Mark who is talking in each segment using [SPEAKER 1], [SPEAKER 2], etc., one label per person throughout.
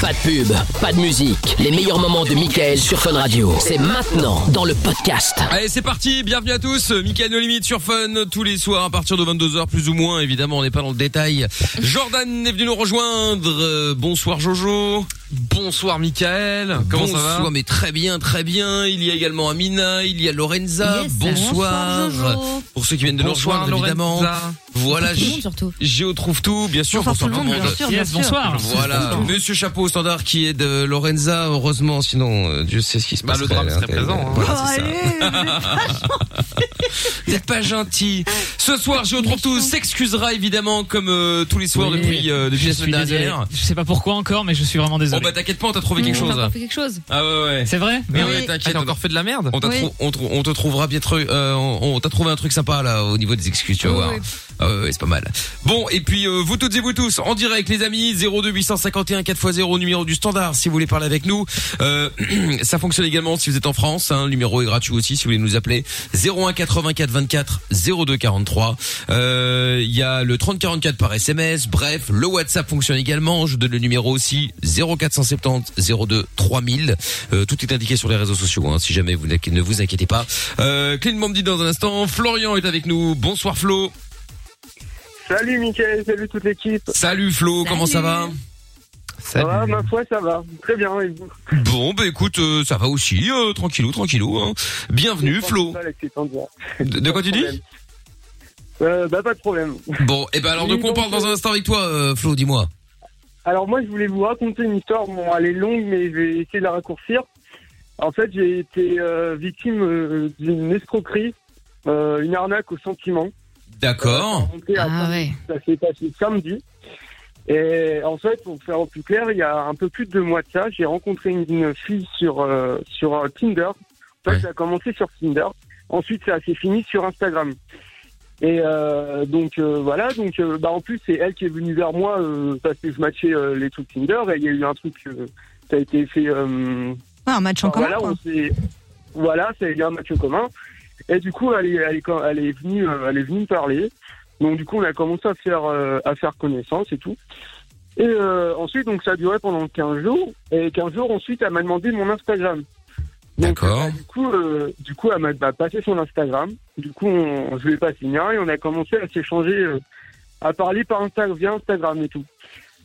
[SPEAKER 1] Pas de pub, pas de musique. Les meilleurs moments de Michael sur Fun Radio. C'est maintenant dans le podcast.
[SPEAKER 2] Allez, c'est parti, bienvenue à tous. Mickaël No Limite sur Fun, tous les soirs à partir de 22h plus ou moins, évidemment, on n'est pas dans le détail. Jordan est venu nous rejoindre. Euh, bonsoir Jojo. Bonsoir Mickaël. Comment
[SPEAKER 3] Bonsoir,
[SPEAKER 2] ça va mais très bien, très bien. Il y a également Amina, il y a Lorenza.
[SPEAKER 3] Yes.
[SPEAKER 2] bonsoir.
[SPEAKER 3] Bonsoir, Jojo.
[SPEAKER 2] Pour ceux qui viennent de
[SPEAKER 3] Bonsoir,
[SPEAKER 2] nous rejoindre,
[SPEAKER 3] Lorenza.
[SPEAKER 2] évidemment. Voilà,
[SPEAKER 3] Bonsoir tout le monde, surtout.
[SPEAKER 2] Géo trouve tout, bien sûr.
[SPEAKER 3] Bonsoir tout le monde, bien sûr, bien Yes, sûr. bonsoir.
[SPEAKER 2] Voilà,
[SPEAKER 3] Bonsoir.
[SPEAKER 2] Monsieur Chapeau au standard qui est de Lorenza, heureusement, sinon euh, Dieu sait ce qui se passe.
[SPEAKER 3] Bah, le drame serait présent, hein.
[SPEAKER 2] Vous n'êtes pas gentil. Ce soir, Géo trouve tout s'excusera évidemment comme euh, tous les soirs
[SPEAKER 4] Oui.
[SPEAKER 2] depuis euh, depuis
[SPEAKER 4] Je
[SPEAKER 2] la
[SPEAKER 4] suis
[SPEAKER 2] semaine
[SPEAKER 4] désolé.
[SPEAKER 2] dernière.
[SPEAKER 4] Je sais pas pourquoi encore, mais je suis vraiment
[SPEAKER 2] Bon
[SPEAKER 4] désolé.
[SPEAKER 2] bah t'inquiète pas, on t'a trouvé quelque
[SPEAKER 4] On t'a
[SPEAKER 2] chose.
[SPEAKER 4] trouvé
[SPEAKER 5] quelque chose.
[SPEAKER 2] Ah ouais ouais. C'est vrai
[SPEAKER 4] Mais
[SPEAKER 2] Mais
[SPEAKER 4] oui.
[SPEAKER 2] ouais,
[SPEAKER 4] Ah,
[SPEAKER 2] t'inquiète.
[SPEAKER 4] t'as
[SPEAKER 2] encore fait de la merde On t'a
[SPEAKER 4] Oui.
[SPEAKER 2] trou- on, trou- on te trouvera bien tru- euh, on, on t'a trouvé un truc sympa là au niveau des excuses, tu vas voir. Ah ouais, ouais, c'est pas mal. Bon, et puis euh, vous toutes et vous tous, en direct les amis, 02851 4x0, numéro du standard, si vous voulez parler avec nous. Euh, ça fonctionne également si vous êtes en France, hein, le numéro est gratuit aussi, si vous voulez nous appeler. 01 84 24 02 43. Euh, Il y a le 30 44 par SMS, bref, le WhatsApp fonctionne également, je vous donne le numéro aussi, 0470 02 3000. Euh, tout est indiqué sur les réseaux sociaux, hein, si jamais vous n'inqui- ne vous inquiétez pas. Euh, Clean Bomb dit dans un instant, Florian est avec nous, bonsoir Flo.
[SPEAKER 6] Salut Mickaël, salut toute l'équipe.
[SPEAKER 2] Salut Flo, comment ça va
[SPEAKER 6] Ça va, ma foi, ça va. Très bien. et vous
[SPEAKER 2] Bon, bah écoute, euh, ça va aussi, euh, tranquillou, tranquillou. hein. Bienvenue
[SPEAKER 6] Pas
[SPEAKER 2] Flo.
[SPEAKER 6] de mal avec ces temps de joie.
[SPEAKER 2] De, de quoi tu dis
[SPEAKER 6] Euh, Bah, pas de problème.
[SPEAKER 2] Bon, et ben alors de
[SPEAKER 6] Oui,
[SPEAKER 2] quoi on
[SPEAKER 6] donc,
[SPEAKER 2] parle dans
[SPEAKER 6] euh,
[SPEAKER 2] un instant avec toi, euh, Flo, dis-moi.
[SPEAKER 6] Alors, moi, je voulais vous raconter une histoire. Bon, elle est longue, mais je vais essayer de la raccourcir. En fait, j'ai été euh, victime euh, d'une escroquerie, euh, une arnaque au sentiment.
[SPEAKER 2] D'accord.
[SPEAKER 6] raconté à Paris. Ça s'est passé samedi. Et en fait, pour faire au plus clair, il y a un peu plus de deux mois de ça, j'ai rencontré une, une fille sur, euh, sur euh, Tinder. En fait, ça a commencé sur Tinder. Ensuite, ça s'est fini sur Instagram. Et euh, donc euh, voilà, donc euh, bah, en plus c'est elle qui est venue vers moi euh, parce que je matchais euh, les trucs Tinder et il y a eu un truc, euh, ça a été fait euh,
[SPEAKER 7] Ah, un match en commun.
[SPEAKER 6] voilà,
[SPEAKER 7] quoi.
[SPEAKER 6] on s'est- voilà, c'est un match en commun. Et du coup, elle est, elle est, quand- elle est venue, euh, elle est venue me parler. Donc du coup, on a commencé à faire, euh, à faire connaissance et tout. Et euh, ensuite, donc ça a duré pendant 15 jours. Et 15 jours ensuite, elle m'a demandé mon Instagram.
[SPEAKER 2] D'accord.
[SPEAKER 6] Du coup, euh, du coup, elle m'a bah, passé son Instagram. Du coup, on, je lui ai passé le mien et on a commencé à s'échanger, euh, à parler par Insta, via Instagram et tout.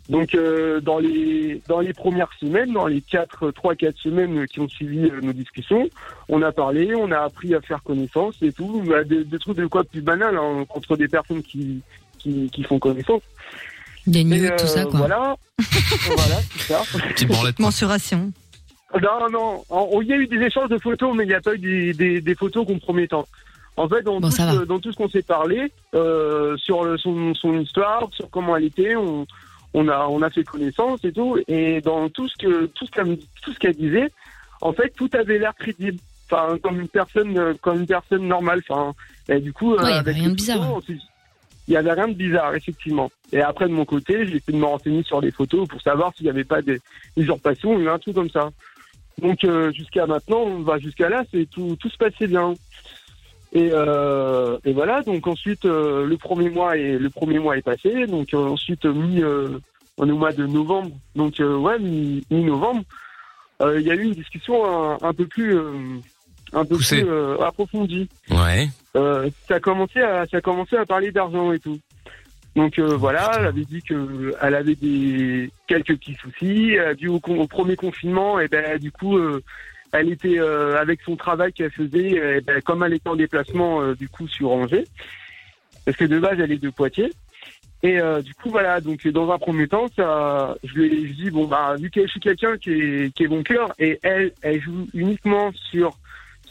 [SPEAKER 6] Donc, euh, dans les dans les premières semaines, dans les quatre, trois, quatre semaines qui ont suivi euh, nos discussions, on a parlé, on a appris à faire connaissance et tout, bah, des, des trucs de quoi de plus banal hein, entre des personnes qui qui, qui font connaissance.
[SPEAKER 7] Des
[SPEAKER 6] Et, euh,
[SPEAKER 7] nudes, tout ça, quoi.
[SPEAKER 6] Voilà, voilà, tout ça.
[SPEAKER 7] Mensuration.
[SPEAKER 6] Non, non. En- oh, Il y a eu des échanges de photos, mais il n'y a pas eu des, des, des photos compromettantes. En fait, dans, tout, ce- dans tout ce qu'on s'est parlé, euh, sur le- son, son histoire, sur comment elle était, on, on, a, on a fait connaissance et tout. Et dans tout ce que tout ce qu'elle me- tout ce qu'elle disait, en fait, tout avait l'air crédible. Enfin, comme une personne, euh, comme une personne normale. Enfin, et du coup,
[SPEAKER 8] Ouais, il y avait
[SPEAKER 6] avec
[SPEAKER 8] rien de
[SPEAKER 6] les
[SPEAKER 8] bizarre.
[SPEAKER 6] photos, on s'est- il y avait rien de bizarre, effectivement. Et après, de mon côté, j'ai essayé de me renseigner sur les photos pour savoir s'il n'y avait pas des usurpations ou un truc comme ça. Donc, euh, jusqu'à maintenant, on va jusqu'à là, c'est tout, tout se passait bien. Et, euh, et voilà, donc ensuite, euh, le, premier mois est, le premier mois est passé. Donc, euh, ensuite, mi, euh, on est au mois de novembre. Donc, euh, ouais, mi- mi-novembre, euh, il y a eu une discussion un, un peu plus, euh, un peu
[SPEAKER 2] Poussée.
[SPEAKER 6] plus euh, approfondie.
[SPEAKER 2] Ouais.
[SPEAKER 6] Euh, ça a commencé à ça a commencé à parler d'argent et tout. Donc euh, voilà, elle avait dit que elle avait des quelques petits soucis euh, dû au, con- au premier confinement et ben du coup euh, elle était euh, avec son travail qu'elle faisait et ben, comme elle était en déplacement euh, du coup sur Angers parce que de base elle est de Poitiers et euh, du coup voilà donc dans un premier temps ça je lui ai je dis bon bah vu que je suis quelqu'un qui est qui est bon cœur et elle elle joue uniquement sur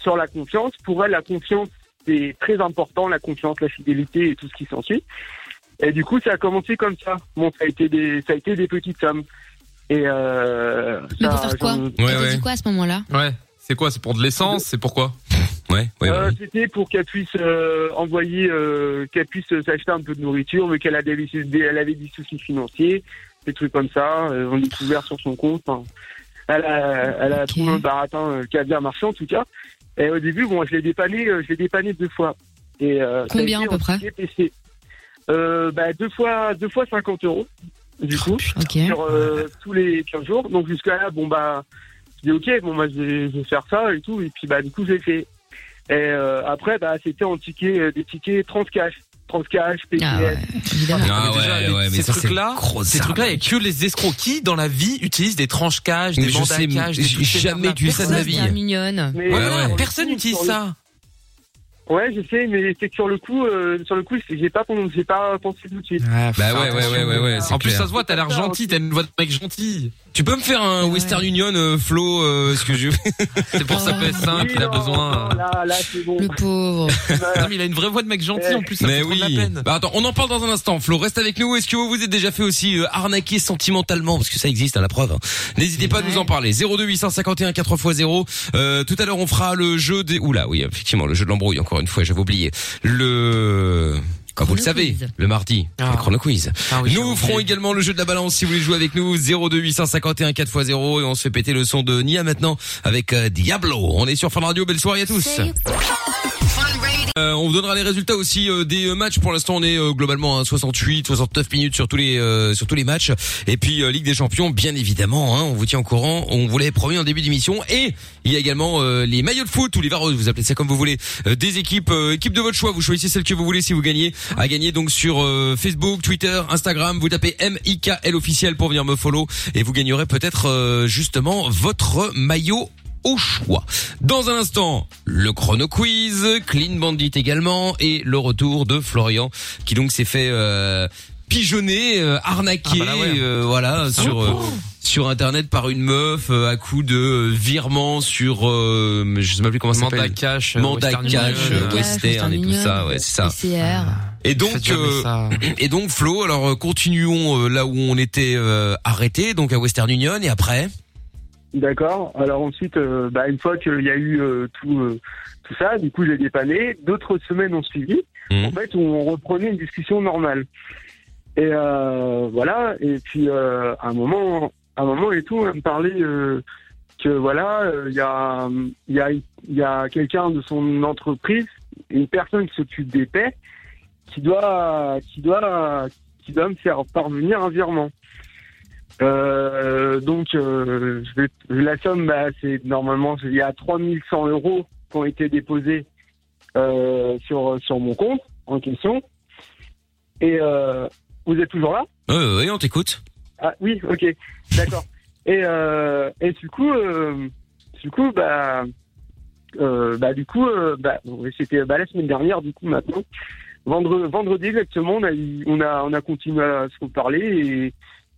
[SPEAKER 6] sur la confiance pour elle la confiance c'est très important la confiance la fidélité et tout ce qui s'ensuit et du coup ça a commencé comme ça bon ça a été des ça a été des petites sommes et euh,
[SPEAKER 5] Mais pour
[SPEAKER 6] ça,
[SPEAKER 5] faire quoi
[SPEAKER 6] j'en-
[SPEAKER 5] T'as dit quoi à ce moment-là
[SPEAKER 3] Ouais. C'est quoi C'est pour de l'essence C'est pourquoi
[SPEAKER 2] Ouais,
[SPEAKER 6] Euh, C'était pour qu'elle puisse euh, envoyer, euh, qu'elle puisse euh, s'acheter un peu de nourriture, vu qu'elle a des- des- elle avait des soucis financiers, des trucs comme ça. euh, on est couvert sur son compte. hein. Elle a, elle a trouvé un baratin euh, qui a bien marché en tout cas. Et au début, bon, je l'ai dépanné, euh, je l'ai dépanné deux fois. Et, euh, ça a
[SPEAKER 5] Combien,
[SPEAKER 6] été
[SPEAKER 5] à peu
[SPEAKER 6] en
[SPEAKER 5] près
[SPEAKER 6] TPC. euh, bah, deux fois, deux fois 50 euros. du coup, sur euh, tous les 15 jours. Donc jusqu'à là, bon bah, je dis ok, bon bah, je vais, je vais faire ça et tout. Et puis bah, du coup, j'ai fait. Et euh, après, bah, c'était en ticket, euh, des tickets transcash, transcash, PPS.
[SPEAKER 2] Ah
[SPEAKER 3] Mais déjà,
[SPEAKER 2] ouais,
[SPEAKER 3] les-
[SPEAKER 2] ouais, mais
[SPEAKER 3] ces
[SPEAKER 2] ça, c'est
[SPEAKER 3] trucs-là,
[SPEAKER 2] gros
[SPEAKER 3] ces
[SPEAKER 2] ça,
[SPEAKER 3] trucs-là, il y a
[SPEAKER 2] mec.
[SPEAKER 3] que les escrocs qui, dans la vie, utilisent des tranches cages,
[SPEAKER 2] Mais
[SPEAKER 3] des
[SPEAKER 2] je sais,
[SPEAKER 3] bandages cages.
[SPEAKER 2] j'ai jamais utilisé ça de ma vie.
[SPEAKER 5] C'est mignonne.
[SPEAKER 6] Mais,
[SPEAKER 2] Ouais,
[SPEAKER 6] euh,
[SPEAKER 2] ouais.
[SPEAKER 6] sur le
[SPEAKER 3] Ah Personne
[SPEAKER 6] coup,
[SPEAKER 3] n'utilise
[SPEAKER 6] sur le-
[SPEAKER 3] ça.
[SPEAKER 6] Ouais, je sais, mais c'est que sur le coup, euh, sur le coup, c'est- j'ai pas, pen- j'ai pas pensé tout de suite.
[SPEAKER 2] Bah ouais, ouais, ouais, ouais, ouais, c'est
[SPEAKER 3] En plus,
[SPEAKER 2] clair.
[SPEAKER 3] ça se voit, t'as l'air gentil, t'as une voix de mec gentil.
[SPEAKER 2] Tu peux me faire un Western Union euh, Flow, euh, ce que je.
[SPEAKER 3] C'est pour ça PS5,
[SPEAKER 6] Oui,
[SPEAKER 3] il a
[SPEAKER 6] non,
[SPEAKER 3] besoin. euh.
[SPEAKER 6] non, Ah Là, là, c'est bon.
[SPEAKER 5] Le pauvre.
[SPEAKER 3] Ah, Non, mais il a une vraie voix de mec gentil, en plus, ça fait
[SPEAKER 2] Mais
[SPEAKER 3] trop de la
[SPEAKER 2] oui.
[SPEAKER 3] peine.
[SPEAKER 2] Bah attends, on en parle dans un instant. Flo, reste avec nous. Est-ce que vous vous êtes déjà fait aussi euh, arnaquer sentimentalement parce que ça existe à la preuve. hein. N'hésitez pas à nous en parler. 02851 4x0. Euh, tout à l'heure, on fera le jeu des Oula, oui, effectivement, le jeu de l'embrouille encore une fois, j'avais oublié. Le comme vous le
[SPEAKER 5] Chrono
[SPEAKER 2] savez,
[SPEAKER 5] quiz.
[SPEAKER 2] le mardi,
[SPEAKER 3] Ah.
[SPEAKER 2] le chrono quiz.
[SPEAKER 3] Ah oui,
[SPEAKER 2] nous
[SPEAKER 3] j'avoue.
[SPEAKER 2] ferons également le jeu de la balance si vous voulez jouer avec nous 02851 4x0 et on se fait péter le son de Nia maintenant avec euh, Diablo. On est sur Fun Radio, belle soirée à tous. Euh, on vous donnera les résultats aussi euh, des euh, matchs. Pour l'instant, on est euh, globalement à 68, 69 minutes sur tous les euh, sur tous les matchs. Et puis euh, Ligue des Champions, bien évidemment. hein, on vous tient au courant. On vous l'avait promis en début d'émission. Et il y a également euh, les maillots de foot ou les varos, vous appelez ça comme vous voulez, euh, des équipes, euh, équipes de votre choix. Vous choisissez celle que vous voulez si vous gagnez. À gagner donc sur euh, Facebook, Twitter, Instagram. Vous tapez MIKL officiel pour venir me follow et vous gagnerez peut-être euh, justement votre maillot au choix. Dans un instant, le chrono quiz, Clean Bandit également et le retour de Florian qui donc s'est fait euh, pigeonner, euh, arnaquer,
[SPEAKER 3] Ah bah là, ouais. oh.
[SPEAKER 2] euh, voilà sur euh, sur internet par une meuf euh, à coup de euh, virement sur euh, je sais même plus comment ça
[SPEAKER 3] Manda
[SPEAKER 2] s'appelle.
[SPEAKER 3] cash, euh,
[SPEAKER 2] Manda
[SPEAKER 3] Western
[SPEAKER 2] cash,
[SPEAKER 3] Union,
[SPEAKER 2] euh,
[SPEAKER 3] euh,
[SPEAKER 2] Western et tout ça, ouais, c'est ça.
[SPEAKER 5] PCR.
[SPEAKER 2] Et donc
[SPEAKER 3] faites jamais
[SPEAKER 2] euh,
[SPEAKER 3] ça.
[SPEAKER 2] et donc Flo, alors euh, continuons euh, là où on était euh, arrêté donc à Western Union et après
[SPEAKER 6] D'accord. Alors ensuite, euh, bah, une fois qu'il y a eu euh, tout, euh, tout ça, du coup, j'ai dépanné. D'autres semaines ont suivi.
[SPEAKER 2] Mhm.
[SPEAKER 6] En fait, on reprenait une discussion normale. Et euh, voilà. Et puis, euh, à un moment, à un moment et tout, elle me parlait euh, que voilà, euh, il y a, hum, il y a, il y a quelqu'un de son entreprise, une personne qui s'occupe des paix, qui doit, qui doit, qui doit me faire parvenir un virement. Euh, donc, euh, je vais- la somme, bah, c'est normalement, il y a 3100 euros qui ont été déposés euh, sur, sur mon compte en question. Et euh, vous êtes toujours là
[SPEAKER 2] euh, et on t'écoute.
[SPEAKER 6] ah oui, ok, d'accord. et, euh, et du coup, euh, du coup, bah, euh, bah, du coup, euh, bah, oui, c'était bah, la semaine dernière, du coup, maintenant. Vendre, vendredi exactement, on a, eu- on a, on a continué à se reparler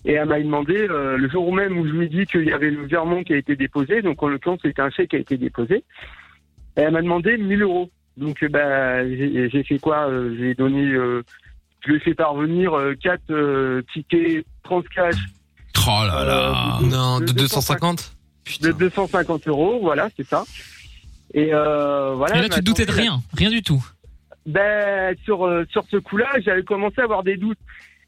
[SPEAKER 6] et, et elle m'a demandé euh, le jour même où je lui ai dit qu'il y avait le virement qui a été déposé, donc en l'occurrence c'était un chèque qui a été déposé, et elle m'a demandé 1000 euros. Donc euh, bah, j'ai j'ai fait quoi Euh, J'ai donné, euh, je lui ai fait parvenir 4 tickets transcash
[SPEAKER 2] Oh là là.
[SPEAKER 6] Euh,
[SPEAKER 3] Non, de
[SPEAKER 6] de
[SPEAKER 3] 250
[SPEAKER 6] de 250 euros, voilà, c'est ça. Et euh, voilà.
[SPEAKER 4] Et là,
[SPEAKER 6] je
[SPEAKER 4] tu te doutais de
[SPEAKER 6] m'attendais-
[SPEAKER 4] rien, rien du tout.
[SPEAKER 6] Ben sur euh, sur ce coup-là, j'avais commencé à avoir des doutes.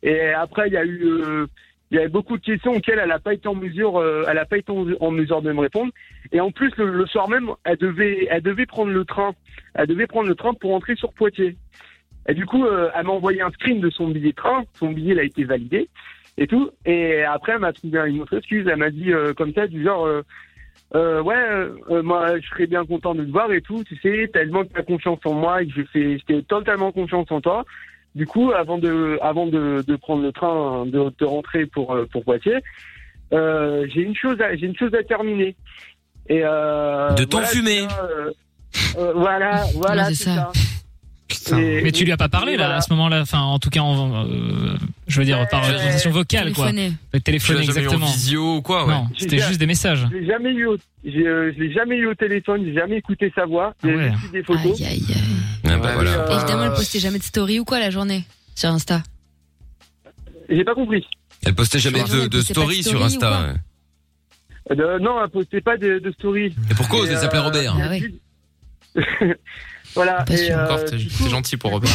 [SPEAKER 6] Et après, il y a eu euh, il y avait beaucoup de questions auxquelles elle n'a pas été en mesure, euh, elle a pas été en, en mesure de me répondre. Et en plus, le, le soir même, elle devait elle devait prendre le train, elle devait prendre le train pour entrer sur Poitiers. Et du coup, euh, elle m'a envoyé un screen de son billet de train. Son billet il a été validé et tout. Et après, elle m'a trouvé une autre excuse. Elle m'a dit euh, comme ça, du genre. euh, euh, ouais, euh, euh, moi je serais bien content de te voir et tout, tu sais, tellement que t'as confiance en moi et que je fais, j'étais totalement confiance en toi. Du coup, avant de, avant de, de prendre le train, de, de rentrer pour euh, pour Poitiers, euh, j'ai une chose, à- j'ai une chose à terminer. Et euh,
[SPEAKER 2] De t'enfumer.
[SPEAKER 6] tu vois, euh, euh, voilà, voilà,
[SPEAKER 5] c'est
[SPEAKER 6] c'est
[SPEAKER 5] ça.
[SPEAKER 6] ça.
[SPEAKER 3] Putain.
[SPEAKER 6] Et-
[SPEAKER 4] Mais tu lui as pas parlé là
[SPEAKER 6] Voilà.
[SPEAKER 4] à ce moment-là. Enfin, en tout cas, en, euh, je veux dire par
[SPEAKER 6] Ouais.
[SPEAKER 4] conversation vocale, quoi.
[SPEAKER 5] Téléphoner.
[SPEAKER 3] Tu
[SPEAKER 4] Téléphone
[SPEAKER 3] l'as jamais eu en
[SPEAKER 4] exactement.
[SPEAKER 3] visio ou quoi, ouais.
[SPEAKER 4] Non, c'était
[SPEAKER 6] J'ai-
[SPEAKER 4] juste des messages.
[SPEAKER 6] Je l'ai jamais eu, au, j'ai, euh, je l'ai jamais eu au téléphone, j'ai jamais écouté sa voix,
[SPEAKER 4] Ah
[SPEAKER 6] j'ai
[SPEAKER 4] ouais.
[SPEAKER 6] juste des photos.
[SPEAKER 5] Aïe, aïe, aïe.
[SPEAKER 2] Ah bah
[SPEAKER 3] Ouais, Mmh.
[SPEAKER 2] voilà.
[SPEAKER 6] Euh,
[SPEAKER 5] Évidemment, elle postait jamais de story ou quoi la journée sur Insta.
[SPEAKER 6] J'ai pas compris.
[SPEAKER 2] Elle postait jamais
[SPEAKER 5] Sur Insta,
[SPEAKER 2] de,
[SPEAKER 5] elle
[SPEAKER 2] de
[SPEAKER 5] postait pas de
[SPEAKER 2] story sur
[SPEAKER 5] story ou
[SPEAKER 2] Insta.
[SPEAKER 5] quoi
[SPEAKER 2] ouais.
[SPEAKER 6] Euh, non, elle postait pas de, de story.
[SPEAKER 2] Et pour cause,
[SPEAKER 6] Et,
[SPEAKER 2] elle s'appelait
[SPEAKER 6] euh,
[SPEAKER 2] Robert. hein
[SPEAKER 5] Ah ouais.
[SPEAKER 6] voilà.
[SPEAKER 5] Pas
[SPEAKER 6] et,
[SPEAKER 5] sûr.
[SPEAKER 6] euh,
[SPEAKER 3] Encore, t'es
[SPEAKER 6] du
[SPEAKER 3] t'es
[SPEAKER 6] coup,
[SPEAKER 3] gentil pour Robert.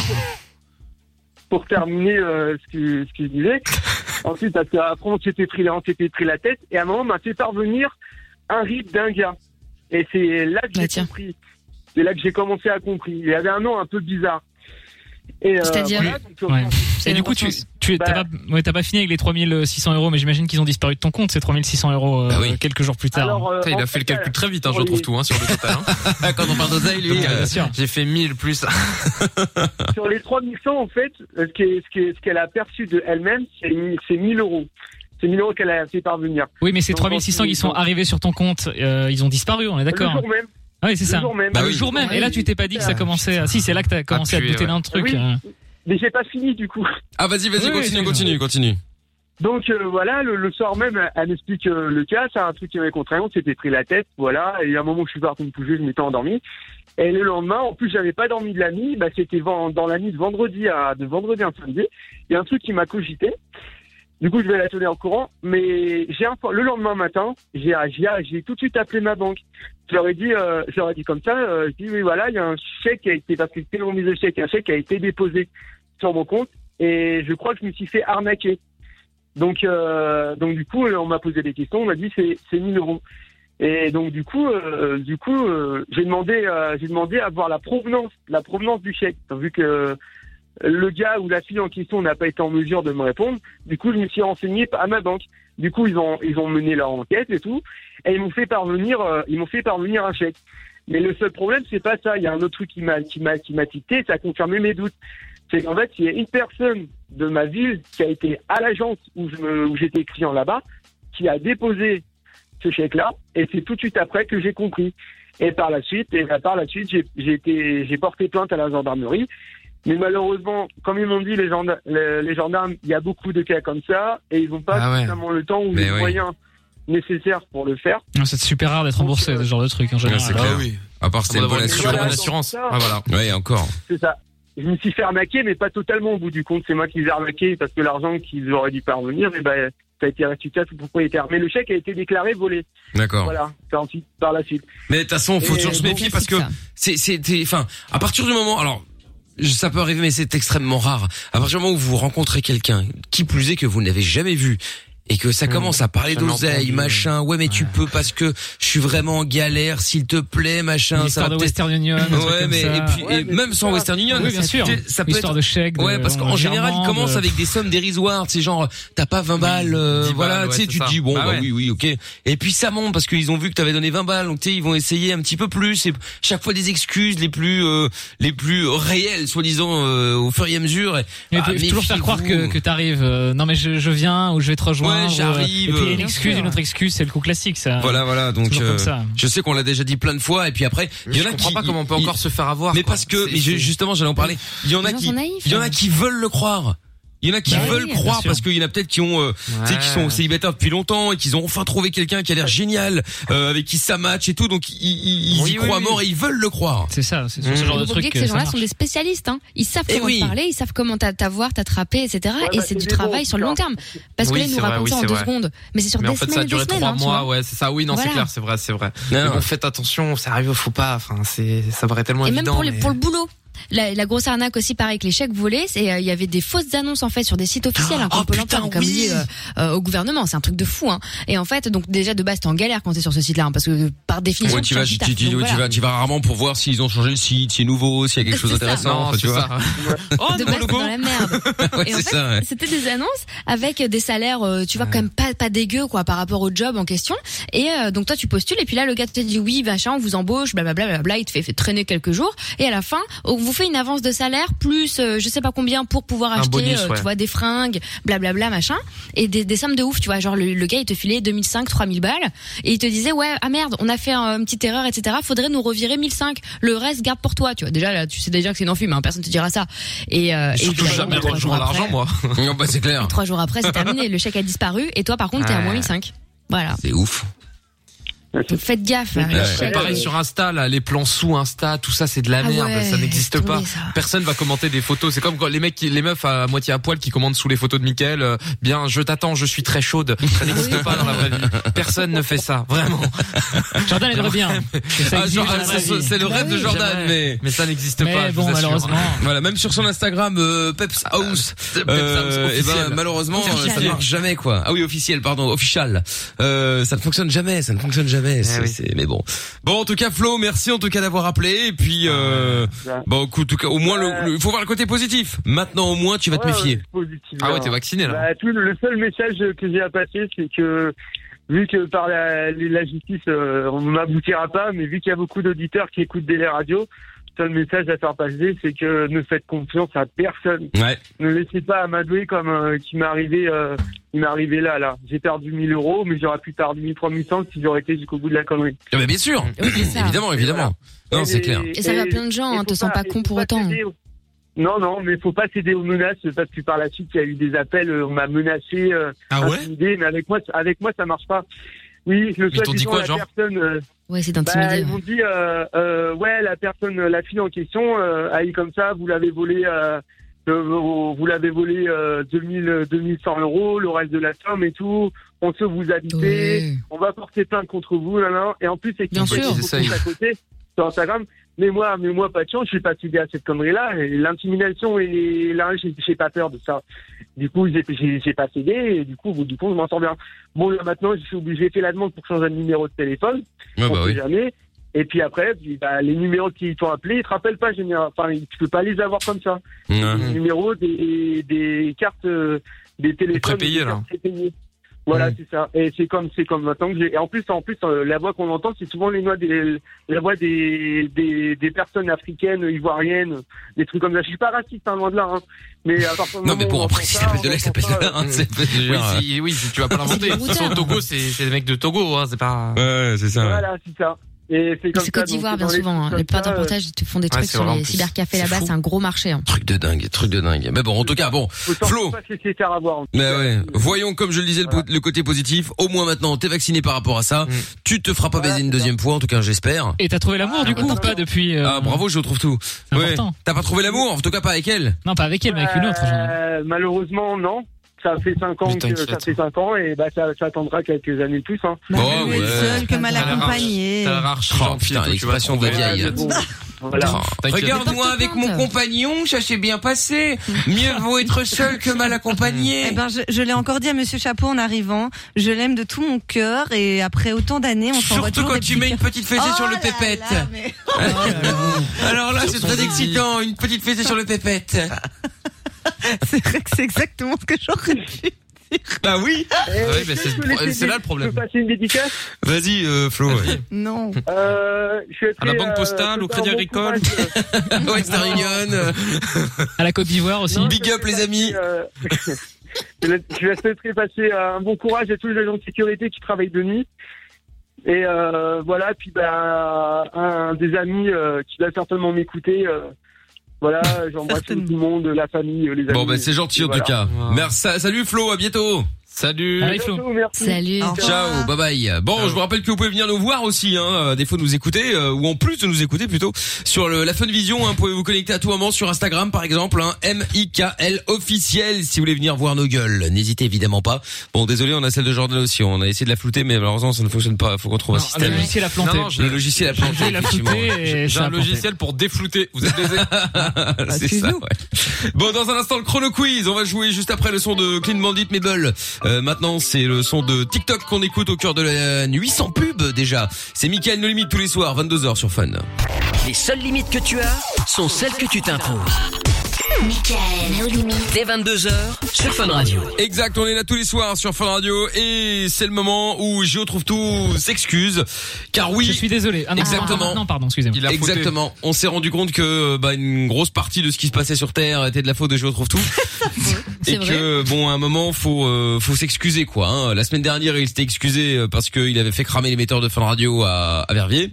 [SPEAKER 6] Pour terminer euh, ce que ce que je disais. Ensuite, parce qu'après, on s'était pris, la- on s'était pris la tête et à un moment, on m'a fait parvenir un rip d'un gars. Et c'est là que
[SPEAKER 5] Bah,
[SPEAKER 6] j'ai
[SPEAKER 5] tiens.
[SPEAKER 6] compris. C'est là que j'ai commencé à compris. Il y avait un nom un peu bizarre. Et, euh,
[SPEAKER 5] C'est-à-dire
[SPEAKER 6] voilà, donc,
[SPEAKER 4] Ouais.
[SPEAKER 5] C'est
[SPEAKER 4] Et
[SPEAKER 5] une
[SPEAKER 4] du coup, tu,
[SPEAKER 5] retenue.
[SPEAKER 4] tu
[SPEAKER 6] Bah.
[SPEAKER 4] t'as pas, ouais, t'as pas fini avec les 3600 euros, mais j'imagine qu'ils ont disparu de ton compte, ces 3600 euros, euh,
[SPEAKER 2] Bah oui.
[SPEAKER 4] quelques jours plus tard.
[SPEAKER 6] alors, euh,
[SPEAKER 3] Putain, il
[SPEAKER 6] en
[SPEAKER 3] a fait
[SPEAKER 6] fait,
[SPEAKER 3] le calcul
[SPEAKER 6] euh,
[SPEAKER 3] très vite, hein, je
[SPEAKER 6] oui.
[SPEAKER 3] retrouve tout hein, sur le total.
[SPEAKER 2] Ah,
[SPEAKER 3] hein. Quand on parle d'oseille, lui,
[SPEAKER 4] Donc, euh,
[SPEAKER 3] euh,
[SPEAKER 4] bien sûr.
[SPEAKER 3] j'ai fait 1000 plus.
[SPEAKER 6] sur les 3100, en fait, euh, ce qu'elle ce qui est- ce qu'elle a perçu de elle-même, c'est c'est 1000 euros. C'est 1000 euros qu'elle a fait parvenir.
[SPEAKER 4] Oui, mais ces
[SPEAKER 6] Donc,
[SPEAKER 4] 3600 qui sont
[SPEAKER 6] donc-
[SPEAKER 4] arrivés sur ton compte, euh, ils ont disparu, on est d'accord
[SPEAKER 6] Le jour même.
[SPEAKER 4] Ah Oui, c'est
[SPEAKER 6] Le
[SPEAKER 4] ça.
[SPEAKER 6] jour même.
[SPEAKER 2] Bah
[SPEAKER 4] Ah, le
[SPEAKER 2] oui.
[SPEAKER 4] jour même. Et là, tu t'es pas dit que ça
[SPEAKER 6] Ah,
[SPEAKER 4] commençait. à- Si, c'est là que t'as commencé à te
[SPEAKER 3] Appuyé,
[SPEAKER 4] douter d'un truc.
[SPEAKER 6] Oui.
[SPEAKER 4] euh.
[SPEAKER 6] Mais j'ai pas fini, du coup.
[SPEAKER 2] Ah, vas-y, vas-y,
[SPEAKER 4] Oui,
[SPEAKER 2] continue,
[SPEAKER 4] oui,
[SPEAKER 2] continue, continue.
[SPEAKER 6] Donc euh, voilà, le, le soir même, elle m'explique euh, le cas. C'est un truc qui m'avait contrarié, on s'était pris la tête, voilà. Et à un moment où je suis parti me coucher, je m'étais endormi. Et le lendemain, en plus, j'avais pas dormi de la nuit. Bah, c'était ven- dans la nuit de vendredi à de vendredi à samedi. Il y a un truc qui m'a cogité. Du coup, je vais la tenir au courant. Mais j'ai info- le lendemain matin, j'ai j'ai j'ai tout de suite appelé ma banque. Je leur ai dit, euh, je leur ai dit comme ça. euh, je dis oui, voilà, il y a un chèque qui a été parce que c'était une remise de chèque, un chèque qui a été déposé sur mon compte. Et je crois que je me suis fait arnaquer. Donc, euh, donc du coup, on m'a posé des questions, on m'a dit c'est c'est 1000 euros. Et donc du coup, euh, du coup, euh, j'ai demandé, euh, j'ai demandé à voir la provenance, la provenance du chèque, vu que le gars ou la fille en question n'a pas été en mesure de me répondre. Du coup, je me suis renseigné à ma banque. Du coup, ils ont ils ont mené leur enquête et tout, et ils m'ont fait parvenir, euh, ils m'ont fait parvenir un chèque. Mais le seul problème, c'est pas ça. Il y a un autre truc qui m'a qui m'a qui m'a tiqué, ça a confirmé mes doutes c'est qu'en fait, il y a une personne de ma ville qui a été à l'agence où je me- où j'étais client là-bas, qui a déposé ce chèque-là, et c'est tout de suite après que j'ai compris. Et par la suite, et bah, par la suite, j'ai- j'ai été- j'ai porté plainte à la gendarmerie. Mais malheureusement, comme ils m'ont dit, les, gendarmes, les, les gendarmes, il y a beaucoup de cas comme ça, et ils n'ont pas
[SPEAKER 3] Ah ouais.
[SPEAKER 6] forcément le temps ou
[SPEAKER 2] Mais
[SPEAKER 6] les
[SPEAKER 2] oui.
[SPEAKER 6] moyens nécessaires pour le faire.
[SPEAKER 4] Non, Ah, C'est super rare d'être remboursé, ce genre de truc en général.
[SPEAKER 2] c'est clair. Bah oui. À part, c'était une
[SPEAKER 3] On va avoir
[SPEAKER 2] bonne
[SPEAKER 3] une très bonne
[SPEAKER 6] Voilà,
[SPEAKER 2] assurance.
[SPEAKER 3] assurance.
[SPEAKER 6] donc ça-
[SPEAKER 3] Ah, voilà.
[SPEAKER 2] Ouais, encore.
[SPEAKER 6] C'est ça. Je me suis fait arnaquer, mais pas totalement au bout du compte. C'est moi qui les ai arnaqués parce que l'argent qu'ils auraient dû parvenir, eh ben, ça a été restitué à tout propriétaire. Mais le chèque a été déclaré volé.
[SPEAKER 2] D'accord.
[SPEAKER 6] Voilà. C'est ensuite, par la suite.
[SPEAKER 2] Mais de toute façon, faut
[SPEAKER 6] Et
[SPEAKER 2] toujours se
[SPEAKER 6] donc,
[SPEAKER 2] méfier parce que
[SPEAKER 5] ça.
[SPEAKER 2] c'est, c'est, t'es- enfin, à partir du moment, alors, je- ça peut arriver, mais c'est extrêmement rare. À partir du moment où vous rencontrez quelqu'un, qui plus est que vous n'avez jamais vu, et que
[SPEAKER 4] Hmm.
[SPEAKER 2] ça commence à parler
[SPEAKER 3] jamais
[SPEAKER 2] d'oseille,
[SPEAKER 3] entendu.
[SPEAKER 2] machin, ouais, mais tu peux parce que je suis vraiment en galère, s'il te plaît, machin, ça va
[SPEAKER 4] L'histoire de
[SPEAKER 2] peut-être-
[SPEAKER 4] Western Union. un truc
[SPEAKER 2] Ouais,
[SPEAKER 4] comme
[SPEAKER 2] mais,
[SPEAKER 4] ça.
[SPEAKER 2] et puis,
[SPEAKER 6] Ouais,
[SPEAKER 2] et
[SPEAKER 6] mais
[SPEAKER 2] même
[SPEAKER 6] c'est
[SPEAKER 2] sans
[SPEAKER 6] ça.
[SPEAKER 2] Western Union.
[SPEAKER 4] Oui, bien
[SPEAKER 2] ça-
[SPEAKER 4] sûr.
[SPEAKER 2] Ça peut
[SPEAKER 4] Histoire
[SPEAKER 2] être
[SPEAKER 4] de chèques. de-
[SPEAKER 2] Ouais, parce qu'en général, ils
[SPEAKER 4] virements,
[SPEAKER 2] commencent
[SPEAKER 4] de-
[SPEAKER 2] avec des sommes dérisoires, c'est genre t'as pas 20 balles, euh,
[SPEAKER 3] 10
[SPEAKER 2] voilà,
[SPEAKER 3] balles,
[SPEAKER 2] tu sais,
[SPEAKER 3] ouais,
[SPEAKER 2] tu
[SPEAKER 3] c'est
[SPEAKER 2] te
[SPEAKER 3] ça.
[SPEAKER 2] dis bon bah,
[SPEAKER 3] Bah ouais.
[SPEAKER 2] oui oui, OK. Et puis ça monte parce qu'ils ont vu que t'avais donné 20 balles, donc tu sais, ils vont essayer un petit peu plus et chaque fois des excuses les plus euh, les plus réelles soi-disant euh, au fur et à mesure. Et,
[SPEAKER 4] Mais
[SPEAKER 2] Ah,
[SPEAKER 4] tu- toujours faire
[SPEAKER 2] méfiez-vous.
[SPEAKER 4] croire que, que t'arrives. euh, non, mais je, je viens ou je vais te rejoindre.
[SPEAKER 2] Ouais,
[SPEAKER 4] ou, euh,
[SPEAKER 2] j'arrive.
[SPEAKER 4] Et puis il y a une
[SPEAKER 2] Bien
[SPEAKER 4] excuse,
[SPEAKER 5] sûr.
[SPEAKER 4] une autre excuse, c'est le coup classique, ça.
[SPEAKER 2] Voilà voilà, donc
[SPEAKER 4] Toujours comme
[SPEAKER 2] euh,
[SPEAKER 4] ça.
[SPEAKER 2] je sais qu'on l'a déjà dit plein de fois et puis après, il y en a
[SPEAKER 3] je
[SPEAKER 2] qui
[SPEAKER 3] comprends pas comment on peut
[SPEAKER 2] ils-
[SPEAKER 3] encore se faire avoir.
[SPEAKER 2] Mais
[SPEAKER 3] quoi.
[SPEAKER 2] parce que
[SPEAKER 3] C'est-
[SPEAKER 2] mais je-
[SPEAKER 3] c'est-
[SPEAKER 2] justement, j'allais en parler. Il y en a
[SPEAKER 5] Les gens
[SPEAKER 2] qui
[SPEAKER 5] sont naïfs,
[SPEAKER 2] il y en a
[SPEAKER 5] hein.
[SPEAKER 2] qui veulent le croire. Il y en a qui
[SPEAKER 5] Bah oui,
[SPEAKER 2] veulent
[SPEAKER 5] bien
[SPEAKER 2] croire
[SPEAKER 4] sûr.
[SPEAKER 2] parce qu'il y en a peut-être qui ont euh, tu sais, qui sont
[SPEAKER 3] Ouais.
[SPEAKER 2] célibataires depuis longtemps et qu'ils ont enfin trouvé quelqu'un qui a l'air génial, euh, avec qui ça match et tout, donc ils, ils, ils
[SPEAKER 3] Oui,
[SPEAKER 2] y
[SPEAKER 3] oui,
[SPEAKER 2] croient à
[SPEAKER 3] oui.
[SPEAKER 2] mort et ils veulent le croire.
[SPEAKER 4] C'est ça, c'est
[SPEAKER 3] Mmh.
[SPEAKER 4] ce
[SPEAKER 5] Il
[SPEAKER 4] genre
[SPEAKER 5] faut
[SPEAKER 4] de
[SPEAKER 5] pas
[SPEAKER 4] truc.
[SPEAKER 5] oublier que
[SPEAKER 4] euh,
[SPEAKER 5] ces
[SPEAKER 4] ça
[SPEAKER 5] gens-là
[SPEAKER 4] marche.
[SPEAKER 5] sont des spécialistes. Hein. Ils savent
[SPEAKER 2] Eh
[SPEAKER 5] comment
[SPEAKER 2] oui.
[SPEAKER 5] te parler, ils savent comment t'a- t'avoir, t'attraper, etc. et
[SPEAKER 6] bah,
[SPEAKER 5] c'est
[SPEAKER 6] c'est
[SPEAKER 5] du
[SPEAKER 6] des
[SPEAKER 5] travail
[SPEAKER 6] bons,
[SPEAKER 5] sur le
[SPEAKER 6] ça.
[SPEAKER 5] long terme. Parce
[SPEAKER 3] Oui,
[SPEAKER 5] que là, ils nous
[SPEAKER 3] c'est vrai,
[SPEAKER 5] racontent
[SPEAKER 3] oui,
[SPEAKER 5] ça en
[SPEAKER 3] c'est
[SPEAKER 5] deux
[SPEAKER 3] vrai.
[SPEAKER 5] secondes. Mais c'est sur
[SPEAKER 3] Mais
[SPEAKER 5] des
[SPEAKER 3] en fait,
[SPEAKER 5] semaines
[SPEAKER 3] ça a
[SPEAKER 5] et des
[SPEAKER 3] duré
[SPEAKER 5] semaines.
[SPEAKER 3] trois
[SPEAKER 5] hein, tu
[SPEAKER 3] mois,
[SPEAKER 5] vois.
[SPEAKER 3] ouais, c'est ça. Oui, non, c'est
[SPEAKER 5] Voilà.
[SPEAKER 3] clair, c'est vrai, c'est vrai. Mais
[SPEAKER 2] Non.
[SPEAKER 3] bon, faites attention, ça arrive, faut pas. Enfin, c'est, ça paraît tellement
[SPEAKER 5] Et même
[SPEAKER 3] évident.
[SPEAKER 5] pour, les-
[SPEAKER 3] mais-
[SPEAKER 5] pour le boulot. La, la grosse arnaque aussi, pareil, que les chèques volés, c'est euh, il y avait des fausses annonces en fait sur des sites officiels, hein,
[SPEAKER 2] Oh,
[SPEAKER 5] comme Pôle
[SPEAKER 2] putain,
[SPEAKER 5] emploi, donc, comme
[SPEAKER 2] oui.
[SPEAKER 5] dit, euh, euh, au gouvernement, c'est un truc de fou. Hein. Et en fait, donc déjà de base, t'es en galère quand t'es sur ce site-là, hein, parce que euh, par définition,
[SPEAKER 2] Ouais, tu vas, tu,
[SPEAKER 5] cherches
[SPEAKER 2] tu-
[SPEAKER 5] du taf. Donc,
[SPEAKER 2] ouais, tu
[SPEAKER 5] voilà.
[SPEAKER 2] vas, tu vas rarement pour voir s'ils ont changé le site, s'il est nouveau, s'il y a quelque chose
[SPEAKER 5] C'est ça.
[SPEAKER 2] d'intéressant,
[SPEAKER 3] Non,
[SPEAKER 2] enfin, tu
[SPEAKER 3] c'est
[SPEAKER 2] vois.
[SPEAKER 3] ça.
[SPEAKER 2] Oh,
[SPEAKER 5] de
[SPEAKER 2] nouveau
[SPEAKER 5] base, t'es
[SPEAKER 2] logo.
[SPEAKER 5] dans la merde.
[SPEAKER 2] Ouais,
[SPEAKER 5] Et en
[SPEAKER 2] c'est
[SPEAKER 5] fait,
[SPEAKER 2] ça, ouais.
[SPEAKER 5] C'était des annonces avec des salaires, euh, tu vois, quand même pas, pas dégueu, quoi, par rapport au job en question. Et euh, donc, toi, tu postules, et puis là, le gars te dit oui, machin, on vous embauche, blablabla, blablabla, il te fait, fait traîner quelques jours. Et à la fin, on vous fait une avance de salaire, plus euh, je sais pas combien pour pouvoir
[SPEAKER 3] Un
[SPEAKER 5] acheter,
[SPEAKER 3] bonus,
[SPEAKER 5] euh,
[SPEAKER 3] ouais.
[SPEAKER 5] tu vois, des fringues, blablabla, machin. Et des, des sommes de ouf, tu vois. Genre, le, le gars, il te filait 2005, 3000 balles, et il te disait, ouais, ah merde, on a fait euh, une petite erreur, etc. Faudrait nous revirer 1005. Le reste, garde pour toi, tu vois. Déjà, là, tu sais déjà que c'est une enfume, hein, personne te dira ça. Et, euh, et
[SPEAKER 3] Surtout
[SPEAKER 5] évidemment,
[SPEAKER 3] jamais
[SPEAKER 5] trois jours
[SPEAKER 3] rejoindre
[SPEAKER 5] après-
[SPEAKER 3] l'argent, moi.
[SPEAKER 2] Non, bah, c'est clair.
[SPEAKER 5] Trois jours après, c'est terminé. Le chèque a disparu. Et toi, par contre, t'es à
[SPEAKER 3] Ouais.
[SPEAKER 5] moins 1005. Voilà.
[SPEAKER 2] C'est ouf.
[SPEAKER 5] Donc faites gaffe. là,
[SPEAKER 2] Ouais.
[SPEAKER 5] le chèque. euh,
[SPEAKER 3] Pareil sur Insta, là, les plans sous Insta, tout ça, c'est de la
[SPEAKER 5] Ah
[SPEAKER 3] merde,
[SPEAKER 5] ouais,
[SPEAKER 3] ça n'existe
[SPEAKER 5] laisse
[SPEAKER 3] pas.
[SPEAKER 5] tomber, ça.
[SPEAKER 3] Personne va commenter des photos. C'est comme quand les mecs, qui- les meufs à, moitié à poil qui commandent sous les photos de Mickaël. euh, bien, je t'attends, je suis très chaude. Ça n'existe
[SPEAKER 5] Oui.
[SPEAKER 3] pas dans la vraie vie. Personne ne fait ça, vraiment.
[SPEAKER 4] Jordan aimerait bien. que ça
[SPEAKER 2] Ah,
[SPEAKER 4] existe dans
[SPEAKER 2] Jordan,
[SPEAKER 4] la vraie
[SPEAKER 2] c'est-
[SPEAKER 4] vie.
[SPEAKER 2] c'est le
[SPEAKER 5] Bah
[SPEAKER 2] rêve de
[SPEAKER 5] oui.
[SPEAKER 2] Jordan, mais.
[SPEAKER 3] Mais ça n'existe
[SPEAKER 4] Mais
[SPEAKER 3] pas. je
[SPEAKER 4] bon,
[SPEAKER 3] vous assure. Ah,
[SPEAKER 4] malheureusement.
[SPEAKER 2] Voilà, même sur son Instagram, euh, Peps House,
[SPEAKER 3] Peps House
[SPEAKER 2] euh, et ben,
[SPEAKER 3] officiel.
[SPEAKER 2] malheureusement, euh, ça
[SPEAKER 5] Officiel.
[SPEAKER 2] Euh, ne marche jamais, quoi. Ah oui, officiel, pardon, official. Euh, ça ne fonctionne jamais, ça ne fonctionne jamais. jamais. c'est-
[SPEAKER 3] Eh oui.
[SPEAKER 2] c'est- Mais bon. Bon, en tout cas, Flo, merci en tout cas d'avoir appelé. Et puis, euh, bon, écoute, en tout cas, au moins, le- le- il faut voir le côté positif. Maintenant, au moins, tu vas te
[SPEAKER 6] Ouais,
[SPEAKER 2] méfier.
[SPEAKER 6] ouais, positif,
[SPEAKER 2] Ah ouais,
[SPEAKER 6] hein.
[SPEAKER 2] t'es vacciné, là.
[SPEAKER 6] Bah, tout, le seul message que j'ai à passer, c'est que vu que par la, la justice, euh, on ne m'aboutira pas, mais vu qu'il y a beaucoup d'auditeurs qui écoutent des radios, le seul message à faire passer, c'est que ne faites confiance à personne.
[SPEAKER 2] Ouais.
[SPEAKER 6] Ne laissez pas amadouer comme euh, qui m'est arrivé, euh, qui m'est arrivé là, là. J'ai perdu 1000 euros, mais j'aurais pu perdre 1300 si j'aurais été jusqu'au bout de la connerie.
[SPEAKER 2] Ah, mais bien sûr. évidemment, évidemment. Non, c'est clair.
[SPEAKER 5] Et ça va plein de gens, hein, te sens pas con pour autant.
[SPEAKER 6] Non, non, mais faut pas céder aux menaces parce que par la suite, il y a eu des appels, euh, on m'a menacé, euh,
[SPEAKER 5] Ah ouais
[SPEAKER 6] intimidé, mais avec moi, avec moi, ça marche pas. Oui, le
[SPEAKER 5] t'ont
[SPEAKER 6] soir,
[SPEAKER 5] dit quoi,
[SPEAKER 6] la
[SPEAKER 5] genre
[SPEAKER 6] personne. euh,
[SPEAKER 5] Ouais, c'est hein. d'intimider,
[SPEAKER 6] bah,
[SPEAKER 5] ouais.
[SPEAKER 6] ils m'ont dit, euh, euh, ouais, la personne, la fille en question, euh, a eu comme ça, vous l'avez volé, euh, euh, vous vous l'avez volé euh, 2000, euh, 2100 euros, le reste de la somme et tout. On se vous habitez, on va porter plainte contre vous, là, là. Et en plus, c'est qu'ils
[SPEAKER 3] Bien
[SPEAKER 6] me
[SPEAKER 3] sûr.
[SPEAKER 6] disent
[SPEAKER 3] Ils essayent.
[SPEAKER 6] à côté sur Instagram. Mais moi, mais moi, pas de chance, je suis pas cédé à cette connerie-là. Et L'intimidation et là, j'ai j'ai pas peur de ça. Du coup, j'ai- j'ai j'ai pas cédé et du coup, au bout du compte, je m'en sors bien. Bon, là, maintenant, je suis obligé, j'ai fait la demande pour changer de numéro de téléphone.
[SPEAKER 2] Ouais,
[SPEAKER 6] On
[SPEAKER 2] bah
[SPEAKER 6] sait
[SPEAKER 2] oui.
[SPEAKER 6] jamais. Et puis après, puis, bah, les numéros qui t'ont appelé, ils te rappellent pas, général. Enfin, tu peux pas les avoir comme ça. Les numéros des, des cartes, euh, des téléphones.
[SPEAKER 3] prépayés,
[SPEAKER 6] des
[SPEAKER 3] là.
[SPEAKER 6] cartes prépayées. Voilà, c'est ça. Et c'est comme, c'est comme maintenant que j'ai. Et en plus, en plus, euh, la voix qu'on entend, c'est souvent les noix des, la voix des, des, des personnes africaines, ivoiriennes, des trucs comme ça. Je suis pas raciste, hein, loin de là. hein. Mais à partir du
[SPEAKER 2] Non, mais
[SPEAKER 6] moment où
[SPEAKER 2] bon,
[SPEAKER 6] on
[SPEAKER 2] après,
[SPEAKER 6] entend
[SPEAKER 2] il
[SPEAKER 6] ça,
[SPEAKER 2] s'appelle de là, il s'appelle de là. hein, c'est-
[SPEAKER 3] Oui, si- oui, si tu vas pas l'inventer.
[SPEAKER 6] C'est
[SPEAKER 3] De toute façon,
[SPEAKER 6] routeur.
[SPEAKER 3] Togo, c'est c'est les mecs de Togo, hein, c'est pas.
[SPEAKER 2] Ouais, c'est ça.
[SPEAKER 6] Voilà, c'est ça. Et c'est comme
[SPEAKER 5] C'est
[SPEAKER 6] ça,
[SPEAKER 5] Côte
[SPEAKER 6] donc,
[SPEAKER 5] d'Ivoire,
[SPEAKER 6] dans
[SPEAKER 5] bien
[SPEAKER 6] les
[SPEAKER 5] souvent. hein.
[SPEAKER 6] trucs
[SPEAKER 5] Les
[SPEAKER 6] comme
[SPEAKER 5] plates
[SPEAKER 6] ça, euh,
[SPEAKER 5] reportages, ils te font des
[SPEAKER 2] Ouais,
[SPEAKER 5] trucs
[SPEAKER 2] c'est
[SPEAKER 5] sur
[SPEAKER 2] vrai, en
[SPEAKER 5] les
[SPEAKER 2] plus.
[SPEAKER 5] cybercafés là-bas, c'est un gros marché. hein.
[SPEAKER 2] Truc de dingue, truc de dingue. Mais bon, en tout cas, bon.
[SPEAKER 6] Flo. Pas se laisser faire avoir.
[SPEAKER 2] Mais ouais, voyons comme je le disais le, po- le côté positif. Au moins maintenant, t'es vacciné par rapport à ça.
[SPEAKER 6] Mm.
[SPEAKER 2] Tu te feras pas baiser une deuxième fois, en tout cas, j'espère.
[SPEAKER 4] Et t'as trouvé l'amour du coup ou pas depuis euh,
[SPEAKER 2] Ah bravo, je retrouve tout.
[SPEAKER 4] C'est
[SPEAKER 2] Ouais.
[SPEAKER 4] important.
[SPEAKER 2] T'as pas trouvé l'amour, en tout cas pas avec elle.
[SPEAKER 4] Non, pas avec elle, mais avec une autre.
[SPEAKER 6] Euh, malheureusement, non. Ça fait 5 ans
[SPEAKER 2] Putain,
[SPEAKER 6] que
[SPEAKER 2] qui
[SPEAKER 6] ça
[SPEAKER 2] fait
[SPEAKER 6] fait 5 ans et bah ça, ça attendra quelques années de plus. Hein.
[SPEAKER 2] Bah, Oh, mais ouais. seul
[SPEAKER 7] que mal
[SPEAKER 6] Euh, T'as la rage.
[SPEAKER 7] accompagné.
[SPEAKER 3] T'as la rarche,
[SPEAKER 2] Oh, putain, l'expression de vieille.
[SPEAKER 6] Voilà.
[SPEAKER 2] Oh, Regarde-moi avec mon compagnon, ça s'est bien passé. Mieux vaut être seul que mal accompagné.
[SPEAKER 7] Eh ben, je, je l'ai encore dit à Monsieur Chapeau en arrivant. Je l'aime de tout mon cœur et après autant d'années, on s'envoie
[SPEAKER 2] Surtout
[SPEAKER 7] toujours
[SPEAKER 2] quand
[SPEAKER 7] des
[SPEAKER 2] tu
[SPEAKER 7] petits
[SPEAKER 2] mets une
[SPEAKER 7] cœurs. Oh
[SPEAKER 2] petite fessée sur le pépette. Oh, Alors là, c'est très excitant, une petite fessée sur le pépette.
[SPEAKER 7] C'est vrai que c'est exactement ce que j'aurais dit.
[SPEAKER 2] Bah
[SPEAKER 6] Eh,
[SPEAKER 2] oui.
[SPEAKER 3] oui, mais c'est- c'est là le problème.
[SPEAKER 6] Je peux passer une dédicace
[SPEAKER 2] Vas-y, euh, Flo. ouais.
[SPEAKER 7] Non.
[SPEAKER 6] Euh, je suis
[SPEAKER 2] À la
[SPEAKER 6] fait,
[SPEAKER 2] Banque
[SPEAKER 6] euh,
[SPEAKER 2] Postale, au
[SPEAKER 6] faire
[SPEAKER 2] Crédit
[SPEAKER 6] mon
[SPEAKER 2] Agricole.
[SPEAKER 6] courage,
[SPEAKER 2] Western Union.
[SPEAKER 4] À la Côte d'Ivoire aussi.
[SPEAKER 2] Big up les amis.
[SPEAKER 6] euh, je la- je la souhaiterais passer euh, un bon courage à tous les agents de sécurité qui travaillent de nuit. Et euh, voilà, puis bah, un des amis euh, qui va certainement m'écouter. euh, voilà, j'embrasse tout le monde, la famille, euh, les amis.
[SPEAKER 2] Bon, bah c'est gentil
[SPEAKER 6] Et
[SPEAKER 2] en tout
[SPEAKER 6] voilà.
[SPEAKER 2] cas. Merci. Salut Flo, à bientôt. Salut.
[SPEAKER 6] À bientôt, merci.
[SPEAKER 5] Salut.
[SPEAKER 2] Ciao, bah, bye bye. Bon, je vous rappelle que vous pouvez venir nous voir aussi, hein, euh, des fois nous écouter, euh, ou en plus de nous écouter plutôt, sur le, la Fun Vision, hein, pouvez vous connecter à tout moment sur Instagram par exemple, hein, M-I-K-L officiel, si vous voulez venir voir nos gueules. N'hésitez évidemment pas. Bon, désolé, on a celle de Jordan aussi, on a essayé de la flouter, mais malheureusement ça ne fonctionne pas, faut qu'on trouve un
[SPEAKER 4] le
[SPEAKER 2] système.
[SPEAKER 4] logiciel a planté.
[SPEAKER 2] Non, j'ai- le logiciel a planté,
[SPEAKER 4] J'ai la
[SPEAKER 2] effectivement.
[SPEAKER 4] floutée et
[SPEAKER 2] J'ai-
[SPEAKER 4] ça
[SPEAKER 2] J'ai
[SPEAKER 4] a
[SPEAKER 2] un
[SPEAKER 4] planté.
[SPEAKER 2] logiciel pour déflouter, vous êtes baisés. C'est ça, ouais. Bon, dans un instant, le chrono quiz. On va jouer juste après le son de Clean Bandit Mabel. Euh, maintenant, c'est le son de TikTok qu'on écoute au cœur de la nuit sans pub, déjà. C'est Mickaël No Limite tous les soirs, 22h sur Fun.
[SPEAKER 1] Les seules limites que tu as sont celles que tu t'imposes.
[SPEAKER 8] Michael, nos limites.
[SPEAKER 1] Dès 22h sur Fun Radio.
[SPEAKER 2] Exact, on est là tous les soirs sur Fun Radio et c'est le moment où Géo trouve tout s'excuse. Car oui. Je suis
[SPEAKER 4] désolé. Ah non,
[SPEAKER 2] exactement.
[SPEAKER 4] pardon, non, pardon, excusez-moi. Il a fauté.
[SPEAKER 2] Exactement. On s'est rendu compte que, euh, bah, une grosse partie de ce qui se passait sur Terre était de la faute de Géo trouve tout. et que bon à un moment faut euh, faut s'excuser quoi. hein. La semaine dernière il s'était excusé euh, parce qu'il avait fait cramer l'émetteur de Fun Radio à, à Verviers.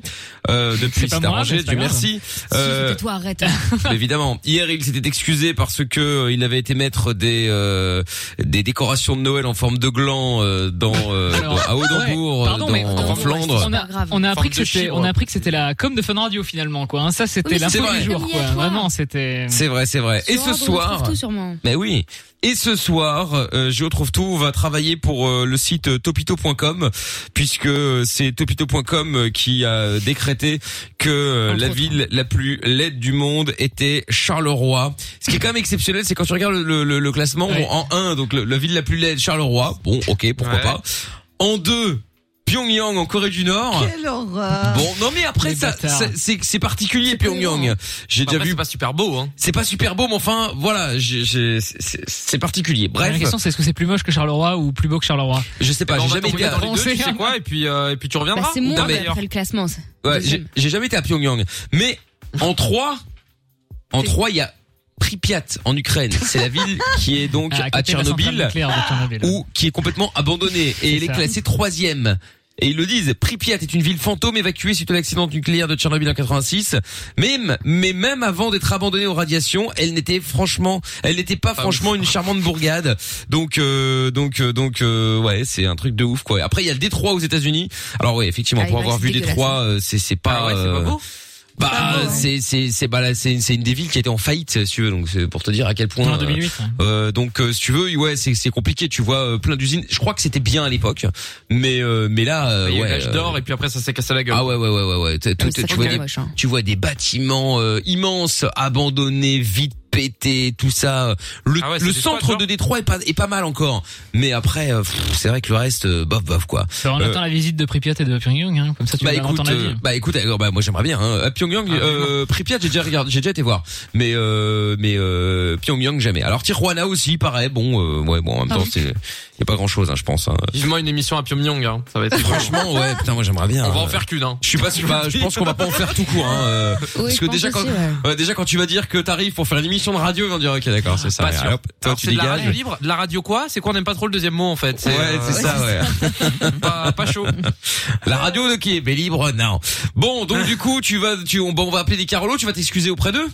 [SPEAKER 2] Euh, depuis
[SPEAKER 4] pas
[SPEAKER 2] c'est
[SPEAKER 4] moi,
[SPEAKER 2] arrangé,
[SPEAKER 4] mais c'est pas
[SPEAKER 2] Dieu
[SPEAKER 4] grave.
[SPEAKER 2] merci.
[SPEAKER 5] Si,
[SPEAKER 2] Euh,
[SPEAKER 5] c'était toi, arrête.
[SPEAKER 2] Évidemment. Hier, il s'était excusé parce que euh, il avait été mettre des euh, des décorations de Noël en forme de gland euh, dans, euh, dans- à Audenbourg,
[SPEAKER 4] Ouais,
[SPEAKER 2] euh,
[SPEAKER 4] pardon,
[SPEAKER 2] dans-
[SPEAKER 4] mais-
[SPEAKER 2] en Flandre.
[SPEAKER 4] On a, on a appris
[SPEAKER 2] Forme
[SPEAKER 4] que
[SPEAKER 2] de
[SPEAKER 4] c'était,
[SPEAKER 2] chibre.
[SPEAKER 4] on a appris que c'était la com de Fun Radio finalement quoi. hein. Ça c'était
[SPEAKER 5] Oui,
[SPEAKER 4] l'info
[SPEAKER 5] c'est vrai.
[SPEAKER 4] du jour quoi. Vraiment c'était.
[SPEAKER 2] C'est vrai, c'est vrai. Et
[SPEAKER 5] Sur
[SPEAKER 2] ce
[SPEAKER 5] Ordre, on
[SPEAKER 2] soir,
[SPEAKER 5] trouve tout sûrement.
[SPEAKER 2] Mais oui. Et ce soir, euh, Géo trouve tout va travailler pour euh, le site euh, topito.com puisque euh, c'est topito.com euh, qui a décrété que euh, la ville la plus laide du monde était Charleroi. Ce qui est quand même exceptionnel, c'est quand tu regardes le, le- le classement bon, en 1, donc le- la ville la plus laide Charleroi. Bon, OK, pourquoi pas. En 2, Pyongyang en Corée du Nord.
[SPEAKER 7] Quelle horreur.
[SPEAKER 2] Bon, non mais après
[SPEAKER 4] Ah. Les
[SPEAKER 2] ça,
[SPEAKER 4] bâtards.
[SPEAKER 2] ça- c'est c'est particulier
[SPEAKER 7] plus
[SPEAKER 2] Pyongyang.
[SPEAKER 7] grand.
[SPEAKER 2] J'ai déjà
[SPEAKER 3] Bah, Après,
[SPEAKER 2] vu.
[SPEAKER 3] C'est pas super beau, hein.
[SPEAKER 2] C'est pas super beau, mais enfin, voilà, j'ai- j'ai- c'est c'est particulier. Bref,
[SPEAKER 4] La question, c'est est-ce que c'est plus moche que Charleroi ou plus beau que Charleroi
[SPEAKER 2] je sais pas,
[SPEAKER 3] Eh ben, on
[SPEAKER 2] j'ai
[SPEAKER 3] va
[SPEAKER 2] jamais été.
[SPEAKER 3] t'envoyer
[SPEAKER 2] à-
[SPEAKER 3] dans les deux, tu sais quoi, et puis, euh, et puis tu reviendras.
[SPEAKER 5] Bah, c'est moi
[SPEAKER 2] Non, mais-
[SPEAKER 5] après le classement. ça.
[SPEAKER 2] Ouais, j'ai j'ai jamais été à Pyongyang, mais en 3 en 3 il y a Pripyat en Ukraine. C'est la ville qui est donc
[SPEAKER 4] Ah,
[SPEAKER 2] à
[SPEAKER 4] côté de la centrale
[SPEAKER 2] Tchernobyl. Euh,
[SPEAKER 4] nucléaire de Tchernobyl.
[SPEAKER 2] ou qui est complètement abandonnée et
[SPEAKER 4] C'est
[SPEAKER 2] elle est
[SPEAKER 4] ça.
[SPEAKER 2] classée troisième. Et ils le disent, Pripyat est une ville fantôme évacuée suite à l'accident nucléaire de Tchernobyl en 86. Même, mais même avant d'être abandonnée aux radiations, elle n'était franchement, elle n'était pas franchement une charmante bourgade. Donc, euh, donc, euh, donc, euh, ouais, c'est un truc de ouf quoi. Après, il y a le Détroit aux États-Unis. Alors ouais, effectivement,
[SPEAKER 5] Ah, il
[SPEAKER 2] pour
[SPEAKER 5] paraît
[SPEAKER 2] avoir
[SPEAKER 5] que
[SPEAKER 2] vu
[SPEAKER 5] c'est
[SPEAKER 2] Détroit, euh, c'est c'est pas,
[SPEAKER 3] Ah ouais, c'est pas
[SPEAKER 2] euh,
[SPEAKER 3] beau.
[SPEAKER 2] bah,
[SPEAKER 7] pas beau, hein.
[SPEAKER 2] c'est c'est c'est bah, là, c'est c'est une des villes qui était en faillite, si tu veux. Donc c'est pour te dire à quel point.
[SPEAKER 4] en
[SPEAKER 2] euh,
[SPEAKER 4] 2008. ouais.
[SPEAKER 2] euh, donc euh, si tu veux, ouais, c'est c'est compliqué. Tu vois, euh, plein d'usines. Je crois que c'était bien à l'époque, mais euh, mais là, euh,
[SPEAKER 3] Il y a eu
[SPEAKER 2] ouais,
[SPEAKER 3] l'âge
[SPEAKER 2] euh,
[SPEAKER 3] d'or, et puis après, ça s'est cassé la gueule.
[SPEAKER 2] ah ouais, ouais, ouais, ouais, ouais. T'as-
[SPEAKER 5] Ah, mais
[SPEAKER 2] tout-
[SPEAKER 5] c'est
[SPEAKER 2] tu vois des,
[SPEAKER 5] complètement moche, hein.
[SPEAKER 2] tu vois des bâtiments euh, immenses, abandonnés, vite pétés, tout ça. Le,
[SPEAKER 3] Ah ouais, c'est
[SPEAKER 2] le
[SPEAKER 3] des
[SPEAKER 2] centre
[SPEAKER 3] squats, genre
[SPEAKER 2] de Détroit est pas est pas mal encore, mais après, euh, pff, c'est vrai que le reste, euh, bof, bof quoi.
[SPEAKER 4] Alors, on
[SPEAKER 2] euh,
[SPEAKER 4] attend la visite de Pripyat et de Pyongyang, hein, comme ça tu
[SPEAKER 2] Bah
[SPEAKER 4] vas
[SPEAKER 2] écoute,
[SPEAKER 4] entendre la vie.
[SPEAKER 2] euh, bah écoute, alors, bah moi j'aimerais bien. Hein. À Pyongyang, euh, Pripyat, j'ai déjà regardé, j'ai déjà été voir, mais euh, mais euh, Pyongyang jamais. Alors Tijuana aussi, pareil. Bon, euh, ouais, bon, en même temps, c'est y a pas grand chose, hein, je pense. Hein.
[SPEAKER 3] Vivement une émission à Pyongyang, hein. Ça va être.
[SPEAKER 2] Franchement, ouais, putain, moi j'aimerais bien.
[SPEAKER 3] On va en
[SPEAKER 2] Euh,
[SPEAKER 3] faire qu'une, hein.
[SPEAKER 2] Je suis pas sûr. bah, je pense qu'on va pas en faire tout court. Hein, euh,
[SPEAKER 5] Oui,
[SPEAKER 2] parce
[SPEAKER 5] je
[SPEAKER 2] que
[SPEAKER 5] pense
[SPEAKER 2] déjà quand
[SPEAKER 5] aussi, ouais.
[SPEAKER 2] ouais, déjà quand tu vas dire que t'arrives pour faire une émission de radio, ils vont dire ok d'accord, c'est ça.
[SPEAKER 3] Pas
[SPEAKER 2] ouais,
[SPEAKER 3] sûr.
[SPEAKER 2] hop, toi
[SPEAKER 3] Alors,
[SPEAKER 2] tu
[SPEAKER 3] c'est de la
[SPEAKER 2] dégages.
[SPEAKER 3] radio libre, de la radio quoi C'est quoi On n'aime pas trop le deuxième mot en fait.
[SPEAKER 2] Ouais,
[SPEAKER 3] euh,
[SPEAKER 2] c'est ça, ouais.
[SPEAKER 3] Pas, pas chaud.
[SPEAKER 2] La radio de qui est mais libre, non. Bon, donc du coup, tu vas, tu, on, bon, on va appeler des Carolos, tu vas t'excuser auprès d'eux.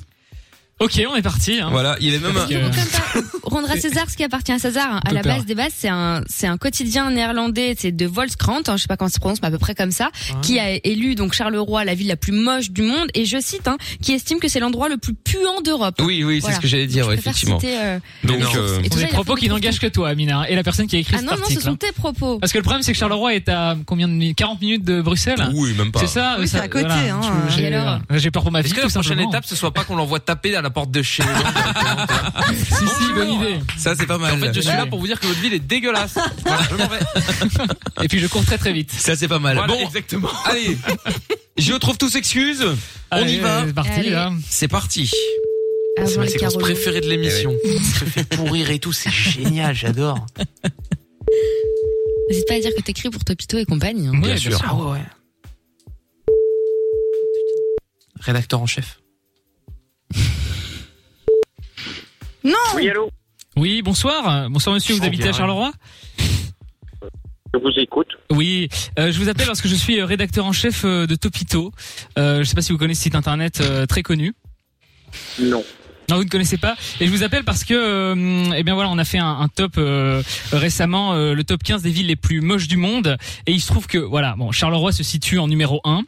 [SPEAKER 4] Ok, on est parti. hein.
[SPEAKER 2] Voilà, il est même. un-
[SPEAKER 4] que-
[SPEAKER 5] Faut quand même pas rendre à César ce qui appartient à César. hein. À la
[SPEAKER 4] Topper.
[SPEAKER 5] base des bases, c'est un, c'est un quotidien néerlandais, c'est de Volkskrant, hein, je sais pas comment ça se prononce, mais à peu près comme ça, qui a élu donc Charleroi la ville la plus moche du monde, et je cite, hein, qui estime que c'est l'endroit le plus puant d'Europe.
[SPEAKER 2] Oui, oui, c'est
[SPEAKER 5] Voilà.
[SPEAKER 2] ce que j'allais dire,
[SPEAKER 5] Je
[SPEAKER 2] ouais,
[SPEAKER 5] préfère
[SPEAKER 2] effectivement.
[SPEAKER 5] citer, euh,
[SPEAKER 2] Donc,
[SPEAKER 3] Non.
[SPEAKER 2] euh,
[SPEAKER 5] et tout
[SPEAKER 4] Sont
[SPEAKER 5] ça,
[SPEAKER 4] des
[SPEAKER 5] il a
[SPEAKER 4] propos
[SPEAKER 5] fallu
[SPEAKER 4] qui
[SPEAKER 5] trouver-
[SPEAKER 4] n'engagent que toi, Amina, hein, et la personne qui a écrit
[SPEAKER 5] Ah
[SPEAKER 4] cet
[SPEAKER 5] non, non,
[SPEAKER 4] article.
[SPEAKER 5] ce sont
[SPEAKER 4] hein.
[SPEAKER 5] tes propos.
[SPEAKER 4] Parce que le problème, c'est que Charleroi est à combien de minutes 40 minutes de Bruxelles
[SPEAKER 2] oui, même pas.
[SPEAKER 4] C'est
[SPEAKER 5] Ah
[SPEAKER 4] ça
[SPEAKER 7] Oui,
[SPEAKER 4] ça-
[SPEAKER 7] c'est à côté,
[SPEAKER 4] voilà.
[SPEAKER 7] hein.
[SPEAKER 4] Je- j'ai-
[SPEAKER 5] Et alors
[SPEAKER 4] euh, J'ai peur pour ma
[SPEAKER 3] Est-ce
[SPEAKER 4] fille.
[SPEAKER 3] que la
[SPEAKER 4] tout
[SPEAKER 3] prochaine
[SPEAKER 4] simplement.
[SPEAKER 3] étape, ce soit pas qu'on l'envoie taper à la porte de chez
[SPEAKER 4] Ah, Si, si, bonne idée.
[SPEAKER 2] Ça, c'est pas
[SPEAKER 3] Ah, En
[SPEAKER 2] mal.
[SPEAKER 3] fait, je suis
[SPEAKER 4] Ouais.
[SPEAKER 3] là pour vous dire que votre ville est dégueulasse. Voilà, je m'en vais.
[SPEAKER 4] Et puis je cours très très vite.
[SPEAKER 2] Ça, c'est pas mal.
[SPEAKER 3] Voilà,
[SPEAKER 2] bon,
[SPEAKER 3] exactement.
[SPEAKER 2] allez. Je trouve tous excuses. On
[SPEAKER 4] Allez,
[SPEAKER 2] y va.
[SPEAKER 4] C'est parti,
[SPEAKER 5] Allez.
[SPEAKER 4] là.
[SPEAKER 2] C'est parti.
[SPEAKER 3] C'est
[SPEAKER 5] Avant
[SPEAKER 3] ma
[SPEAKER 5] les
[SPEAKER 3] séquence
[SPEAKER 5] Carolos.
[SPEAKER 3] préférée de
[SPEAKER 4] Eh
[SPEAKER 3] l'émission. Se fait pourrir et tout, c'est génial, j'adore.
[SPEAKER 5] N'hésite pas à dire que t'écris pour Topito et compagnie. hein.
[SPEAKER 4] Ouais,
[SPEAKER 2] Bien sûr.
[SPEAKER 3] Ah ouais, ouais. Rédacteur en chef.
[SPEAKER 6] Oui, allô
[SPEAKER 4] Oui, bonsoir. Bonsoir monsieur, vous
[SPEAKER 3] Oh,
[SPEAKER 4] habitez
[SPEAKER 3] bien.
[SPEAKER 4] à Charleroi
[SPEAKER 6] Je vous écoute.
[SPEAKER 4] Oui, euh, je vous appelle parce que je suis euh, rédacteur en chef euh, de Topito. Euh, je ne sais pas si vous connaissez ce site internet euh, très connu.
[SPEAKER 6] Non.
[SPEAKER 4] Non, vous ne connaissez pas. Et je vous appelle parce que, euh, eh bien voilà, on a fait un, un top euh, récemment, euh, le top 15 des villes les plus moches du monde. Et il se trouve que, voilà, bon, Charleroi se situe en numéro 1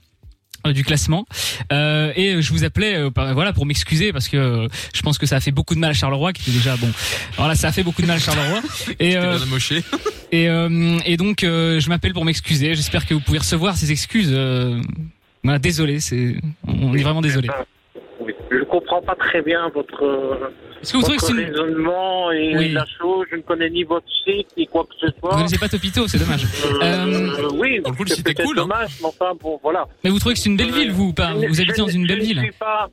[SPEAKER 4] euh, du classement Euh, et je vous appelais euh, par- voilà pour m'excuser parce que euh, je pense que ça a fait beaucoup de mal à Charleroi qui était déjà bon alors là ça a fait beaucoup de mal à Charleroi et euh,
[SPEAKER 3] amoché.
[SPEAKER 4] et, euh, et donc, euh, je m'appelle pour m'excuser. J'espère que vous pouvez recevoir ces excuses. euh, voilà, désolé, c'est, on est vraiment désolé.
[SPEAKER 6] Oui. Je ne comprends pas très bien votre, euh,
[SPEAKER 4] Est-ce que vous trouvez que
[SPEAKER 6] votre
[SPEAKER 4] c'est une...
[SPEAKER 6] raisonnement et
[SPEAKER 4] Oui.
[SPEAKER 6] la chose. Je ne connais ni votre site, ni quoi que ce
[SPEAKER 4] Vous
[SPEAKER 6] soit.
[SPEAKER 4] connaissez pas Topito, c'est dommage. Euh,
[SPEAKER 6] oui,
[SPEAKER 3] dans le coup, le
[SPEAKER 6] c'est
[SPEAKER 3] site est
[SPEAKER 6] peut-être
[SPEAKER 3] cool, hein.
[SPEAKER 6] dommage, mais enfin, bon, voilà.
[SPEAKER 4] Mais vous trouvez que c'est une belle ville, vous ou pas
[SPEAKER 6] Je-
[SPEAKER 4] Vous habitez
[SPEAKER 6] je-
[SPEAKER 4] dans une belle
[SPEAKER 6] je ne
[SPEAKER 4] ville
[SPEAKER 6] suis pas-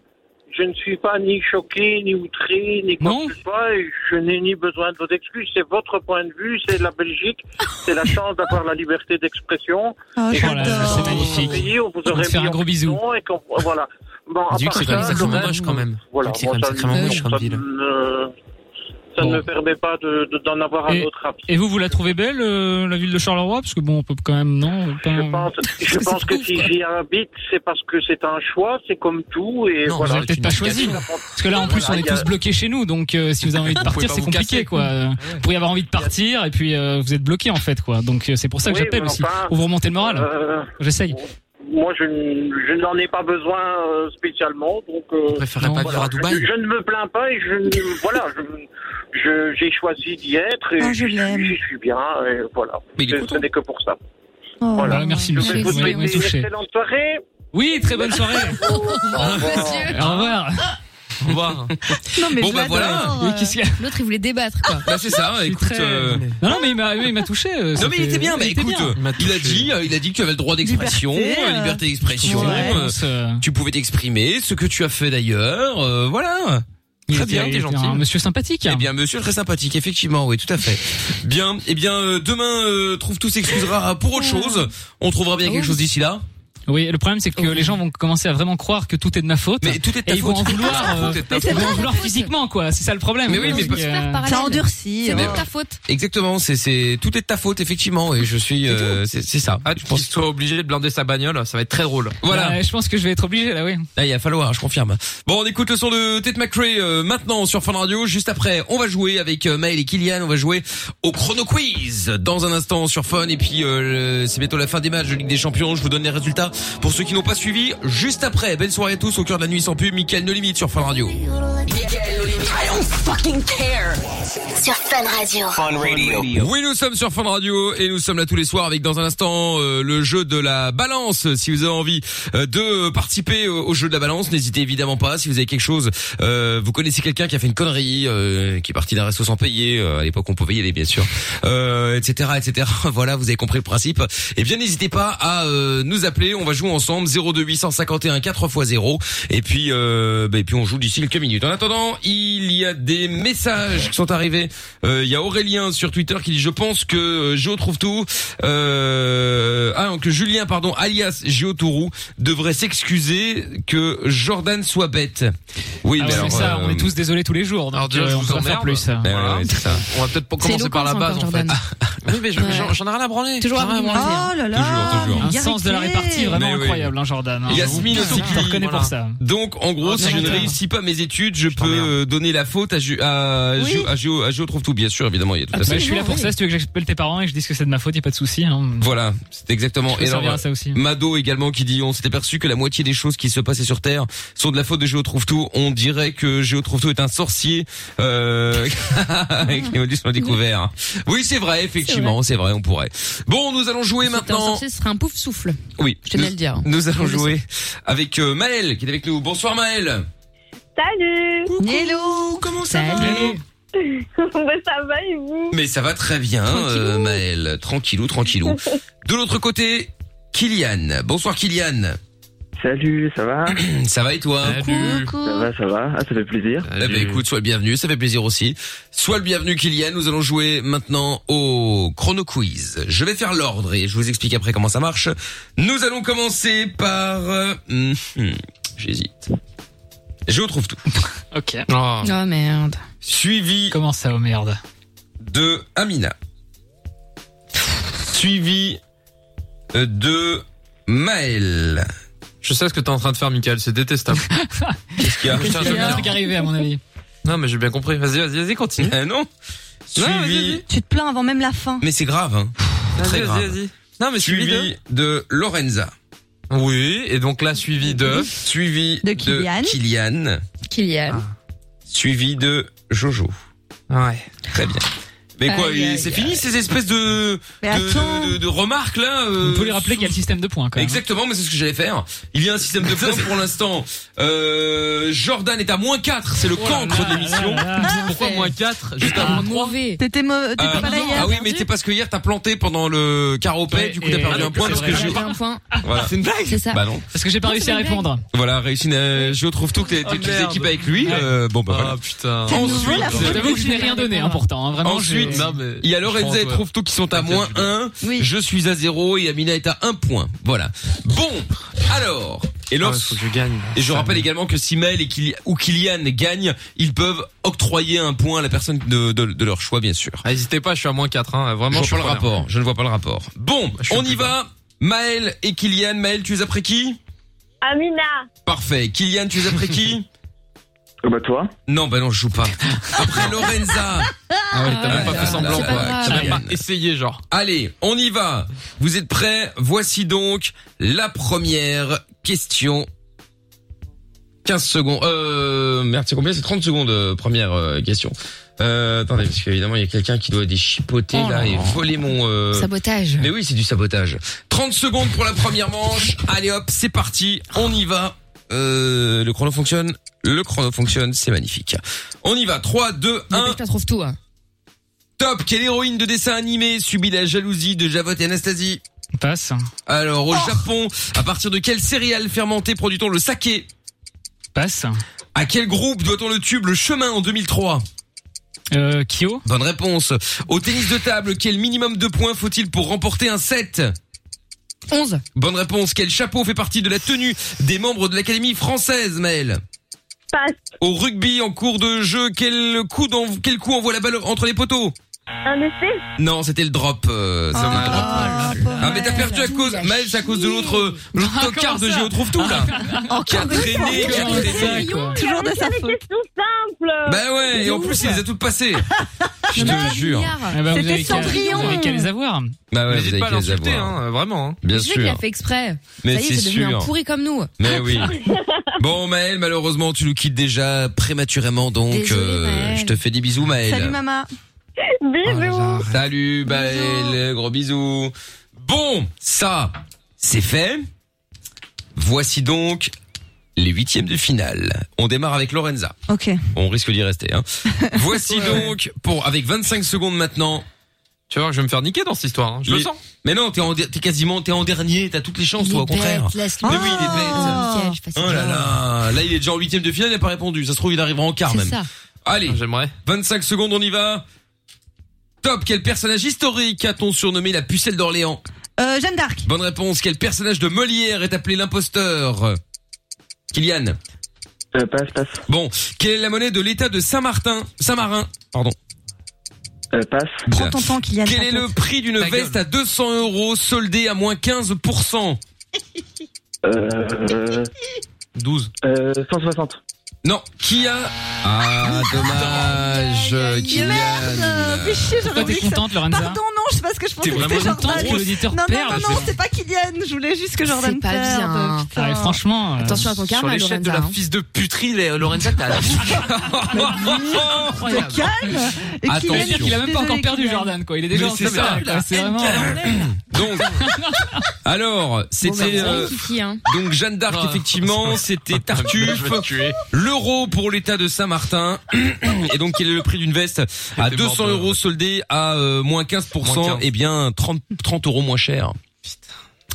[SPEAKER 6] Je ne suis pas ni choqué, ni outré, ni quoi
[SPEAKER 4] Non.
[SPEAKER 6] que ce soit, et je n'ai ni besoin de vos excuses. C'est votre point de vue, c'est la Belgique, c'est la chance d'avoir la liberté d'expression.
[SPEAKER 7] Oh,
[SPEAKER 6] Et je
[SPEAKER 4] Voilà,
[SPEAKER 7] j'adore.
[SPEAKER 4] c'est magnifique.
[SPEAKER 6] Pays, on vous
[SPEAKER 4] On va
[SPEAKER 6] aurait
[SPEAKER 4] te faire
[SPEAKER 6] mis
[SPEAKER 4] un
[SPEAKER 6] en
[SPEAKER 4] gros bisou.
[SPEAKER 6] prison Et qu'on- euh, voilà. Bon, à
[SPEAKER 3] Dis que
[SPEAKER 6] part
[SPEAKER 3] c'est quand même
[SPEAKER 6] ça,
[SPEAKER 3] sacrément
[SPEAKER 6] le
[SPEAKER 3] moche
[SPEAKER 6] reste,
[SPEAKER 3] quand même.
[SPEAKER 6] Voilà,
[SPEAKER 3] C'est
[SPEAKER 6] moi,
[SPEAKER 3] quand même
[SPEAKER 6] ça
[SPEAKER 3] sacrément
[SPEAKER 6] me-
[SPEAKER 3] moche comme
[SPEAKER 6] ça
[SPEAKER 3] ville.
[SPEAKER 6] me- Ça
[SPEAKER 4] Bon.
[SPEAKER 6] ne me permet pas de- de- d'en avoir un
[SPEAKER 4] Et-
[SPEAKER 6] autre avis.
[SPEAKER 4] Et vous, vous la trouvez belle, euh, la ville de Charleroi Parce que bon, on peut quand même, non pas-
[SPEAKER 6] Je pense, je
[SPEAKER 5] C'est
[SPEAKER 6] pense que
[SPEAKER 5] ouf,
[SPEAKER 6] si
[SPEAKER 5] quoi.
[SPEAKER 6] j'y habite, c'est parce que c'est un choix, c'est comme tout, et
[SPEAKER 3] Non,
[SPEAKER 4] Vous
[SPEAKER 6] voilà.
[SPEAKER 4] avez peut-être pas choisi. Parce que là, en plus, on
[SPEAKER 6] Voilà,
[SPEAKER 4] est
[SPEAKER 6] il y a-
[SPEAKER 4] tous bloqués chez nous. Donc, euh, si vous avez envie de
[SPEAKER 3] pouvez
[SPEAKER 4] partir,
[SPEAKER 3] pas
[SPEAKER 4] c'est
[SPEAKER 3] vous
[SPEAKER 4] compliqué,
[SPEAKER 3] casser.
[SPEAKER 4] quoi. Euh, Vous pourriez avoir envie de partir, et puis euh, vous êtes bloqués, en fait, quoi. Donc, euh, c'est pour ça que
[SPEAKER 6] Oui,
[SPEAKER 4] j'appelle
[SPEAKER 6] mais
[SPEAKER 4] aussi.
[SPEAKER 6] enfin,
[SPEAKER 4] Pour vous remonter le moral.
[SPEAKER 6] Euh,
[SPEAKER 4] J'essaye.
[SPEAKER 6] moi, je, n- je n'en ai pas besoin euh, spécialement, donc euh,
[SPEAKER 3] Je préférerais
[SPEAKER 4] Non,
[SPEAKER 3] pas vivre
[SPEAKER 6] voilà.
[SPEAKER 3] à
[SPEAKER 6] Je,
[SPEAKER 3] Dubaï.
[SPEAKER 6] je ne me plains pas et je ne- voilà, je- je- j'ai choisi d'y être et
[SPEAKER 7] Oh, je
[SPEAKER 6] j'y
[SPEAKER 7] l'aime.
[SPEAKER 6] suis- j'y suis bien et voilà.
[SPEAKER 2] Mais il est
[SPEAKER 6] Ce-
[SPEAKER 2] content.
[SPEAKER 6] ce n'est que pour ça.
[SPEAKER 7] Oh.
[SPEAKER 6] Voilà,
[SPEAKER 4] merci,
[SPEAKER 6] Je
[SPEAKER 4] monsieur.
[SPEAKER 6] vais vous
[SPEAKER 4] Vous m'avez
[SPEAKER 6] souhaiter une
[SPEAKER 4] touché.
[SPEAKER 6] excellente soirée.
[SPEAKER 4] Oui, très bonne soirée.
[SPEAKER 6] Au revoir.
[SPEAKER 4] Au revoir.
[SPEAKER 2] Au revoir.
[SPEAKER 7] Non, mais
[SPEAKER 2] Bon,
[SPEAKER 7] je
[SPEAKER 2] bah,
[SPEAKER 7] l'adore.
[SPEAKER 2] voilà.
[SPEAKER 5] euh,
[SPEAKER 4] Mais qu'est-ce qu'il y a
[SPEAKER 5] L'autre, il voulait débattre, quoi.
[SPEAKER 2] Bah c'est ça, écoute.
[SPEAKER 4] très-
[SPEAKER 2] euh,
[SPEAKER 4] Non, non, mais il m'a, oui, il m'a touché. euh, ça
[SPEAKER 2] Non mais il
[SPEAKER 4] fait-
[SPEAKER 2] était bien,
[SPEAKER 4] il
[SPEAKER 2] mais
[SPEAKER 4] était
[SPEAKER 2] écoute,
[SPEAKER 4] bien.
[SPEAKER 2] euh,
[SPEAKER 3] Il m'a
[SPEAKER 2] il a
[SPEAKER 3] touché.
[SPEAKER 2] dit, euh, il a dit que tu avais le droit d'expression,
[SPEAKER 7] Liberté,
[SPEAKER 2] euh,
[SPEAKER 7] euh,
[SPEAKER 2] liberté d'expression.
[SPEAKER 4] Ouais,
[SPEAKER 2] euh,
[SPEAKER 4] on se-
[SPEAKER 2] Tu pouvais t'exprimer, ce que tu as fait d'ailleurs, euh, voilà. Très
[SPEAKER 4] était-
[SPEAKER 2] bien, t'es
[SPEAKER 4] était
[SPEAKER 2] gentil.
[SPEAKER 4] Un monsieur sympathique.
[SPEAKER 2] Eh bien, monsieur, très sympathique, effectivement, oui, tout à fait. Bien, eh bien, euh, demain, euh, Trouve Tout s'excusera pour autre chose. On trouvera bien quelque chose d'ici là.
[SPEAKER 4] Oui, le problème c'est que les gens vont commencer à vraiment croire que tout est de ma faute.
[SPEAKER 2] Mais tout est de ta
[SPEAKER 4] et ils vont
[SPEAKER 2] faute.
[SPEAKER 4] en vouloir. euh,
[SPEAKER 2] Tout est de ta
[SPEAKER 4] ils
[SPEAKER 2] faute.
[SPEAKER 4] vont en vouloir physiquement quoi. C'est ça le problème.
[SPEAKER 2] Mais
[SPEAKER 4] euh,
[SPEAKER 2] oui, mais
[SPEAKER 4] C'est
[SPEAKER 2] parce-
[SPEAKER 4] que-
[SPEAKER 5] Super parallèle.
[SPEAKER 7] Ça endurci.
[SPEAKER 5] C'est
[SPEAKER 2] Mais-
[SPEAKER 5] même ta faute.
[SPEAKER 2] Exactement, c'est c'est tout est de ta faute effectivement et je suis euh, c'est c'est ça.
[SPEAKER 3] Ah, tu penses qu'il soit obligé de blinder sa bagnole, ça va être très drôle.
[SPEAKER 2] Voilà,
[SPEAKER 4] Ouais, je pense que je vais être obligé là, oui.
[SPEAKER 2] là il va falloir, je confirme. Bon, on écoute le son de Ted McRae euh, maintenant sur Fun Radio. Juste après, on va jouer avec euh, Maël et Kylian, on va jouer au Chrono Quiz dans un instant sur Fun et puis euh, le- c'est bientôt la fin des matchs de Ligue des Champions. Je vous donne les résultats pour ceux qui n'ont pas suivi. Juste après, belle soirée à tous au cœur de la nuit sans pub. Mickaël No Limite sur Fun Radio.
[SPEAKER 8] Sur Fun Radio.
[SPEAKER 2] Oui, nous sommes sur Fun Radio et nous sommes là tous les soirs avec dans un instant euh, le jeu de la balance. Si vous avez envie euh, de participer au, au jeu de la balance, n'hésitez évidemment pas. Si vous avez quelque chose, euh, vous connaissez quelqu'un qui a fait une connerie, euh, qui est parti d'un resto sans payer, euh, à l'époque on pouvait y aller bien sûr, euh, etc., etc. Voilà, vous avez compris le principe. Eh bien, n'hésitez pas à euh, nous appeler. On va jouer ensemble 02851 4 x 0 et puis euh, bah, et puis on joue d'ici quelques minutes. En attendant, il y a des messages qui sont arrivés. Euh, Il y a Aurélien sur Twitter qui dit je pense que euh, Jo trouve tout. Euh, ah non, que Julien pardon alias Jo Tourou devrait s'excuser que Jordan soit bête. Oui,
[SPEAKER 4] Ah
[SPEAKER 2] mais
[SPEAKER 4] ouais,
[SPEAKER 2] alors,
[SPEAKER 4] c'est ça,
[SPEAKER 2] euh,
[SPEAKER 4] on est tous désolés tous les jours.
[SPEAKER 3] Alors
[SPEAKER 4] Donc,
[SPEAKER 3] déjà,
[SPEAKER 4] euh,
[SPEAKER 3] je
[SPEAKER 4] on
[SPEAKER 3] vous
[SPEAKER 4] peut pas faire
[SPEAKER 3] emmerde.
[SPEAKER 4] plus.
[SPEAKER 2] Ouais, ouais,
[SPEAKER 3] Voilà.
[SPEAKER 2] c'est ça.
[SPEAKER 3] On va peut-être pas
[SPEAKER 5] C'est
[SPEAKER 3] commencer par la
[SPEAKER 5] éloquent, ça,
[SPEAKER 3] base, en
[SPEAKER 5] encore,
[SPEAKER 3] fait.
[SPEAKER 5] Jordan.
[SPEAKER 3] Oui, mais je-
[SPEAKER 5] Ouais.
[SPEAKER 3] j'en j'en ai rien à branler.
[SPEAKER 5] Toujours à
[SPEAKER 3] J'en ai rien
[SPEAKER 5] vous
[SPEAKER 3] branler.
[SPEAKER 7] Oh là là.
[SPEAKER 2] Toujours, toujours.
[SPEAKER 7] mais
[SPEAKER 4] Un sens de la
[SPEAKER 7] arrêtez.
[SPEAKER 4] répartie vraiment
[SPEAKER 2] Mais oui.
[SPEAKER 4] incroyable, hein, Jordan. hein.
[SPEAKER 2] Yasmine
[SPEAKER 4] Je
[SPEAKER 2] aussi
[SPEAKER 4] te
[SPEAKER 2] qui-
[SPEAKER 4] reconnais pour ça.
[SPEAKER 2] Donc en gros,
[SPEAKER 3] Oh,
[SPEAKER 2] si je ne
[SPEAKER 4] merde.
[SPEAKER 2] réussis pas mes études, je peux
[SPEAKER 3] t'emmerde.
[SPEAKER 2] euh, donner la faute à Jo à,
[SPEAKER 7] Oui.
[SPEAKER 2] Jo- à Jo- à Jo trouve tout bien sûr évidemment, il y a tout à
[SPEAKER 4] Bah,
[SPEAKER 2] fait.
[SPEAKER 4] je suis là pour
[SPEAKER 5] oui.
[SPEAKER 4] ça. Si tu veux que j'appelle tes parents et que je dise que c'est de ma faute, y a pas de souci. Hein.
[SPEAKER 2] Voilà, c'est exactement.
[SPEAKER 4] Je peux
[SPEAKER 2] Et alors,
[SPEAKER 4] servir à ça aussi.
[SPEAKER 2] Mado également qui dit on s'est aperçu que la moitié des choses qui se passaient sur Terre sont de la faute de Géo Trouve Tout. On dirait que Géo Trouve Tout est un sorcier euh, et que les modules sont découverts. Oui, c'est vrai, effectivement, c'est vrai. on pourrait. Bon, nous allons jouer
[SPEAKER 5] Si t'es un
[SPEAKER 2] maintenant.
[SPEAKER 5] sorcier, Ce serait un pouf souffle.
[SPEAKER 2] Oui,
[SPEAKER 5] Je tenais à le
[SPEAKER 2] nous,
[SPEAKER 5] dire.
[SPEAKER 2] nous allons
[SPEAKER 5] Je le
[SPEAKER 2] jouer avec euh, Maël qui est avec nous. Bonsoir Maël.
[SPEAKER 9] Salut
[SPEAKER 7] Hello.
[SPEAKER 2] Comment
[SPEAKER 4] Salut.
[SPEAKER 9] Bah, Ça va et vous
[SPEAKER 2] Mais ça va très bien, euh, Maël. Tranquillou, tranquillou. De l'autre côté, Kylian. Bonsoir Kylian.
[SPEAKER 6] Salut, ça va
[SPEAKER 2] Ça va et toi
[SPEAKER 3] Salut.
[SPEAKER 6] Ça va, ça va. Ah, ça fait plaisir.
[SPEAKER 2] Eh ben écoute, sois le bienvenu, ça fait plaisir aussi. Sois le bienvenu Kylian, nous allons jouer maintenant au chrono quiz. Je vais faire l'ordre et je vous explique après comment ça marche. Nous allons commencer par... euh, hum, hum, J'hésite. Je retrouve tout.
[SPEAKER 4] Ok. Ah,
[SPEAKER 3] Oh.
[SPEAKER 5] Oh merde.
[SPEAKER 2] Suivi
[SPEAKER 4] Comment ça, oh merde
[SPEAKER 2] de Amina. Suivi euh, de Maël.
[SPEAKER 3] Je sais ce que t'es en train de faire, Michael, c'est détestable.
[SPEAKER 2] Qu'est-ce qu'il y a
[SPEAKER 3] Putain,
[SPEAKER 4] Il y a un
[SPEAKER 3] je-
[SPEAKER 4] truc arrivé à mon avis.
[SPEAKER 3] Non, mais j'ai bien compris. Vas-y, vas-y, vas-y, continue.
[SPEAKER 2] Euh, Non
[SPEAKER 3] vas-y,
[SPEAKER 2] Suivi...
[SPEAKER 3] vas-y.
[SPEAKER 7] Tu te plains avant même la fin.
[SPEAKER 2] Mais c'est grave. Hein. Très
[SPEAKER 3] Vas-y, vas-y,
[SPEAKER 2] grave.
[SPEAKER 3] vas-y. Non, mais suivi de...
[SPEAKER 2] Suivi de Lorenza.
[SPEAKER 3] Oui, et donc là, suivi de...
[SPEAKER 2] Suivi
[SPEAKER 7] De Kylian.
[SPEAKER 2] Kylian. Ah.
[SPEAKER 5] Kylian.
[SPEAKER 2] suivi de Jojo.
[SPEAKER 3] Ouais.
[SPEAKER 2] Très bien. Mais quoi,
[SPEAKER 5] Aïe,
[SPEAKER 2] il-
[SPEAKER 5] aïe,
[SPEAKER 2] c'est
[SPEAKER 5] aïe.
[SPEAKER 2] fini ces espèces de
[SPEAKER 7] Mais
[SPEAKER 2] de,
[SPEAKER 7] attends.
[SPEAKER 2] de- de remarques là
[SPEAKER 4] On
[SPEAKER 2] euh,
[SPEAKER 4] peut lui rappeler qu'il y a le système de points quand même. hein.
[SPEAKER 2] Exactement, mais c'est ce que j'allais faire. Il y a un système de points pour l'instant. Euh, Jordan est à moins 4, c'est le
[SPEAKER 4] Oh là
[SPEAKER 2] cancre
[SPEAKER 4] là
[SPEAKER 2] de l'émission.
[SPEAKER 4] là là.
[SPEAKER 3] Pourquoi moins 4 Juste
[SPEAKER 5] Ah,
[SPEAKER 3] avant 3
[SPEAKER 5] mauvais.
[SPEAKER 7] T'étais mo- t'étais
[SPEAKER 2] Euh,
[SPEAKER 7] pas là
[SPEAKER 5] pardon.
[SPEAKER 7] hier.
[SPEAKER 2] ah oui, mais
[SPEAKER 5] perdu.
[SPEAKER 2] c'est parce que hier t'as planté pendant le caropet,
[SPEAKER 4] Ouais,
[SPEAKER 2] du coup t'as
[SPEAKER 4] et-
[SPEAKER 2] perdu
[SPEAKER 4] ah,
[SPEAKER 2] un point
[SPEAKER 4] c'est
[SPEAKER 2] parce que
[SPEAKER 4] vrai.
[SPEAKER 2] j'ai...
[SPEAKER 5] J'avais un point.
[SPEAKER 2] Voilà.
[SPEAKER 3] C'est une blague
[SPEAKER 5] C'est ça.
[SPEAKER 2] Bah non.
[SPEAKER 4] Ah, Parce que j'ai pas
[SPEAKER 5] Non,
[SPEAKER 4] réussi
[SPEAKER 5] c'est
[SPEAKER 4] à
[SPEAKER 5] une
[SPEAKER 4] répondre.
[SPEAKER 2] Voilà, réussi. euh, je trouve tout que t'es
[SPEAKER 3] Oh,
[SPEAKER 2] t'es
[SPEAKER 3] merde.
[SPEAKER 2] équipes avec lui. euh, bon bah voilà.
[SPEAKER 3] Ah putain.
[SPEAKER 7] C'est nouveau,
[SPEAKER 2] Ensuite,
[SPEAKER 7] la
[SPEAKER 4] Je t'avoue que je n'ai rien donné, hein, pourtant. hein, vraiment,
[SPEAKER 2] Ensuite,
[SPEAKER 4] j'ai-
[SPEAKER 3] Ah Non, mais...
[SPEAKER 2] Il y a Lorenza et
[SPEAKER 3] Franchement,
[SPEAKER 2] Trouve-Tout qui sont à
[SPEAKER 3] T'inquiète,
[SPEAKER 2] moins
[SPEAKER 3] Julien.
[SPEAKER 2] 1.
[SPEAKER 7] Oui.
[SPEAKER 2] Je suis à 0 et Amina est à 1 point. Voilà. Bon, alors. Et
[SPEAKER 3] toi. Ah,
[SPEAKER 2] lors-
[SPEAKER 3] faut que je gagne.
[SPEAKER 2] et je rappelle également que si Mel et Kyli- ou Kylian gagnent, ils peuvent octroyer un point à la personne de, de- de leur choix, bien sûr.
[SPEAKER 3] Ah, N'hésitez pas, je suis à moins 4. Hein.
[SPEAKER 2] Je
[SPEAKER 3] Vraiment,
[SPEAKER 2] vois
[SPEAKER 3] je suis
[SPEAKER 2] pas le
[SPEAKER 3] preneur.
[SPEAKER 2] rapport. Je ne vois pas le rapport. Bon,
[SPEAKER 3] Je suis
[SPEAKER 2] on
[SPEAKER 3] plus
[SPEAKER 2] y va. Maël et Kylian. Maël, tu es après qui
[SPEAKER 9] Amina
[SPEAKER 2] Parfait. Kylian, tu es après qui
[SPEAKER 6] Oh, bah, toi
[SPEAKER 2] Non, bah non, je joue pas. Après Lorenza.
[SPEAKER 3] Ah ouais, t'as même pas
[SPEAKER 2] Ah,
[SPEAKER 3] fait semblant.
[SPEAKER 5] c'est pas
[SPEAKER 3] quoi.
[SPEAKER 5] grave.
[SPEAKER 3] T'as même pas
[SPEAKER 2] Kylian.
[SPEAKER 3] essayé, genre.
[SPEAKER 2] Allez, on y va. Vous êtes prêts Voici donc la première question. 15 secondes. Euh, merde, c'est combien C'est 30 secondes, euh, première euh, question. Euh, attendez, parce qu'évidemment, il y a quelqu'un qui doit déchipoter
[SPEAKER 4] Oh
[SPEAKER 2] là
[SPEAKER 4] là
[SPEAKER 2] et
[SPEAKER 4] là.
[SPEAKER 2] voler mon... euh,
[SPEAKER 5] Sabotage.
[SPEAKER 2] Mais oui, c'est du sabotage. 30 secondes pour la première manche. Allez hop, c'est parti. On y va. Euh, le chrono fonctionne Le chrono fonctionne, c'est magnifique. On y va. 3, 2, 1.
[SPEAKER 5] Je trouve tout. hein.
[SPEAKER 2] Top. Quelle héroïne de dessin animé subit la jalousie de Javot et Anastasie
[SPEAKER 4] Passe.
[SPEAKER 2] Alors, au Japon, à partir de quelle céréale fermentée produit-on le saké
[SPEAKER 4] Passe.
[SPEAKER 2] À quel groupe doit-on le tube Le Chemin en 2003
[SPEAKER 4] Euh, Kyo.
[SPEAKER 2] Bonne réponse. Au tennis de table, quel minimum de points faut-il pour remporter un set
[SPEAKER 5] 11.
[SPEAKER 2] Bonne réponse. Quel chapeau fait partie de la tenue des membres de l'Académie française, Maël
[SPEAKER 9] Passe.
[SPEAKER 2] Au rugby, en cours de jeu, quel coup, d'en- quel coup envoie la balle entre les poteaux
[SPEAKER 9] Un essai.
[SPEAKER 2] Non, c'était le drop. euh, c'était le drop.
[SPEAKER 7] Ah,
[SPEAKER 2] Ah mais t'as perdu à cause, Maël, c'est à cause de l'autre, euh, l'autre tocard de Géo trouve tout là. Qui a traîné, qui a
[SPEAKER 4] Comment
[SPEAKER 2] traîné.
[SPEAKER 4] ça, quoi
[SPEAKER 7] Toujours de sa
[SPEAKER 9] Des
[SPEAKER 7] faute.
[SPEAKER 9] questions simples.
[SPEAKER 2] Bah ouais, et en plus il les a toutes passées. Je te jure.
[SPEAKER 4] Eh ben, vous
[SPEAKER 7] C'était
[SPEAKER 4] avez qu'à-
[SPEAKER 7] Cendrillon.
[SPEAKER 4] Vous avez qu'à les avoir.
[SPEAKER 2] Bah ouais, vous
[SPEAKER 3] N'hésite
[SPEAKER 2] avez
[SPEAKER 3] pas à
[SPEAKER 2] qu'à les
[SPEAKER 3] l'insulter,
[SPEAKER 2] avoir.
[SPEAKER 3] hein, vraiment. hein.
[SPEAKER 2] Bien
[SPEAKER 5] Je sais qu'il a
[SPEAKER 2] sûr.
[SPEAKER 5] fait exprès.
[SPEAKER 2] Mais
[SPEAKER 5] ça y est,
[SPEAKER 2] c'est
[SPEAKER 5] c'est devenu un
[SPEAKER 2] sûr.
[SPEAKER 5] pourri comme nous.
[SPEAKER 2] Mais oui. Bon Maël, malheureusement tu nous quittes déjà prématurément donc
[SPEAKER 5] Désolée,
[SPEAKER 2] euh,
[SPEAKER 5] Maël.
[SPEAKER 2] je te fais des bisous Maël.
[SPEAKER 7] Salut maman.
[SPEAKER 9] Bisous.
[SPEAKER 2] Salut Maël, gros bisous. Bon, ça c'est fait. Voici donc les huitièmes de finale. On démarre avec Lorenza.
[SPEAKER 7] Ok.
[SPEAKER 2] On risque d'y rester. Hein. Voici donc pour avec 25 secondes maintenant.
[SPEAKER 3] Tu vas voir que je vais me faire niquer dans cette histoire. hein. Je le
[SPEAKER 2] les-
[SPEAKER 3] sens.
[SPEAKER 2] Mais non, t'es en der- t'es quasiment t'es en dernier. T'as toutes les chances,
[SPEAKER 5] Il
[SPEAKER 2] toi,
[SPEAKER 5] est
[SPEAKER 2] au contraire.
[SPEAKER 5] bête, laisse-le.
[SPEAKER 2] Mais oui, il est bête.
[SPEAKER 5] Nickel, je passe
[SPEAKER 2] Oh là là, là il est déjà en huitième de finale, il n'a pas répondu. Ça se trouve il arrivera en quart
[SPEAKER 5] C'est
[SPEAKER 2] même.
[SPEAKER 5] ça.
[SPEAKER 2] Allez,
[SPEAKER 3] Ah, J'aimerais.
[SPEAKER 2] 25 secondes, on y va. Top, quel personnage historique a-t-on surnommé la pucelle d'Orléans
[SPEAKER 7] Euh, Jeanne d'Arc.
[SPEAKER 2] Bonne réponse, quel personnage de Molière est appelé l'imposteur Kylian.
[SPEAKER 6] Euh, passe, passe.
[SPEAKER 2] Bon, quelle est la monnaie de l'état de Saint-Martin Saint-Marin, pardon.
[SPEAKER 6] Euh, passe.
[SPEAKER 7] Prends ton temps, Kylian.
[SPEAKER 2] Quel est le prix d'une
[SPEAKER 3] Ta gueule.
[SPEAKER 2] veste à 200 euros soldée à moins 15%
[SPEAKER 6] Euh,
[SPEAKER 3] 12.
[SPEAKER 6] euh, 160.
[SPEAKER 2] Non, qui a... Ah, dommage, Kylian.
[SPEAKER 7] Merde. Fais chier, j'aurais
[SPEAKER 4] Toi,
[SPEAKER 7] voulu
[SPEAKER 4] t'es
[SPEAKER 7] que ça-
[SPEAKER 4] contente, Lorenza
[SPEAKER 7] Pardon, non, je sais pas ce que je pensais
[SPEAKER 2] T'es
[SPEAKER 7] que c'était
[SPEAKER 2] vraiment
[SPEAKER 4] Contente
[SPEAKER 7] Jordan.
[SPEAKER 4] que l'auditeur
[SPEAKER 7] Non, non,
[SPEAKER 4] perde.
[SPEAKER 7] non, non, c'est pas Kylian. Je voulais juste que Jordan
[SPEAKER 5] C'est pas
[SPEAKER 7] perde.
[SPEAKER 5] bien.
[SPEAKER 7] Putain.
[SPEAKER 4] Ah, franchement. euh,
[SPEAKER 5] Attention à ton
[SPEAKER 3] Sur
[SPEAKER 5] karma,
[SPEAKER 3] l'échelle de
[SPEAKER 5] Lorenza.
[SPEAKER 3] la
[SPEAKER 5] hein.
[SPEAKER 3] fils de puterie,
[SPEAKER 2] euh,
[SPEAKER 3] les- Lorenza, t'as la
[SPEAKER 7] Te calme. Et Kylian,
[SPEAKER 2] Attention.
[SPEAKER 4] C'est-à-dire qu'il a même pas
[SPEAKER 7] désolé,
[SPEAKER 4] encore perdu
[SPEAKER 7] Kylian.
[SPEAKER 4] Jordan, quoi. Il est déjà
[SPEAKER 2] Mais
[SPEAKER 4] en
[SPEAKER 2] c'est ça,
[SPEAKER 4] retard, quoi. C'est vraiment.
[SPEAKER 2] Donc, alors,
[SPEAKER 5] Bon, bah,
[SPEAKER 2] c'était...
[SPEAKER 5] c'est
[SPEAKER 2] euh,
[SPEAKER 5] Kiki, hein.
[SPEAKER 2] donc Jeanne d'Arc,
[SPEAKER 3] Ah.
[SPEAKER 2] effectivement, c'était
[SPEAKER 3] Je
[SPEAKER 2] Tartuffe,
[SPEAKER 3] vais te tuer.
[SPEAKER 2] l'euro pour l'état de Saint-Martin, et donc quel est le prix d'une veste à
[SPEAKER 3] T'es
[SPEAKER 2] 200
[SPEAKER 3] mort de-
[SPEAKER 2] euros soldée à euh, moins 15%,
[SPEAKER 3] Moins 15.
[SPEAKER 2] et eh bien 30, 30 euros moins cher.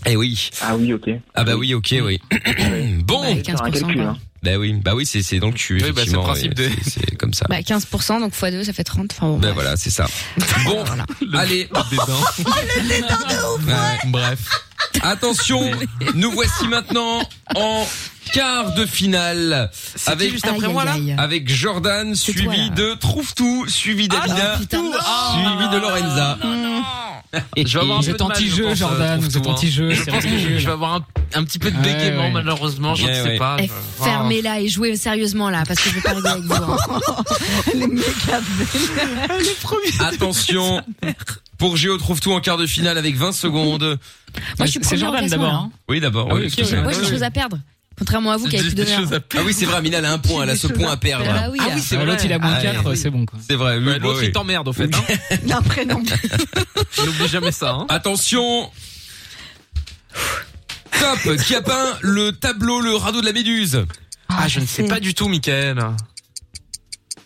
[SPEAKER 2] Eh oui.
[SPEAKER 6] Ah oui, ok.
[SPEAKER 2] Ah bah oui, ok, oui. bon,
[SPEAKER 5] Bah,
[SPEAKER 6] Faire un
[SPEAKER 5] 15%.
[SPEAKER 6] calcul,
[SPEAKER 5] quoi.
[SPEAKER 6] hein.
[SPEAKER 2] Bah oui, bah oui, c'est c'est dans le cul.
[SPEAKER 3] Oui, bah,
[SPEAKER 2] effectivement,
[SPEAKER 3] c'est le principe
[SPEAKER 2] et
[SPEAKER 3] de-
[SPEAKER 2] c'est- C'est comme ça.
[SPEAKER 5] Bah, 15%, donc x2, ça fait 30. Enfin bon.
[SPEAKER 2] Ben
[SPEAKER 5] bref.
[SPEAKER 2] voilà, c'est ça. Bon, allez. Oh, Ouais.
[SPEAKER 3] Bref.
[SPEAKER 2] Attention, nous voici maintenant en quart de finale avec
[SPEAKER 3] juste après
[SPEAKER 5] Aïe,
[SPEAKER 3] moi, là
[SPEAKER 5] aïe, aïe.
[SPEAKER 2] avec Jordan
[SPEAKER 5] C'est
[SPEAKER 2] suivi
[SPEAKER 5] toi,
[SPEAKER 2] de Trouve tout, suivi d'Amina,
[SPEAKER 5] Ah, putain, non. Oh,
[SPEAKER 2] suivi de Lorenza.
[SPEAKER 3] Je vais avoir un
[SPEAKER 4] Vous
[SPEAKER 3] peu
[SPEAKER 4] êtes
[SPEAKER 3] de mal, je
[SPEAKER 4] anti-jeu,
[SPEAKER 3] pense, euh,
[SPEAKER 4] Jordan. Vous êtes
[SPEAKER 3] trouve-toi, hein.
[SPEAKER 4] anti-jeu.
[SPEAKER 3] Je pense que je vais avoir un, un petit peu de
[SPEAKER 4] Ouais,
[SPEAKER 3] bégaiement,
[SPEAKER 4] ouais.
[SPEAKER 3] malheureusement. Je ne
[SPEAKER 2] Ouais,
[SPEAKER 3] sais
[SPEAKER 2] ouais.
[SPEAKER 3] pas.
[SPEAKER 5] Eh,
[SPEAKER 3] Je-
[SPEAKER 5] Fermez-la et jouez sérieusement là, parce que je vais pas rigoler avec vous. hein.
[SPEAKER 2] Attention, pour Géo Trouve tout en quart de finale avec 20 secondes.
[SPEAKER 5] Moi, je suis
[SPEAKER 4] C'est
[SPEAKER 5] première au
[SPEAKER 4] Jordan
[SPEAKER 5] classement,
[SPEAKER 4] d'abord.
[SPEAKER 5] là.
[SPEAKER 4] hein.
[SPEAKER 2] Oui d'abord.
[SPEAKER 4] Ah oui,
[SPEAKER 2] oui,
[SPEAKER 4] ok,
[SPEAKER 2] parce que
[SPEAKER 4] ouais.
[SPEAKER 5] Moi,
[SPEAKER 2] c'est-
[SPEAKER 5] j'ai des choses à perdre. Contrairement à vous qui avez plus d'honneur.
[SPEAKER 2] ah oui c'est vrai, Amina elle a un point, elle a ce point à perdre.
[SPEAKER 5] Bah oui, hein.
[SPEAKER 3] c'est
[SPEAKER 4] Ah, L'autre,
[SPEAKER 3] vrai.
[SPEAKER 4] il a moins
[SPEAKER 2] Ah,
[SPEAKER 4] 4,
[SPEAKER 2] oui.
[SPEAKER 4] c'est bon, quoi.
[SPEAKER 2] C'est vrai. oui,
[SPEAKER 3] Ouais, L'autre,
[SPEAKER 2] bah oui.
[SPEAKER 3] il t'emmerde, au fait. hein.
[SPEAKER 7] Il a un prénom.
[SPEAKER 3] N'oublie jamais ça. hein.
[SPEAKER 2] Attention Top Qui a peint le tableau, le radeau de la méduse
[SPEAKER 3] Ah, je ne sais pas du tout, Michael.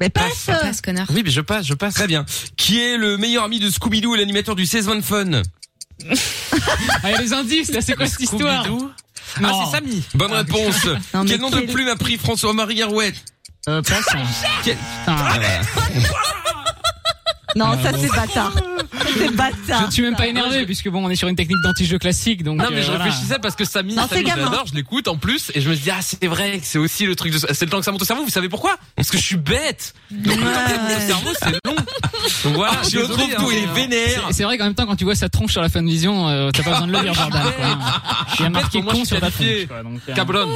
[SPEAKER 7] Mais passe.
[SPEAKER 5] Passe, connard.
[SPEAKER 3] Oui, mais je passe, je passe.
[SPEAKER 2] Très bien. Qui est le meilleur ami de Scooby-Doo et l'animateur du 16-20 Fun
[SPEAKER 4] Allez, les indices, là, c'est quoi cette histoire
[SPEAKER 3] Scooby-Doo.
[SPEAKER 4] Non.
[SPEAKER 3] Ah, c'est Samy.
[SPEAKER 2] Bonne réponse
[SPEAKER 7] Non, mais
[SPEAKER 2] Quel nom de
[SPEAKER 7] quel-
[SPEAKER 2] plume a pris François-Marie Herouet
[SPEAKER 4] Euh, passe.
[SPEAKER 2] Quel-
[SPEAKER 3] Ah,
[SPEAKER 4] Putain.
[SPEAKER 7] Non,
[SPEAKER 4] Ah,
[SPEAKER 7] ça
[SPEAKER 4] bon.
[SPEAKER 7] c'est bâtard. Ça, C'est
[SPEAKER 4] Je
[SPEAKER 7] bâtard.
[SPEAKER 4] ne suis même pas énervé, puisque bon, on est sur une technique d'anti-jeu classique, donc.
[SPEAKER 3] Non, mais
[SPEAKER 4] euh,
[SPEAKER 3] je
[SPEAKER 4] voilà.
[SPEAKER 3] réfléchissais parce que Samy,
[SPEAKER 7] Non,
[SPEAKER 3] Samy,
[SPEAKER 7] c'est
[SPEAKER 3] je
[SPEAKER 7] gamin.
[SPEAKER 3] l'adore, je l'écoute en plus, et je me dis, ah, c'est vrai que c'est aussi le truc de, c'est le temps que ça monte au cerveau, vous savez pourquoi? Parce que je suis bête. Donc, le temps que ça monte au cerveau,
[SPEAKER 7] Ouais.
[SPEAKER 3] c'est long. Donc voilà,
[SPEAKER 2] Géo
[SPEAKER 3] désolé,
[SPEAKER 2] Ah, trouve
[SPEAKER 3] hein,
[SPEAKER 2] tout, il est
[SPEAKER 3] mais-
[SPEAKER 2] vénère
[SPEAKER 4] C'est- C'est vrai qu'en même temps, quand tu vois sa tronche sur la fin de vision, euh, t'as pas besoin de le dire, Jordan. Quoi. Il y
[SPEAKER 3] pour
[SPEAKER 4] a marqué
[SPEAKER 3] moi, Ah, je
[SPEAKER 4] con
[SPEAKER 3] suis
[SPEAKER 4] sur ta
[SPEAKER 3] qualifié.
[SPEAKER 4] tronche. Quoi, donc, euh,
[SPEAKER 3] Cablonne.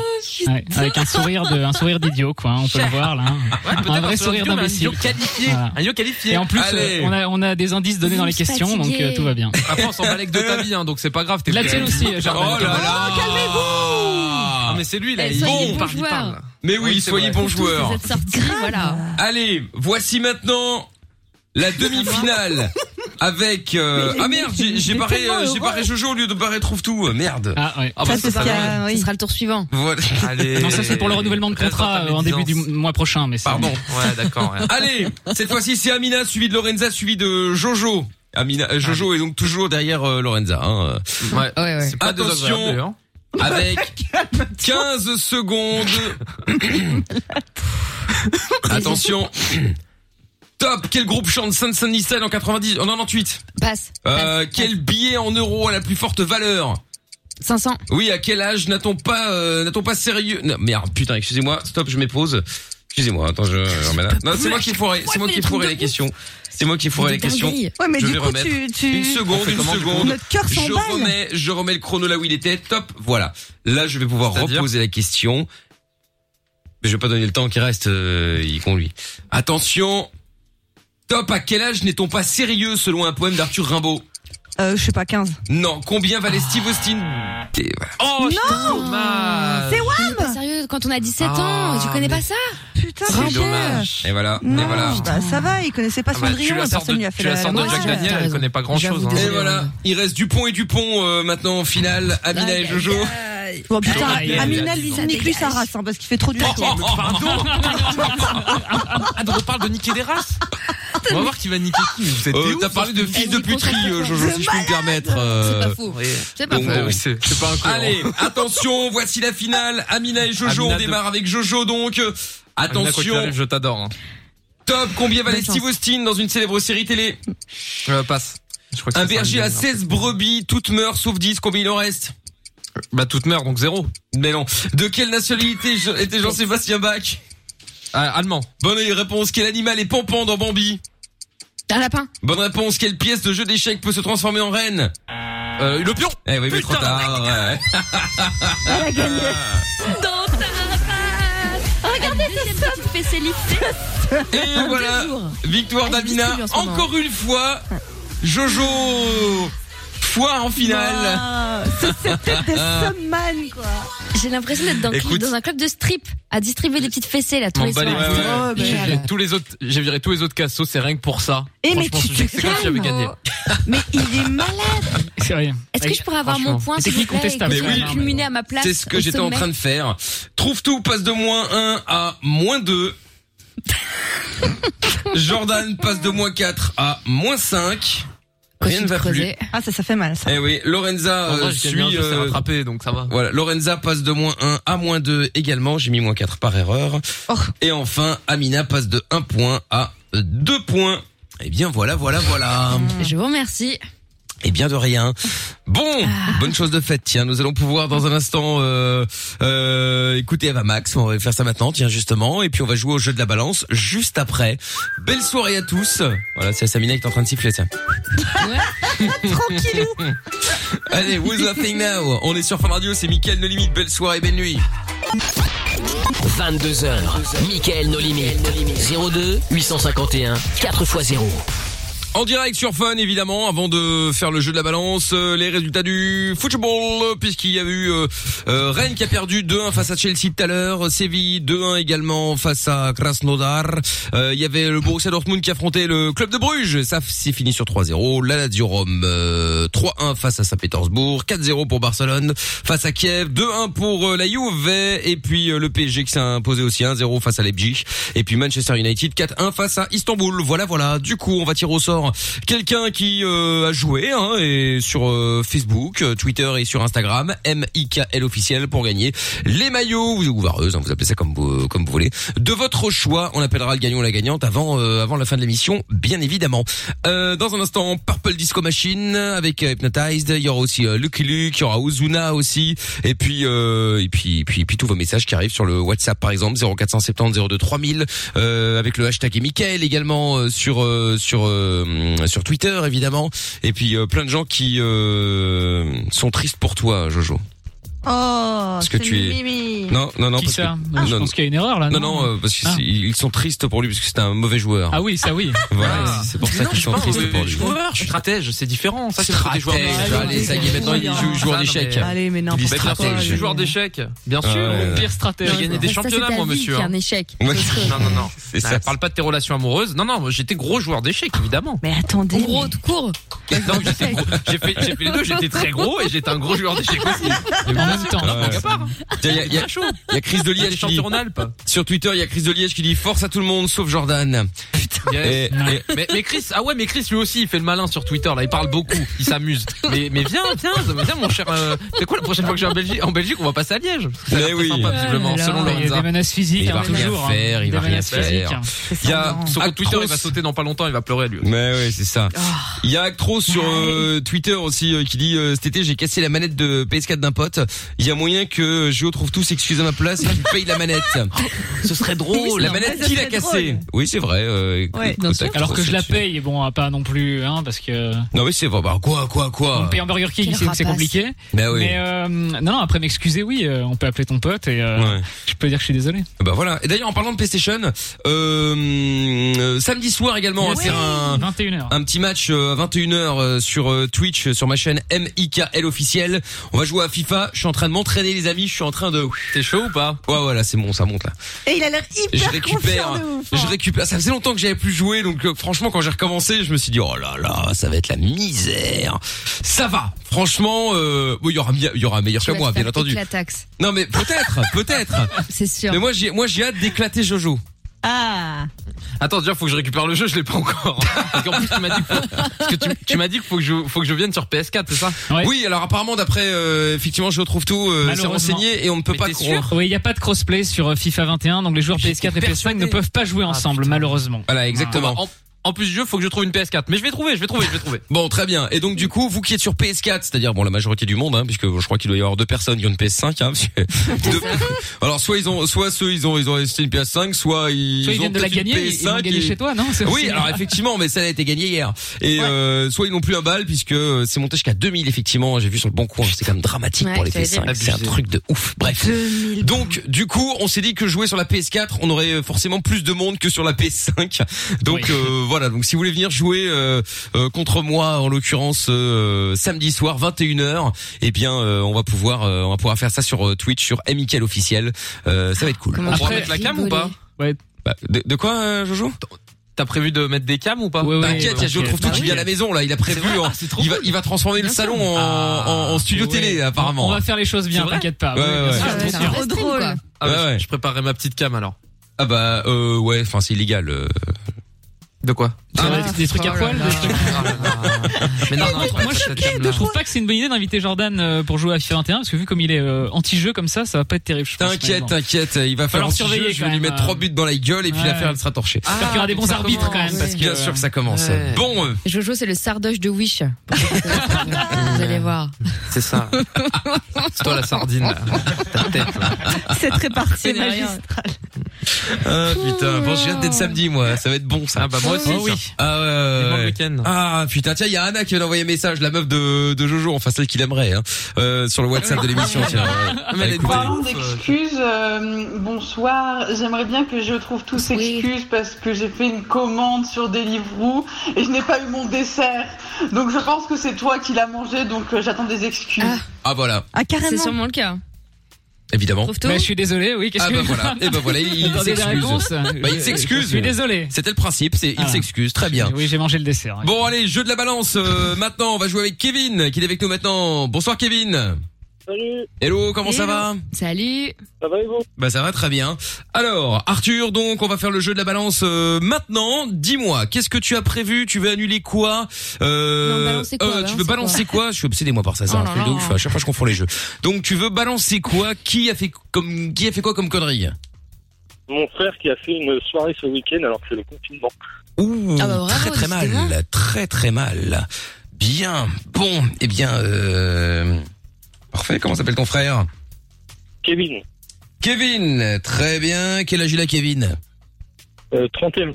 [SPEAKER 4] ouais, avec un sourire de, un sourire d'idiot, quoi. On peut le voir là. hein.
[SPEAKER 3] Ouais, peut-être
[SPEAKER 4] un
[SPEAKER 3] parce
[SPEAKER 4] vrai
[SPEAKER 3] que
[SPEAKER 4] sourire
[SPEAKER 3] un duo, mais
[SPEAKER 4] d'imbécile.
[SPEAKER 3] Un duo qualifié.
[SPEAKER 4] Voilà.
[SPEAKER 3] Un duo qualifié.
[SPEAKER 4] Et en plus,
[SPEAKER 2] Allez.
[SPEAKER 4] euh, on a, on a des indices donnés dans les
[SPEAKER 5] Vous
[SPEAKER 4] questions, donc
[SPEAKER 5] fatiguez.
[SPEAKER 4] euh, tout va bien.
[SPEAKER 3] Après, on s'en balèque de ta vie, hein, donc c'est pas grave. t'es
[SPEAKER 4] La
[SPEAKER 3] prêt.
[SPEAKER 4] tienne aussi, Jordan.
[SPEAKER 2] Oh là là
[SPEAKER 3] Ah,
[SPEAKER 2] Calmez-vous
[SPEAKER 3] mais c'est lui, là.
[SPEAKER 5] Eh,
[SPEAKER 3] il-
[SPEAKER 5] soyez
[SPEAKER 3] il
[SPEAKER 5] bon
[SPEAKER 3] parle, il
[SPEAKER 5] joueur.
[SPEAKER 3] parle.
[SPEAKER 2] Mais oui,
[SPEAKER 3] Oui, c'est
[SPEAKER 2] soyez
[SPEAKER 3] vrai.
[SPEAKER 2] bon joueur
[SPEAKER 5] Vous êtes sortis, voilà.
[SPEAKER 2] Allez, voici maintenant la demi-finale Avec euh,
[SPEAKER 7] Mais-
[SPEAKER 2] ah merde, j'ai j'ai
[SPEAKER 7] mais
[SPEAKER 2] barré
[SPEAKER 7] tellement
[SPEAKER 2] euh, j'ai
[SPEAKER 7] heureux.
[SPEAKER 2] barré Jojo au lieu de barrer trouve tout. euh, Merde.
[SPEAKER 4] Ah ouais.
[SPEAKER 2] Ah bah,
[SPEAKER 7] Ça, c'est
[SPEAKER 2] ça,
[SPEAKER 7] ce qu'il y
[SPEAKER 2] va.
[SPEAKER 7] a, oui.
[SPEAKER 5] Ce sera le tour suivant.
[SPEAKER 2] Voilà.
[SPEAKER 3] Allez.
[SPEAKER 4] Non, ça c'est pour le renouvellement de
[SPEAKER 3] Reste
[SPEAKER 4] contrat
[SPEAKER 3] dans ta
[SPEAKER 4] euh, en début du
[SPEAKER 3] médisance.
[SPEAKER 4] mois prochain, mais c'est-
[SPEAKER 2] Pardon.
[SPEAKER 3] Ouais, d'accord. ouais.
[SPEAKER 2] Allez, cette fois-ci c'est Amina suivi de Lorenza suivi de Jojo. Amina euh, Jojo est donc toujours derrière euh, Lorenza hein.
[SPEAKER 3] Ah. Ouais.
[SPEAKER 5] Ouais, ouais.
[SPEAKER 3] C'est pas
[SPEAKER 2] Attention.
[SPEAKER 3] désagréable, d'ailleurs.
[SPEAKER 2] avec 15 secondes. Attention. Top, quel groupe chante Saint Saint en 90 en 98
[SPEAKER 5] Passe.
[SPEAKER 2] euh,
[SPEAKER 5] Passe.
[SPEAKER 2] quel billet en euros a la plus forte valeur
[SPEAKER 5] 500.
[SPEAKER 2] Oui, à quel âge n'a-t-on pas euh, n'a-t-on pas sérieux Non, merde, putain, excusez-moi. Stop, je m'épose. Excusez-moi, attends, je, je remets là. Non, c'est moi qui ai foiré, c'est moi qui ai foiré les questions. C'est moi qui ai foiré les questions.
[SPEAKER 5] Dinguerie.
[SPEAKER 7] Ouais, mais
[SPEAKER 2] Je
[SPEAKER 7] du
[SPEAKER 2] vais
[SPEAKER 7] coup,
[SPEAKER 2] remettre.
[SPEAKER 7] tu, tu-
[SPEAKER 2] Une seconde, une seconde.
[SPEAKER 7] Notre cœur
[SPEAKER 2] Je
[SPEAKER 7] s'emballe.
[SPEAKER 2] remets, je remets le chrono là où il était. Top, voilà. Là, je vais pouvoir
[SPEAKER 3] C'est-à-dire
[SPEAKER 2] reposer la question. Mais je vais pas donner le temps qui reste, euh, il conduit. Attention. Top, à quel âge n'est-on pas sérieux selon un poème d'Arthur Rimbaud
[SPEAKER 7] Euh, je sais pas, Ah. 15.
[SPEAKER 2] Non, combien valait Steve Austin Et voilà.
[SPEAKER 3] Oh,
[SPEAKER 5] Non.
[SPEAKER 3] dommage.
[SPEAKER 5] T'es pas sérieux, quand on a 17
[SPEAKER 3] Ah,
[SPEAKER 5] ans, tu connais
[SPEAKER 3] mais-
[SPEAKER 5] pas ça
[SPEAKER 7] Putain,
[SPEAKER 5] C'est
[SPEAKER 7] Roger.
[SPEAKER 2] Et voilà, et
[SPEAKER 7] Non,
[SPEAKER 2] voilà.
[SPEAKER 7] bah, ça va, il connaissait pas
[SPEAKER 3] Ah bah, tu
[SPEAKER 7] Cendrillon,
[SPEAKER 5] hein,
[SPEAKER 3] la sors
[SPEAKER 7] personne
[SPEAKER 3] de,
[SPEAKER 7] lui a fait
[SPEAKER 3] tu la
[SPEAKER 7] la-
[SPEAKER 3] sors de
[SPEAKER 5] Ouais,
[SPEAKER 3] Jack
[SPEAKER 5] t'as
[SPEAKER 3] Daniel, elle
[SPEAKER 5] raison.
[SPEAKER 3] connaît pas grand chose.
[SPEAKER 5] J'avoue,
[SPEAKER 2] Et
[SPEAKER 5] désolé.
[SPEAKER 2] voilà, il reste Dupont et Dupont euh, maintenant en finale,
[SPEAKER 5] Ah,
[SPEAKER 2] Amina et Jojo.
[SPEAKER 7] Bon, Oh, putain,
[SPEAKER 4] Aïe, aïe, aïe,
[SPEAKER 7] Amina
[SPEAKER 5] aïe,
[SPEAKER 7] lui
[SPEAKER 5] ça
[SPEAKER 7] nique lui sa
[SPEAKER 5] dégage.
[SPEAKER 7] race, hein, parce qu'il fait trop
[SPEAKER 4] Oh,
[SPEAKER 7] dur.
[SPEAKER 3] Pardon Ah, donc on parle de niquer des races On va voir qui va niquer qui. mais Vous êtes
[SPEAKER 2] Euh,
[SPEAKER 3] des
[SPEAKER 2] T'as
[SPEAKER 3] ouf.
[SPEAKER 2] parlé de fils de
[SPEAKER 5] Eh oui,
[SPEAKER 2] puterie, euh, Jojo, si je peux me permettre. euh,
[SPEAKER 5] C'est pas faux. C'est pas
[SPEAKER 2] donc,
[SPEAKER 5] faux.
[SPEAKER 3] Ouais, oui, c'est c'est pas un con.
[SPEAKER 2] Allez, attention, voici la finale. Amina et Jojo,
[SPEAKER 3] Amina
[SPEAKER 2] on
[SPEAKER 3] de-
[SPEAKER 2] démarre avec Jojo donc. Euh,
[SPEAKER 3] Amina, quoi qu'il
[SPEAKER 2] Attention,
[SPEAKER 3] arrive, je t'adore. hein.
[SPEAKER 2] top, combien valait
[SPEAKER 5] Bonne
[SPEAKER 2] Steve Austin dans une célèbre série télé
[SPEAKER 3] Euh, passe. Je crois que
[SPEAKER 2] Un
[SPEAKER 3] ça sera
[SPEAKER 2] berger
[SPEAKER 3] une
[SPEAKER 2] à
[SPEAKER 3] bonne, hein.
[SPEAKER 2] 16 brebis, toutes meurent sauf 10, combien il en reste
[SPEAKER 3] Bah, toute meurt, donc zéro.
[SPEAKER 2] Mais non. De quelle nationalité je- était Jean-Sébastien Bach
[SPEAKER 3] Ah, allemand.
[SPEAKER 2] Bonne réponse, quel animal est pompon dans Bambi
[SPEAKER 5] Un lapin.
[SPEAKER 2] Bonne réponse, quelle pièce de jeu d'échecs peut se transformer en reine
[SPEAKER 3] Euh, le pion.
[SPEAKER 2] Eh oui, mais trop tard. ouais. Ah.
[SPEAKER 5] Dans ta face. Regardez ce soir, tu fais ses lifts.
[SPEAKER 2] Et voilà, victoire
[SPEAKER 5] Ah, je distribue
[SPEAKER 2] d'Amina.
[SPEAKER 5] en ce moment.
[SPEAKER 2] Encore une fois, Jojo foire en
[SPEAKER 5] Ah,
[SPEAKER 2] finale. Ah.
[SPEAKER 7] Waouh, c'est- C'était des sommanes, quoi.
[SPEAKER 5] J'ai l'impression d'être dans,
[SPEAKER 2] Écoute.
[SPEAKER 5] dans un club de strip à distribuer des petites fessées là tous
[SPEAKER 3] M'en
[SPEAKER 5] les
[SPEAKER 3] bats
[SPEAKER 5] soirs.
[SPEAKER 3] les couilles.
[SPEAKER 7] Oh,
[SPEAKER 3] J'ai
[SPEAKER 7] ben,
[SPEAKER 3] viré tous les autres, j'ai viré tous les autres cassos, c'est rien que pour ça.
[SPEAKER 7] Eh, mais
[SPEAKER 3] Franchement,
[SPEAKER 7] tu
[SPEAKER 3] c'est
[SPEAKER 7] te
[SPEAKER 3] c'est comme si j'avais gagné.
[SPEAKER 7] calmes. Mais il est malade.
[SPEAKER 4] c'est rien.
[SPEAKER 5] Est-ce que je pourrais avoir
[SPEAKER 3] franchement,
[SPEAKER 5] mon point
[SPEAKER 4] c'est
[SPEAKER 5] s'il vous
[SPEAKER 4] technique
[SPEAKER 5] plaît, et
[SPEAKER 4] contestable.
[SPEAKER 5] que
[SPEAKER 2] Mais
[SPEAKER 5] je
[SPEAKER 2] oui.
[SPEAKER 5] puisse culminer à ma place
[SPEAKER 2] C'est ce que
[SPEAKER 5] au
[SPEAKER 2] j'étais en
[SPEAKER 5] sommet
[SPEAKER 2] train de faire. Trouve tout, passe de moins 1 à moins 2. Jordan passe de moins 4 à moins 5.
[SPEAKER 5] Quand
[SPEAKER 2] Rien
[SPEAKER 5] tu
[SPEAKER 2] ne va
[SPEAKER 5] te
[SPEAKER 2] plus.
[SPEAKER 5] creusais.
[SPEAKER 7] Ah, ça, ça fait mal, ça.
[SPEAKER 2] Eh oui, Lorenza
[SPEAKER 3] En
[SPEAKER 2] euh,
[SPEAKER 3] vrai, je gagne bien,
[SPEAKER 2] suit.
[SPEAKER 3] je sais
[SPEAKER 2] euh,
[SPEAKER 3] rattraper, donc ça va.
[SPEAKER 2] Voilà, Lorenza passe de moins 1 à moins 2 également. J'ai mis moins 4 par erreur.
[SPEAKER 7] Oh.
[SPEAKER 2] Et enfin, Amina passe de 1 point à 2 points. Eh bien, voilà, voilà, voilà.
[SPEAKER 5] Je vous remercie.
[SPEAKER 2] Eh bien, de rien. Bon, bonne chose de faite. Tiens, nous allons pouvoir dans un instant euh, euh, écouter Eva Max. On va faire ça maintenant, tiens, justement. Et puis, on va jouer au jeu de la balance juste après. Belle soirée à tous. Voilà, c'est Samina qui est en train de siffler, ça.
[SPEAKER 7] Tranquillou.
[SPEAKER 2] Allez, who's laughing now On est sur Fan Radio, c'est Mickaël No Limite. Belle soirée, belle nuit.
[SPEAKER 1] 22h, Michael No Limit. 02 851 4x0.
[SPEAKER 2] En direct sur Fun, évidemment, avant de faire le jeu de la balance, euh, les résultats du football, puisqu'il y a eu euh, euh, Rennes qui a perdu 2-1 face à Chelsea tout à l'heure, Séville 2-1 également face à Krasnodar, Euh, il y avait le Borussia Dortmund qui affrontait le club de Bruges, ça f- c'est fini sur 3-0, la Lazio Rome euh, 3-1 face à Saint-Pétersbourg, 4-0 pour Barcelone, face à Kiev, 2-1 pour euh, la Juve, et puis euh, le PSG qui s'est imposé aussi 1-0 face à Leipzig, et puis Manchester United 4-1 face à Istanbul. Voilà, voilà. Du coup, on va tirer au sort quelqu'un qui euh, a joué hein, et sur euh, Facebook, euh, Twitter et sur Instagram, MIKL officiel pour gagner les maillots ou ou vareuses, hein, vous appelez ça comme vous, comme vous voulez, de votre choix. On appellera le gagnant ou la gagnante avant euh, avant la fin de l'émission, bien évidemment. Euh, dans un instant, Purple Disco Machine avec euh, Hypnotized. Il y aura aussi euh, Lucky Luke, il y aura Ozuna aussi, et puis euh, et puis et puis, et puis tous vos messages qui arrivent sur le WhatsApp par exemple 0470 02 3000 euh, avec le hashtag et Michael également euh, sur euh, sur euh, sur Twitter évidemment et puis euh, plein de gens qui euh, sont tristes pour toi Jojo.
[SPEAKER 7] Oh,
[SPEAKER 2] Parce que
[SPEAKER 7] c'est
[SPEAKER 2] tu es-
[SPEAKER 7] Mimi.
[SPEAKER 2] Non, non, non,
[SPEAKER 4] Qui
[SPEAKER 2] parce
[SPEAKER 4] ça
[SPEAKER 2] que
[SPEAKER 4] Ah, Je
[SPEAKER 2] non,
[SPEAKER 4] pense qu'il y a une erreur là.
[SPEAKER 2] non, non, euh, parce qu'ils
[SPEAKER 4] Ah.
[SPEAKER 2] ils sont tristes pour lui parce que c'est un mauvais joueur.
[SPEAKER 4] Ah oui, ça oui.
[SPEAKER 2] Voilà,
[SPEAKER 3] Ah.
[SPEAKER 2] c'est pour ça
[SPEAKER 3] Non,
[SPEAKER 2] qu'ils
[SPEAKER 3] je
[SPEAKER 2] sont
[SPEAKER 3] pense
[SPEAKER 2] tristes pour
[SPEAKER 3] que
[SPEAKER 2] lui.
[SPEAKER 3] joueur, je suis stratège, c'est différent. Ça, c'est
[SPEAKER 2] Stratège.
[SPEAKER 3] des joueurs.
[SPEAKER 2] Allez, ça y est, maintenant il joue joue en
[SPEAKER 3] Ah, non,
[SPEAKER 2] échec.
[SPEAKER 3] mais-
[SPEAKER 7] Allez, mais
[SPEAKER 2] Il est
[SPEAKER 7] n'importe quoi.
[SPEAKER 2] stratège.
[SPEAKER 3] Je suis
[SPEAKER 7] lui.
[SPEAKER 3] joueur d'échecs, bien
[SPEAKER 2] Ah,
[SPEAKER 3] sûr.
[SPEAKER 2] ouais.
[SPEAKER 4] Pire stratège.
[SPEAKER 3] J'ai gagné des
[SPEAKER 5] Ça, c'est
[SPEAKER 3] championnats,
[SPEAKER 5] ta
[SPEAKER 3] moi,
[SPEAKER 5] vie,
[SPEAKER 3] monsieur,
[SPEAKER 5] c'est
[SPEAKER 3] hein.
[SPEAKER 5] un échec.
[SPEAKER 2] Ouais.
[SPEAKER 5] Ce serait-
[SPEAKER 3] Non, non, non.
[SPEAKER 2] C'est
[SPEAKER 3] Ah,
[SPEAKER 2] ça.
[SPEAKER 3] Parle pas de tes relations amoureuses. Non, non, moi, j'étais gros joueur d'échecs, évidemment.
[SPEAKER 7] Mais attendez.
[SPEAKER 5] Gros, tout court.
[SPEAKER 3] Non, j'étais gros. J'ai fait, j'ai fait les deux. J'étais très gros et j'étais un gros joueur d'échecs aussi.
[SPEAKER 4] En même temps.
[SPEAKER 2] Ah, ouais.
[SPEAKER 3] À part. hein.
[SPEAKER 2] Tiens, Il y a, il y a- il y a Chris de
[SPEAKER 3] Il y a des
[SPEAKER 2] Liège qui dit,
[SPEAKER 3] champions en Alpes.
[SPEAKER 2] sur Twitter, il y a Chris de Liège qui dit force à tout le monde sauf Jordan.
[SPEAKER 3] Yes.
[SPEAKER 2] Et, et-
[SPEAKER 3] Mais, mais Chris, ah ouais, mais Chris lui aussi, il fait le malin sur Twitter. Là, il parle beaucoup, il s'amuse. Mais, mais viens, viens, viens, mon cher. euh, c'est quoi la prochaine fois que je vais en Belgique En Belgique, on va passer à Liège. Ça a l'air
[SPEAKER 2] Mais
[SPEAKER 3] très
[SPEAKER 2] oui.
[SPEAKER 3] sympa, visiblement,
[SPEAKER 7] Ah là là.
[SPEAKER 3] selon
[SPEAKER 4] Il y a des
[SPEAKER 3] Lorenza.
[SPEAKER 4] menaces physiques.
[SPEAKER 2] Il va
[SPEAKER 4] hein,
[SPEAKER 2] rien
[SPEAKER 4] toujours, hein.
[SPEAKER 2] faire, il
[SPEAKER 4] Des
[SPEAKER 2] va rien
[SPEAKER 4] menaces
[SPEAKER 2] faire.
[SPEAKER 4] physiques, hein.
[SPEAKER 7] C'est ça,
[SPEAKER 2] Il y a-
[SPEAKER 7] non.
[SPEAKER 3] Son compte Twitter,
[SPEAKER 2] Actros.
[SPEAKER 3] il va sauter dans pas longtemps, il va pleurer lui.
[SPEAKER 2] Mais oui, c'est ça. Il y a Actros sur
[SPEAKER 7] Ouais.
[SPEAKER 2] euh, Twitter aussi euh, qui dit euh, cet été j'ai cassé la manette de PS4 d'un pote. Il y a moyen que Géo trouve tous excuse à ma place et qu'il paye la manette.
[SPEAKER 3] Ce serait drôle.
[SPEAKER 2] la
[SPEAKER 7] normal,
[SPEAKER 2] manette
[SPEAKER 7] ça
[SPEAKER 2] qui l'a
[SPEAKER 7] serait
[SPEAKER 2] cassée
[SPEAKER 7] drôle.
[SPEAKER 2] Oui, c'est vrai. euh,
[SPEAKER 7] Ouais,
[SPEAKER 2] écoute,
[SPEAKER 7] bien sûr.
[SPEAKER 2] Actros,
[SPEAKER 4] Alors que je la
[SPEAKER 2] là-dessus.
[SPEAKER 4] paye, bon, ah, pas non plus, hein, parce que
[SPEAKER 2] Non mais c'est vrai. Bah, quoi, quoi,
[SPEAKER 4] on
[SPEAKER 2] quoi
[SPEAKER 4] paye en Burger King,
[SPEAKER 5] Quel
[SPEAKER 4] c'est c'est
[SPEAKER 5] rapace.
[SPEAKER 4] compliqué.
[SPEAKER 2] Mais Ben oui.
[SPEAKER 4] Mais euh, non, non, après m'excuser, oui, euh, on peut appeler ton pote et euh,
[SPEAKER 2] Ouais.
[SPEAKER 4] je peux dire que je suis désolé.
[SPEAKER 2] Bah voilà. Et d'ailleurs en parlant de PlayStation, euh, euh, samedi soir également, hein, c'est un,
[SPEAKER 4] 21h.
[SPEAKER 2] un petit match euh, à 21h euh, sur euh, Twitch euh, sur ma chaîne MIKL officielle. On va jouer à FIFA. Je suis en train de m'entraîner les amis. Je suis en train de.
[SPEAKER 3] T'es chaud ou pas
[SPEAKER 2] Ouais voilà c'est bon ça monte là.
[SPEAKER 7] Et il a l'air
[SPEAKER 2] Je
[SPEAKER 7] hyper
[SPEAKER 2] récupère.
[SPEAKER 7] confiant de ouf. hein.
[SPEAKER 2] Je récupère. Ça faisait longtemps que j'avais plus joué donc euh, franchement quand j'ai recommencé je me suis dit oh là là ça va être la misère. Ça va franchement euh, bon il y aura mi- il y aura meilleur
[SPEAKER 5] Tu
[SPEAKER 2] que
[SPEAKER 5] vas
[SPEAKER 2] moi
[SPEAKER 5] te
[SPEAKER 2] bien
[SPEAKER 5] faire
[SPEAKER 2] entendu.
[SPEAKER 5] La taxe,
[SPEAKER 2] Non mais peut-être peut-être.
[SPEAKER 5] c'est sûr.
[SPEAKER 2] mais moi j'ai moi j'ai hâte d'éclater Jojo.
[SPEAKER 7] Ah.
[SPEAKER 3] Attends, déjà, faut que je récupère le jeu, je l'ai pas encore. Parce qu'en plus, tu m'as dit, que faut- parce que tu, tu m'as dit qu'il faut que je, faut que je vienne sur PS4, c'est ça
[SPEAKER 4] Ouais.
[SPEAKER 2] Oui alors apparemment d'après euh, effectivement je retrouve tout euh, c'est
[SPEAKER 4] Malheureusement.
[SPEAKER 2] renseigné et on ne peut
[SPEAKER 3] Mais
[SPEAKER 2] pas
[SPEAKER 3] t'es
[SPEAKER 2] courir.
[SPEAKER 4] Oui, il n'y a pas de crossplay sur euh, FIFA 21, donc les joueurs
[SPEAKER 3] J'étais
[SPEAKER 4] PS4 et PS5 ne
[SPEAKER 3] persuadé.
[SPEAKER 4] peuvent pas jouer
[SPEAKER 3] Ah,
[SPEAKER 4] ensemble,
[SPEAKER 3] putain.
[SPEAKER 4] malheureusement.
[SPEAKER 2] Voilà exactement.
[SPEAKER 3] En, en plus du jeu, faut que je trouve une PS4. Mais je vais trouver, je vais trouver, je vais trouver.
[SPEAKER 2] Bon, très bien. Et donc, du coup, vous qui êtes sur PS4, c'est-à-dire, bon, la majorité du monde, hein, puisque je crois qu'il doit y avoir deux personnes qui ont une PS5, hein, parce que- deux- Alors, soit ils ont, soit ceux, ils ont, ils ont acheté une PS5, soit ils,
[SPEAKER 4] Soit ils
[SPEAKER 2] ont
[SPEAKER 4] viennent de la
[SPEAKER 2] peut-être une
[SPEAKER 4] gagner, ils ils l'ont
[SPEAKER 2] PS5
[SPEAKER 4] gagnée
[SPEAKER 2] et-
[SPEAKER 4] chez toi, non C'est
[SPEAKER 2] Oui,
[SPEAKER 4] aussi-
[SPEAKER 2] alors effectivement, mais ça a été gagné hier. Et euh, soit ils n'ont plus un bal puisque euh, c'est monté jusqu'à 2000 effectivement. J'ai vu sur le bon coin, c'est quand même dramatique
[SPEAKER 5] Ouais,
[SPEAKER 2] pour les
[SPEAKER 5] j'allais dire.
[SPEAKER 2] PS5. C'est un
[SPEAKER 3] Abusé.
[SPEAKER 2] truc de ouf. Bref. Donc du coup, on s'est dit que jouer sur la PS4, on aurait forcément plus de monde que sur la PS5. Donc
[SPEAKER 4] Oui.
[SPEAKER 2] euh, voilà. Donc si vous voulez venir jouer euh, euh, contre moi, en l'occurrence euh, samedi soir 21h, eh bien euh, on va pouvoir euh, on va pouvoir faire ça sur euh, Twitch, sur Amical officiel. Euh, ça va être cool.
[SPEAKER 5] Comment
[SPEAKER 3] on
[SPEAKER 5] je
[SPEAKER 3] pourra
[SPEAKER 5] vais
[SPEAKER 3] mettre la cam ou
[SPEAKER 5] rigoler.
[SPEAKER 3] pas
[SPEAKER 2] Bah, de, de quoi, euh, Jojo
[SPEAKER 3] T'as prévu de mettre des cams ou pas
[SPEAKER 4] Ouais, ouais.
[SPEAKER 2] T'inquiète, il y a Jojo
[SPEAKER 4] ok.
[SPEAKER 2] trouve tout
[SPEAKER 4] Ah
[SPEAKER 2] qui
[SPEAKER 4] oui.
[SPEAKER 2] vient à la maison là. Il a prévu. en-
[SPEAKER 3] Ah, c'est trop
[SPEAKER 2] il va,
[SPEAKER 3] cool.
[SPEAKER 2] il va transformer le salon en,
[SPEAKER 3] Ah,
[SPEAKER 2] en- en studio
[SPEAKER 3] ouais.
[SPEAKER 2] télé
[SPEAKER 4] On
[SPEAKER 2] apparemment.
[SPEAKER 4] va faire les choses bien,
[SPEAKER 3] C'est vrai
[SPEAKER 4] t'inquiète pas.
[SPEAKER 2] Ouais,
[SPEAKER 4] Oui, bien
[SPEAKER 2] ouais,
[SPEAKER 4] sûr,
[SPEAKER 5] ouais.
[SPEAKER 4] bien
[SPEAKER 5] C'est
[SPEAKER 4] sûr.
[SPEAKER 5] un vrai stream,
[SPEAKER 7] drôle.
[SPEAKER 5] quoi.
[SPEAKER 3] Ah ouais,
[SPEAKER 2] Ouais, ouais.
[SPEAKER 3] Je, je préparerai ma petite cam alors.
[SPEAKER 2] Ah bah euh, ouais, enfin c'est illégal. euh.
[SPEAKER 3] De quoi
[SPEAKER 4] Ah, des- des trucs à
[SPEAKER 5] oh là
[SPEAKER 4] poil,
[SPEAKER 5] là.
[SPEAKER 4] des trucs-
[SPEAKER 3] Mais non, non,
[SPEAKER 4] Moi, je, je trouve pas que c'est une bonne idée d'inviter Jordan euh, pour jouer à FIFA 21 parce que vu comme il est euh, anti-jeu comme ça, ça va pas être terrible. je pense,
[SPEAKER 2] T'inquiète,
[SPEAKER 4] mais bon.
[SPEAKER 2] t'inquiète, il va falloir
[SPEAKER 4] Falloir
[SPEAKER 2] surveiller.
[SPEAKER 4] surveiller
[SPEAKER 2] Je vais
[SPEAKER 4] quand
[SPEAKER 2] lui
[SPEAKER 4] même,
[SPEAKER 2] mettre
[SPEAKER 4] euh.
[SPEAKER 2] trois buts dans la gueule et puis
[SPEAKER 4] Ouais.
[SPEAKER 2] l'affaire elle sera torchée.
[SPEAKER 3] Ah,
[SPEAKER 4] J'espère qu'il y aura des bons arbitres quand même parce que
[SPEAKER 2] Bien sûr que euh, ça commence.
[SPEAKER 3] Ouais.
[SPEAKER 2] Bon, euh,
[SPEAKER 5] Jojo, c'est le sardoche de Wish. Vous allez voir.
[SPEAKER 3] C'est ça. C'est toi la sardine. là. Ta tête. Là.
[SPEAKER 7] Cette répartie
[SPEAKER 5] C'est rien.
[SPEAKER 7] magistrale.
[SPEAKER 2] ah, putain, bon j'ai hâte d'être samedi moi, ça va être bon ça.
[SPEAKER 3] Ah bah moi aussi.
[SPEAKER 4] Ah oui.
[SPEAKER 3] ça.
[SPEAKER 2] Ah ouais,
[SPEAKER 3] C'est
[SPEAKER 2] ouais,
[SPEAKER 3] bon
[SPEAKER 2] ouais.
[SPEAKER 3] le week-end.
[SPEAKER 2] Ah putain, tiens, il y a Anna qui vient d'envoyer un message, la meuf de, de Jojo, enfin celle qu'il aimerait, hein, euh, sur le WhatsApp de l'émission. Tiens, Bah,
[SPEAKER 3] mais elle est
[SPEAKER 2] écoutez.
[SPEAKER 3] pas-
[SPEAKER 10] Parlons d'excuses, euh, bonsoir. J'aimerais bien que je trouve tous
[SPEAKER 5] Oui.
[SPEAKER 10] excuses parce que j'ai fait une commande sur Deliveroo et je n'ai pas eu mon dessert. Donc je pense que c'est toi qui l'as mangé, donc euh, j'attends des excuses.
[SPEAKER 5] Ah.
[SPEAKER 2] Ah voilà,
[SPEAKER 7] Ah
[SPEAKER 5] C'est
[SPEAKER 7] carrément.
[SPEAKER 5] sûrement le cas.
[SPEAKER 2] évidemment.
[SPEAKER 5] Trouve tout.
[SPEAKER 4] Bah, je suis désolé, oui, qu'est-ce
[SPEAKER 2] Ah
[SPEAKER 4] que
[SPEAKER 2] bah voilà, et bah voilà, il, il
[SPEAKER 4] Attendez des
[SPEAKER 2] s'excuse. Bah,
[SPEAKER 4] réponses. Je-
[SPEAKER 2] s'excuse.
[SPEAKER 4] Je suis désolé.
[SPEAKER 2] C'était le principe, c'est il
[SPEAKER 4] Ah.
[SPEAKER 2] s'excuse, très bien.
[SPEAKER 4] Oui, j'ai mangé le dessert. ouais.
[SPEAKER 2] Bon allez, jeu de la balance. euh, maintenant, on va jouer avec Kevin, qui est avec nous maintenant. Bonsoir Kevin.
[SPEAKER 9] Salut,
[SPEAKER 2] Hello, Oh, comment ça
[SPEAKER 5] Hello.
[SPEAKER 2] va
[SPEAKER 5] Salut.
[SPEAKER 9] ça va et vous
[SPEAKER 2] Bah ça va très bien. Alors Arthur, donc on va faire le jeu de la balance euh, maintenant. Dis-moi, qu'est-ce que tu as prévu Tu veux annuler quoi
[SPEAKER 5] Non,
[SPEAKER 2] euh,
[SPEAKER 5] balancer quoi,
[SPEAKER 2] euh, Tu veux
[SPEAKER 5] balancer
[SPEAKER 2] balancer quoi, Je suis obsédé moi par ça, c'est
[SPEAKER 5] Oh
[SPEAKER 2] un
[SPEAKER 5] là
[SPEAKER 2] truc de
[SPEAKER 5] là.
[SPEAKER 2] ouf. À chaque fois je confonds les jeux. Donc tu veux balancer quoi Qui a fait comme qui a fait quoi comme connerie
[SPEAKER 10] Mon frère qui a fait une soirée ce week-end alors que c'est le confinement.
[SPEAKER 2] Ouh,
[SPEAKER 5] Ah bah, bravo,
[SPEAKER 2] très très mal,
[SPEAKER 5] décidément.
[SPEAKER 2] très très mal. Bien, bon, eh bien, euh... parfait. Comment s'appelle ton frère
[SPEAKER 10] Kevin,
[SPEAKER 2] Kevin. Très bien. Quel âge il a, Kevin
[SPEAKER 11] Euh,
[SPEAKER 10] 31.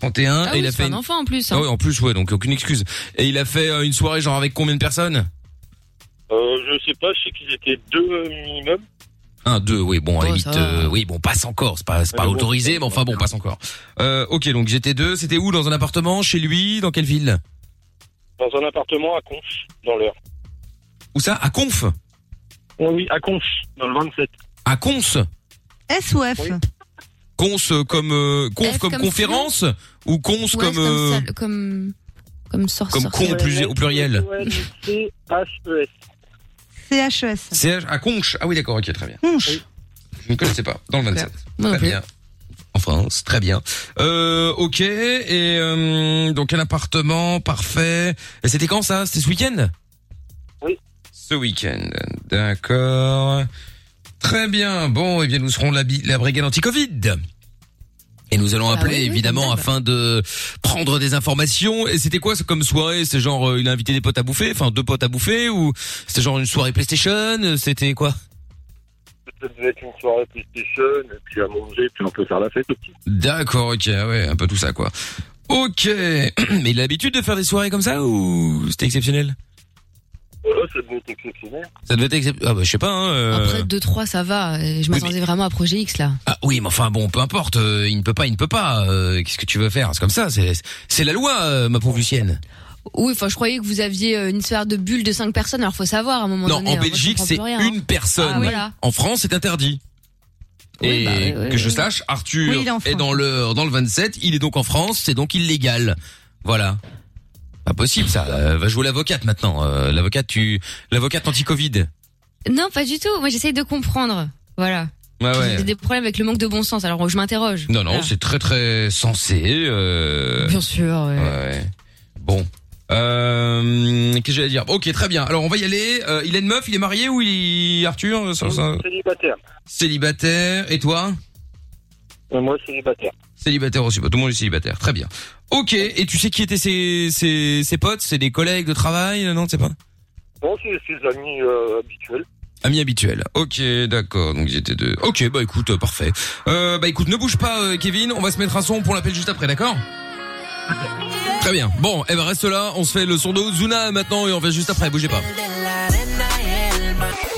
[SPEAKER 2] 31.
[SPEAKER 5] Ah
[SPEAKER 2] et
[SPEAKER 5] oui,
[SPEAKER 2] il a
[SPEAKER 5] c'est
[SPEAKER 2] fait
[SPEAKER 5] un
[SPEAKER 2] une-
[SPEAKER 5] enfant en plus.
[SPEAKER 2] Ah
[SPEAKER 5] hein.
[SPEAKER 2] ouais, en plus, ouais, donc aucune excuse. Et il a fait euh, une soirée genre avec combien de personnes
[SPEAKER 11] Euh, je sais pas, je sais qu'ils étaient deux euh, minimum.
[SPEAKER 2] Un, deux, oui, bon, à la
[SPEAKER 11] Oh,
[SPEAKER 2] limite,
[SPEAKER 11] ça va.
[SPEAKER 2] euh, oui, bon, passe encore, c'est pas, c'est pas
[SPEAKER 11] Ouais, bon.
[SPEAKER 2] autorisé, mais enfin bon, passe encore. Euh, ok, donc j'étais deux, c'était où Dans un appartement, chez lui, dans quelle ville
[SPEAKER 11] Dans un appartement à Conf, dans l'heure.
[SPEAKER 2] Où ça À Conf
[SPEAKER 11] Oui, oui, à Conf, dans le 27.
[SPEAKER 2] À Conf
[SPEAKER 7] S ou F
[SPEAKER 2] Conf euh, comme euh, conf
[SPEAKER 5] F
[SPEAKER 2] comme,
[SPEAKER 5] comme
[SPEAKER 2] conférence ou conf
[SPEAKER 5] Ouais,
[SPEAKER 2] comme
[SPEAKER 5] c'est comme,
[SPEAKER 2] euh,
[SPEAKER 5] sale- comme comme sor-
[SPEAKER 2] comme con au,
[SPEAKER 5] sorcière.
[SPEAKER 2] plus- au pluriel.
[SPEAKER 9] E
[SPEAKER 11] C-H-E-S.
[SPEAKER 7] CHES.
[SPEAKER 2] C'est à Conche. Ah oui d'accord ok très bien.
[SPEAKER 7] Conche.
[SPEAKER 2] Je ne connaissais pas dans le 27.
[SPEAKER 7] Moi non
[SPEAKER 2] Très
[SPEAKER 7] plus.
[SPEAKER 2] bien. En France, très bien. Euh, ok et euh, donc un appartement parfait. Et c'était quand ça C'était ce week-end
[SPEAKER 11] Oui.
[SPEAKER 2] Ce week-end. D'accord. Très bien. Bon et bien nous serons la, bi- la brigade anti-Covid. Et nous allons
[SPEAKER 11] Bah
[SPEAKER 2] appeler
[SPEAKER 11] oui, oui,
[SPEAKER 2] évidemment
[SPEAKER 11] comme d'hab.
[SPEAKER 2] afin de prendre des informations. Et c'était quoi ce- comme soirée C'est genre euh, il a invité des potes à bouffer, enfin deux potes à bouffer, ou c'était genre une soirée PlayStation euh, C'était quoi
[SPEAKER 11] Ça devait être une soirée PlayStation, et puis à manger, puis on peut faire la fête aussi.
[SPEAKER 2] D'accord, ok, ah ouais, un peu tout ça quoi. Ok, mais il a l'habitude de faire des soirées comme ça ou c'était exceptionnel
[SPEAKER 11] Voilà, ça devait être exceptionnel.
[SPEAKER 2] Ça devait être exceptionnel. Ah bah je sais pas. Hein, euh,
[SPEAKER 5] Après 2 3 ça va, euh, je m'attendais vraiment à Projet X là.
[SPEAKER 2] Ah oui, mais enfin bon, peu importe. euh, il ne peut pas, il ne peut pas. euh, Qu'est-ce que tu veux faire C'est comme ça. C'est c'est la loi, euh, ma pauvre Lucienne.
[SPEAKER 5] Oui, enfin je croyais que vous aviez euh, une sphère de bulle de 5 personnes, alors faut savoir à un moment
[SPEAKER 2] Non,
[SPEAKER 5] donné.
[SPEAKER 2] en
[SPEAKER 5] hein, moi, je
[SPEAKER 2] Belgique,
[SPEAKER 5] comprends
[SPEAKER 2] c'est
[SPEAKER 5] plus rien, hein.
[SPEAKER 2] une personne.
[SPEAKER 5] Ah, voilà. bah,
[SPEAKER 2] En France, c'est interdit. et que je sache, Arthur
[SPEAKER 5] Oui, il est en
[SPEAKER 2] est,
[SPEAKER 5] France.
[SPEAKER 2] dans le dans le 27. Il est donc en France. C'est donc illégal. Voilà. Pas possible ça. Euh, va jouer l'avocate maintenant. Euh, l'avocate, tu l'avocate anti-Covid.
[SPEAKER 5] hein. Non, pas du tout. Moi j'essaye de comprendre. Voilà.
[SPEAKER 2] Ouais ouais.
[SPEAKER 5] J'ai des problèmes avec le manque de bon sens. Alors je m'interroge.
[SPEAKER 2] Non non,
[SPEAKER 5] Voilà.
[SPEAKER 2] c'est très très sensé. euh,
[SPEAKER 5] Ah. Bien sûr. ouais.
[SPEAKER 2] ouais. Bon. Euh, Qu'est-ce que j'allais dire Ok, très bien. Alors on va y aller. Euh, il a une meuf, il est marié ou il est Arthur ça- ça-
[SPEAKER 11] Célibataire.
[SPEAKER 2] Célibataire. Et toi
[SPEAKER 11] Et Euh, moi, célibataire.
[SPEAKER 2] Célibataire aussi, pas tout le monde est célibataire, très bien. Ok, et tu sais qui étaient ses, ses, ses potes C'est des collègues de travail euh, Non, tu sais pas
[SPEAKER 11] Bon, c'est ses amis euh, habituels.
[SPEAKER 2] Amis habituels. Ok, d'accord, donc ils étaient deux. Ok, bah écoute, euh, parfait. Euh, bah écoute, ne bouge pas euh, Kevin, on va se mettre un son pour l'appel juste après, d'accord Très bien. Bon, eh ben reste là, on se fait le son de Ozuna maintenant et on revient juste après, bougez pas.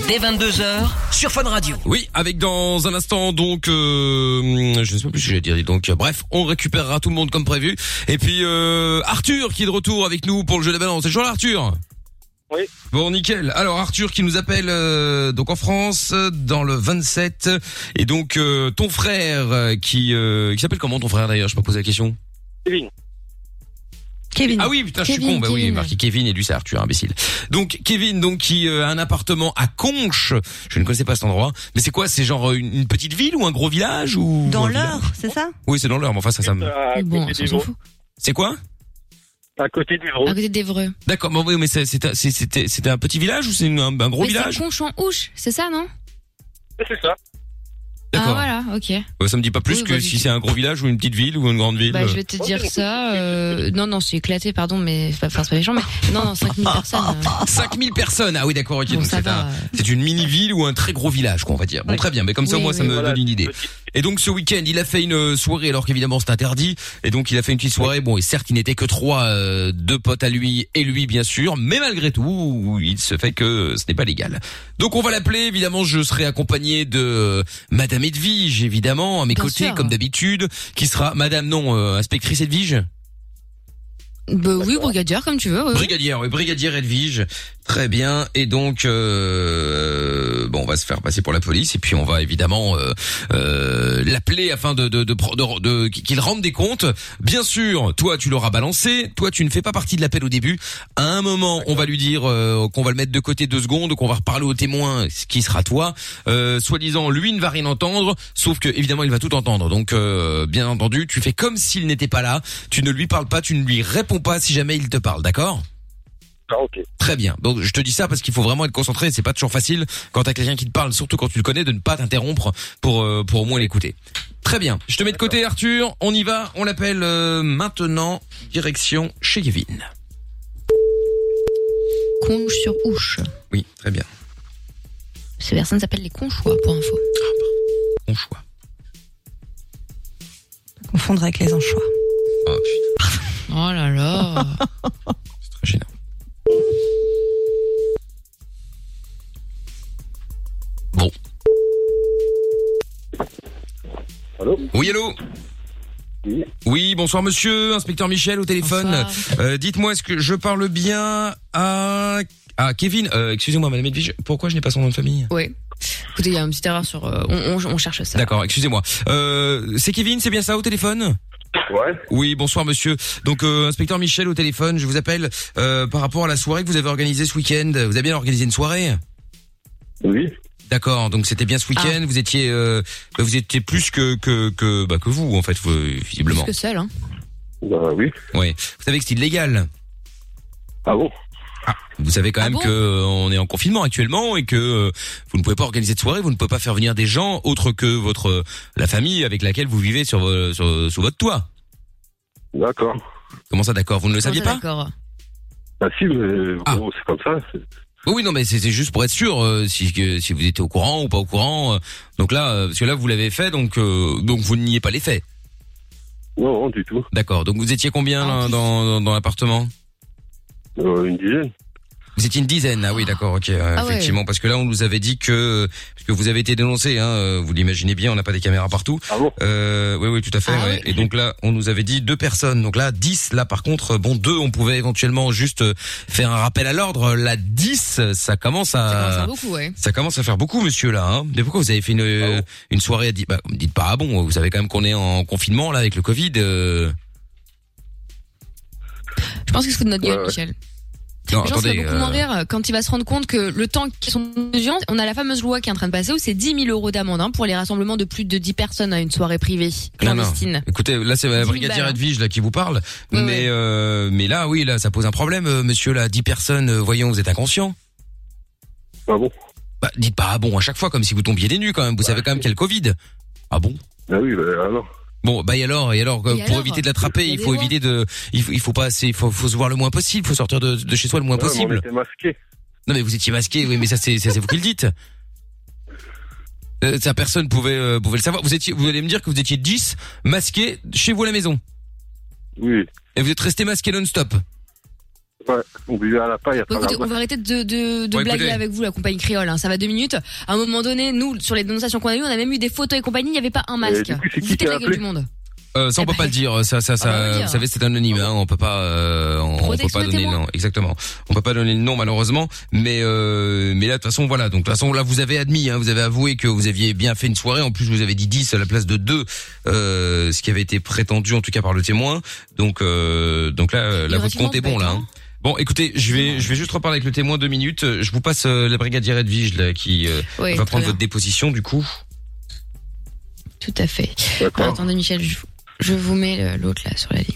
[SPEAKER 1] Dès 22h sur Fun Radio.
[SPEAKER 2] Oui, avec dans un instant donc euh, je ne sais pas plus ce que j'ai dire donc euh, bref, on récupérera tout le monde comme prévu et puis euh, Arthur qui est de retour avec nous pour le jeu de la balance. C'est toujours là Arthur.
[SPEAKER 11] Oui.
[SPEAKER 2] Bon nickel. Alors Arthur qui nous appelle euh, donc en France euh, dans le 27 et donc euh, ton frère euh, qui euh, qui s'appelle comment ton frère d'ailleurs, je peux poser la question.
[SPEAKER 11] Kevin.
[SPEAKER 5] Kevin.
[SPEAKER 2] Ah oui, putain, je suis
[SPEAKER 11] Kevin,
[SPEAKER 2] con. Bah oui,
[SPEAKER 11] Kevin.
[SPEAKER 2] marqué Kevin et lui c'est Arthur, imbécile. Donc Kevin, donc qui euh, a un appartement à Conches. Je ne connaissais pas cet endroit. Mais c'est quoi C'est genre euh, une, une petite ville ou un gros village ou
[SPEAKER 7] Dans
[SPEAKER 2] un village
[SPEAKER 7] l'heure, c'est
[SPEAKER 4] Ah,
[SPEAKER 7] ça
[SPEAKER 2] Oui, c'est dans l'heure. Mais enfin, ça, ça me.
[SPEAKER 11] À
[SPEAKER 5] Bon,
[SPEAKER 11] côté
[SPEAKER 5] on s'en
[SPEAKER 11] d'Evreux.
[SPEAKER 5] fout.
[SPEAKER 2] C'est quoi
[SPEAKER 11] À côté d'Evreux.
[SPEAKER 5] À côté d'Evreux.
[SPEAKER 2] D'accord. Mais oui, mais c'est- c'est un- c'est- c'était c'était un petit village ou c'est une- un, un gros
[SPEAKER 5] Mais
[SPEAKER 2] village
[SPEAKER 5] C'est Conche en Ouche, c'est ça non
[SPEAKER 11] C'est ça.
[SPEAKER 5] Ah
[SPEAKER 2] D'accord.
[SPEAKER 5] voilà, ok.
[SPEAKER 2] Euh, Ça me dit pas plus
[SPEAKER 5] Oui,
[SPEAKER 2] que
[SPEAKER 5] bah,
[SPEAKER 2] si c'est un gros village ou une petite ville ou une grande ville.
[SPEAKER 5] Bah, je vais te dire ça. euh, Non, non, c'est éclaté, pardon, mais c'est pas, enfin, c'est pas méchant, mais non, non, 5000 personnes. euh.
[SPEAKER 2] 5000 personnes. Ah oui, d'accord. ok. Donc, c'est un- c'est une mini ville ou un très gros village, quoi, on va dire. Bon, très bien. Mais comme ça,
[SPEAKER 11] Oui,
[SPEAKER 2] moi,
[SPEAKER 11] oui.
[SPEAKER 2] ça me
[SPEAKER 11] Voilà,
[SPEAKER 2] donne une idée. Et donc, ce week-end, il a fait une soirée, alors qu'évidemment, c'est interdit. Et donc, il a fait une petite soirée. Bon, et certes, il n'était que trois, euh, deux potes à lui et lui, bien sûr. Mais malgré tout, il se fait que ce n'est pas légal. Donc, on va l'appeler. Évidemment, je serai accompagné de euh, Madame Edwige, évidemment, à mes
[SPEAKER 5] Bien
[SPEAKER 2] côtés,
[SPEAKER 5] sûr.
[SPEAKER 2] comme d'habitude, qui sera Madame, non, euh, inspectrice Edwige.
[SPEAKER 5] Bah oui, brigadière, comme tu veux. oui, oui.
[SPEAKER 2] Brigadière, oui, brigadière Edwige. Très bien. Et donc, euh, bon, on va se faire passer pour la police et puis on va évidemment euh, euh, l'appeler afin de, de, de, pro- de- de- qu'il rende des comptes. Bien sûr, toi, tu l'auras balancé. Toi, tu ne fais pas partie de l'appel au début. À un moment, on va lui dire euh, qu'on va le mettre de côté deux secondes, qu'on va reparler au témoin, ce qui sera toi. Euh, Soi-disant, lui ne va rien entendre, sauf que évidemment, il va tout entendre. Donc, euh, bien entendu, tu fais comme s'il n'était pas là. Tu ne lui parles pas, tu ne lui réponds pas si jamais il te parle, d'accord
[SPEAKER 11] Ah, ok.
[SPEAKER 2] Très bien. Donc je te dis ça parce qu'il faut vraiment être concentré. C'est pas toujours facile quand t'as quelqu'un qui te parle, surtout quand tu le connais, de ne pas t'interrompre pour euh, pour au moins l'écouter. Très bien. Je te mets de côté, Arthur. On y va. On l'appelle euh, maintenant. Direction chez Kevin.
[SPEAKER 5] Conche sur Ouche.
[SPEAKER 2] Oui, très bien.
[SPEAKER 5] Ces personnes s'appellent les Conchois, pour info.
[SPEAKER 2] Conchois.
[SPEAKER 7] Confondre avec les anchois.
[SPEAKER 2] Oh
[SPEAKER 5] Oh là là.
[SPEAKER 2] très gênant.
[SPEAKER 11] Allô
[SPEAKER 2] Oui, allô
[SPEAKER 11] Oui.
[SPEAKER 2] bonsoir monsieur, inspecteur Michel au téléphone. Euh, Dites-moi, est-ce que je parle bien à, à Kevin Euh, Excusez-moi, madame Edwige, pourquoi je n'ai pas son nom de famille
[SPEAKER 5] Oui. Écoutez, il y a une petite erreur sur. euh, on, on- on cherche ça.
[SPEAKER 2] D'accord, excusez-moi. Euh, c'est Kevin, c'est bien ça au téléphone
[SPEAKER 11] Ouais.
[SPEAKER 2] Oui, bonsoir monsieur. Donc euh, inspecteur Michel au téléphone, je vous appelle euh, par rapport à la soirée que vous avez organisée ce week-end. Vous avez bien organisé une soirée
[SPEAKER 11] Oui.
[SPEAKER 2] D'accord, donc c'était bien ce
[SPEAKER 5] Ah.
[SPEAKER 2] week-end. Vous étiez, euh, bah, vous étiez plus que que que, bah, que vous en fait, vous, visiblement.
[SPEAKER 5] Plus que seul, hein.
[SPEAKER 11] Bah oui.
[SPEAKER 2] Ouais. Vous savez que c'est illégal.
[SPEAKER 11] Ah bon
[SPEAKER 2] Vous savez quand
[SPEAKER 11] Ah
[SPEAKER 2] même
[SPEAKER 11] bon
[SPEAKER 2] que euh, on est en confinement actuellement et que euh, vous ne pouvez pas organiser de soirée, vous ne pouvez pas faire venir des gens autres que votre euh, la famille avec laquelle vous vivez sur, vo- sur euh, sous votre toit.
[SPEAKER 11] D'accord.
[SPEAKER 2] Comment ça d'accord Vous ne le saviez pas
[SPEAKER 5] D'accord.
[SPEAKER 11] Ah si, mais bon, c'est comme ça. c'est-
[SPEAKER 2] Oui, oui, non, mais c'est c'est juste pour être sûr euh, si que- si vous étiez au courant ou pas au courant. euh. donc là, euh, parce que là vous l'avez fait, donc euh, donc vous n'y pas les faits.
[SPEAKER 11] Non, non, du tout.
[SPEAKER 2] D'accord. Donc vous étiez combien
[SPEAKER 11] Ah,
[SPEAKER 2] là, dans dans, dans l'appartement
[SPEAKER 11] Euh, une dizaine.
[SPEAKER 2] Vous étiez une dizaine, ah oui, d'accord, ok, euh,
[SPEAKER 11] Ah ouais.
[SPEAKER 2] effectivement, parce que là, on nous avait dit que, parce que vous avez été dénoncé, hein, euh, vous l'imaginez bien, on n'a pas des caméras partout. euh, oui, oui, tout à fait. ouais. Et donc là, on nous avait dit deux personnes, donc là, dix, là, par contre, bon, deux, on pouvait éventuellement juste euh, faire un rappel à l'ordre. Là, dix, ça commence à, ça
[SPEAKER 5] C'est beaucoup, ouais.
[SPEAKER 2] commence à faire beaucoup, monsieur, là. Hein. Mais pourquoi vous avez fait une, euh, une soirée à dix bah, Dites pas, ah bon, vous savez quand même qu'on est en confinement là avec le Covid. euh.
[SPEAKER 5] Je pense qu'il se fout de notre gueule,
[SPEAKER 2] Ouais, ouais.
[SPEAKER 5] Michel.
[SPEAKER 2] Non,
[SPEAKER 5] Je pense qu'il
[SPEAKER 2] attendez.
[SPEAKER 5] va beaucoup moins
[SPEAKER 2] euh,
[SPEAKER 5] rire quand il va se rendre compte que le temps qu'ils sont en audience, on a la fameuse loi qui est en train de passer où c'est 10 000 euros d'amende hein, pour les rassemblements de plus de 10 personnes à une soirée privée
[SPEAKER 2] Non, non.
[SPEAKER 5] clandestine.
[SPEAKER 2] Écoutez, là c'est la
[SPEAKER 5] 10 000
[SPEAKER 2] brigadière
[SPEAKER 5] balles.
[SPEAKER 2] Edwige là qui vous parle, mais euh, mais là oui là ça pose un problème, euh, monsieur là 10 personnes, euh, voyons vous êtes inconscient.
[SPEAKER 11] Ah bon Bah,
[SPEAKER 2] Bah dites pas ah bon à chaque fois comme si vous tombiez des nues quand même, vous savez quand même quel Covid. Ah bon
[SPEAKER 11] Ah oui, bah alors.
[SPEAKER 2] Bon bah et alors et alors euh,
[SPEAKER 11] Et
[SPEAKER 2] pour
[SPEAKER 11] alors
[SPEAKER 2] éviter de l'attraper
[SPEAKER 11] Il y a
[SPEAKER 2] il
[SPEAKER 11] des
[SPEAKER 2] faut
[SPEAKER 11] lois.
[SPEAKER 2] éviter de il faut, il faut pas c'est- il faut, faut se voir le moins possible, il faut sortir de, de chez soi le moins
[SPEAKER 11] Ouais, mais
[SPEAKER 2] possible.
[SPEAKER 11] On était masqués.
[SPEAKER 2] Non mais vous étiez masqué, oui mais ça c'est ça, c'est vous qui le dites. Euh, ça personne pouvait euh, pouvait le savoir. Vous étiez vous allez me dire que vous étiez 10 masqués chez vous à la maison.
[SPEAKER 11] Oui.
[SPEAKER 2] Et vous êtes resté masqué non-stop.
[SPEAKER 11] Ouais, on buvait à la paille à
[SPEAKER 5] Bon,
[SPEAKER 11] travers
[SPEAKER 5] écoutez, on va arrêter de, de, de
[SPEAKER 2] ah, Ouais,
[SPEAKER 5] blaguer
[SPEAKER 2] écoutez.
[SPEAKER 5] avec vous, la compagnie créole. hein. Ça va deux minutes. À un moment donné, nous, sur les dénonciations qu'on a eues, on a même eu des photos et compagnie. Il n'y avait pas un masque.
[SPEAKER 2] du coup,
[SPEAKER 5] Vous
[SPEAKER 2] c'est qui
[SPEAKER 5] foutez
[SPEAKER 2] qui
[SPEAKER 5] de
[SPEAKER 2] a
[SPEAKER 5] la gueule
[SPEAKER 2] appelé
[SPEAKER 5] du monde.
[SPEAKER 2] Euh,
[SPEAKER 5] Eh
[SPEAKER 2] ça on peut
[SPEAKER 5] ben,
[SPEAKER 2] pas le dire, ça ça ça.
[SPEAKER 5] le dire.
[SPEAKER 2] vous savez c'est anonyme, hein, on peut pas, euh, on, on peut
[SPEAKER 5] Protection
[SPEAKER 2] pas
[SPEAKER 5] des
[SPEAKER 2] donner le
[SPEAKER 5] témoins.
[SPEAKER 2] nom. Exactement, on peut pas donner le nom malheureusement, mais euh, mais là de toute façon voilà, donc de toute façon là vous avez admis, hein, vous avez avoué que vous aviez bien fait une soirée, en plus vous avez dit 10 à la place de 2, euh, ce qui avait été prétendu en tout cas par le témoin, donc euh, donc là euh, là votre compte est bon là. hein. Bon, écoutez, je vais, je vais juste reparler avec le témoin deux minutes. Euh, Je vous passe euh, la brigadière Edwige là, qui euh,
[SPEAKER 5] Oui,
[SPEAKER 2] va
[SPEAKER 5] très
[SPEAKER 2] prendre
[SPEAKER 5] bien.
[SPEAKER 2] votre déposition du coup.
[SPEAKER 5] Tout à fait. Alors, attendez, Michel, je, vous- je vous mets le- l'autre là sur la ligne.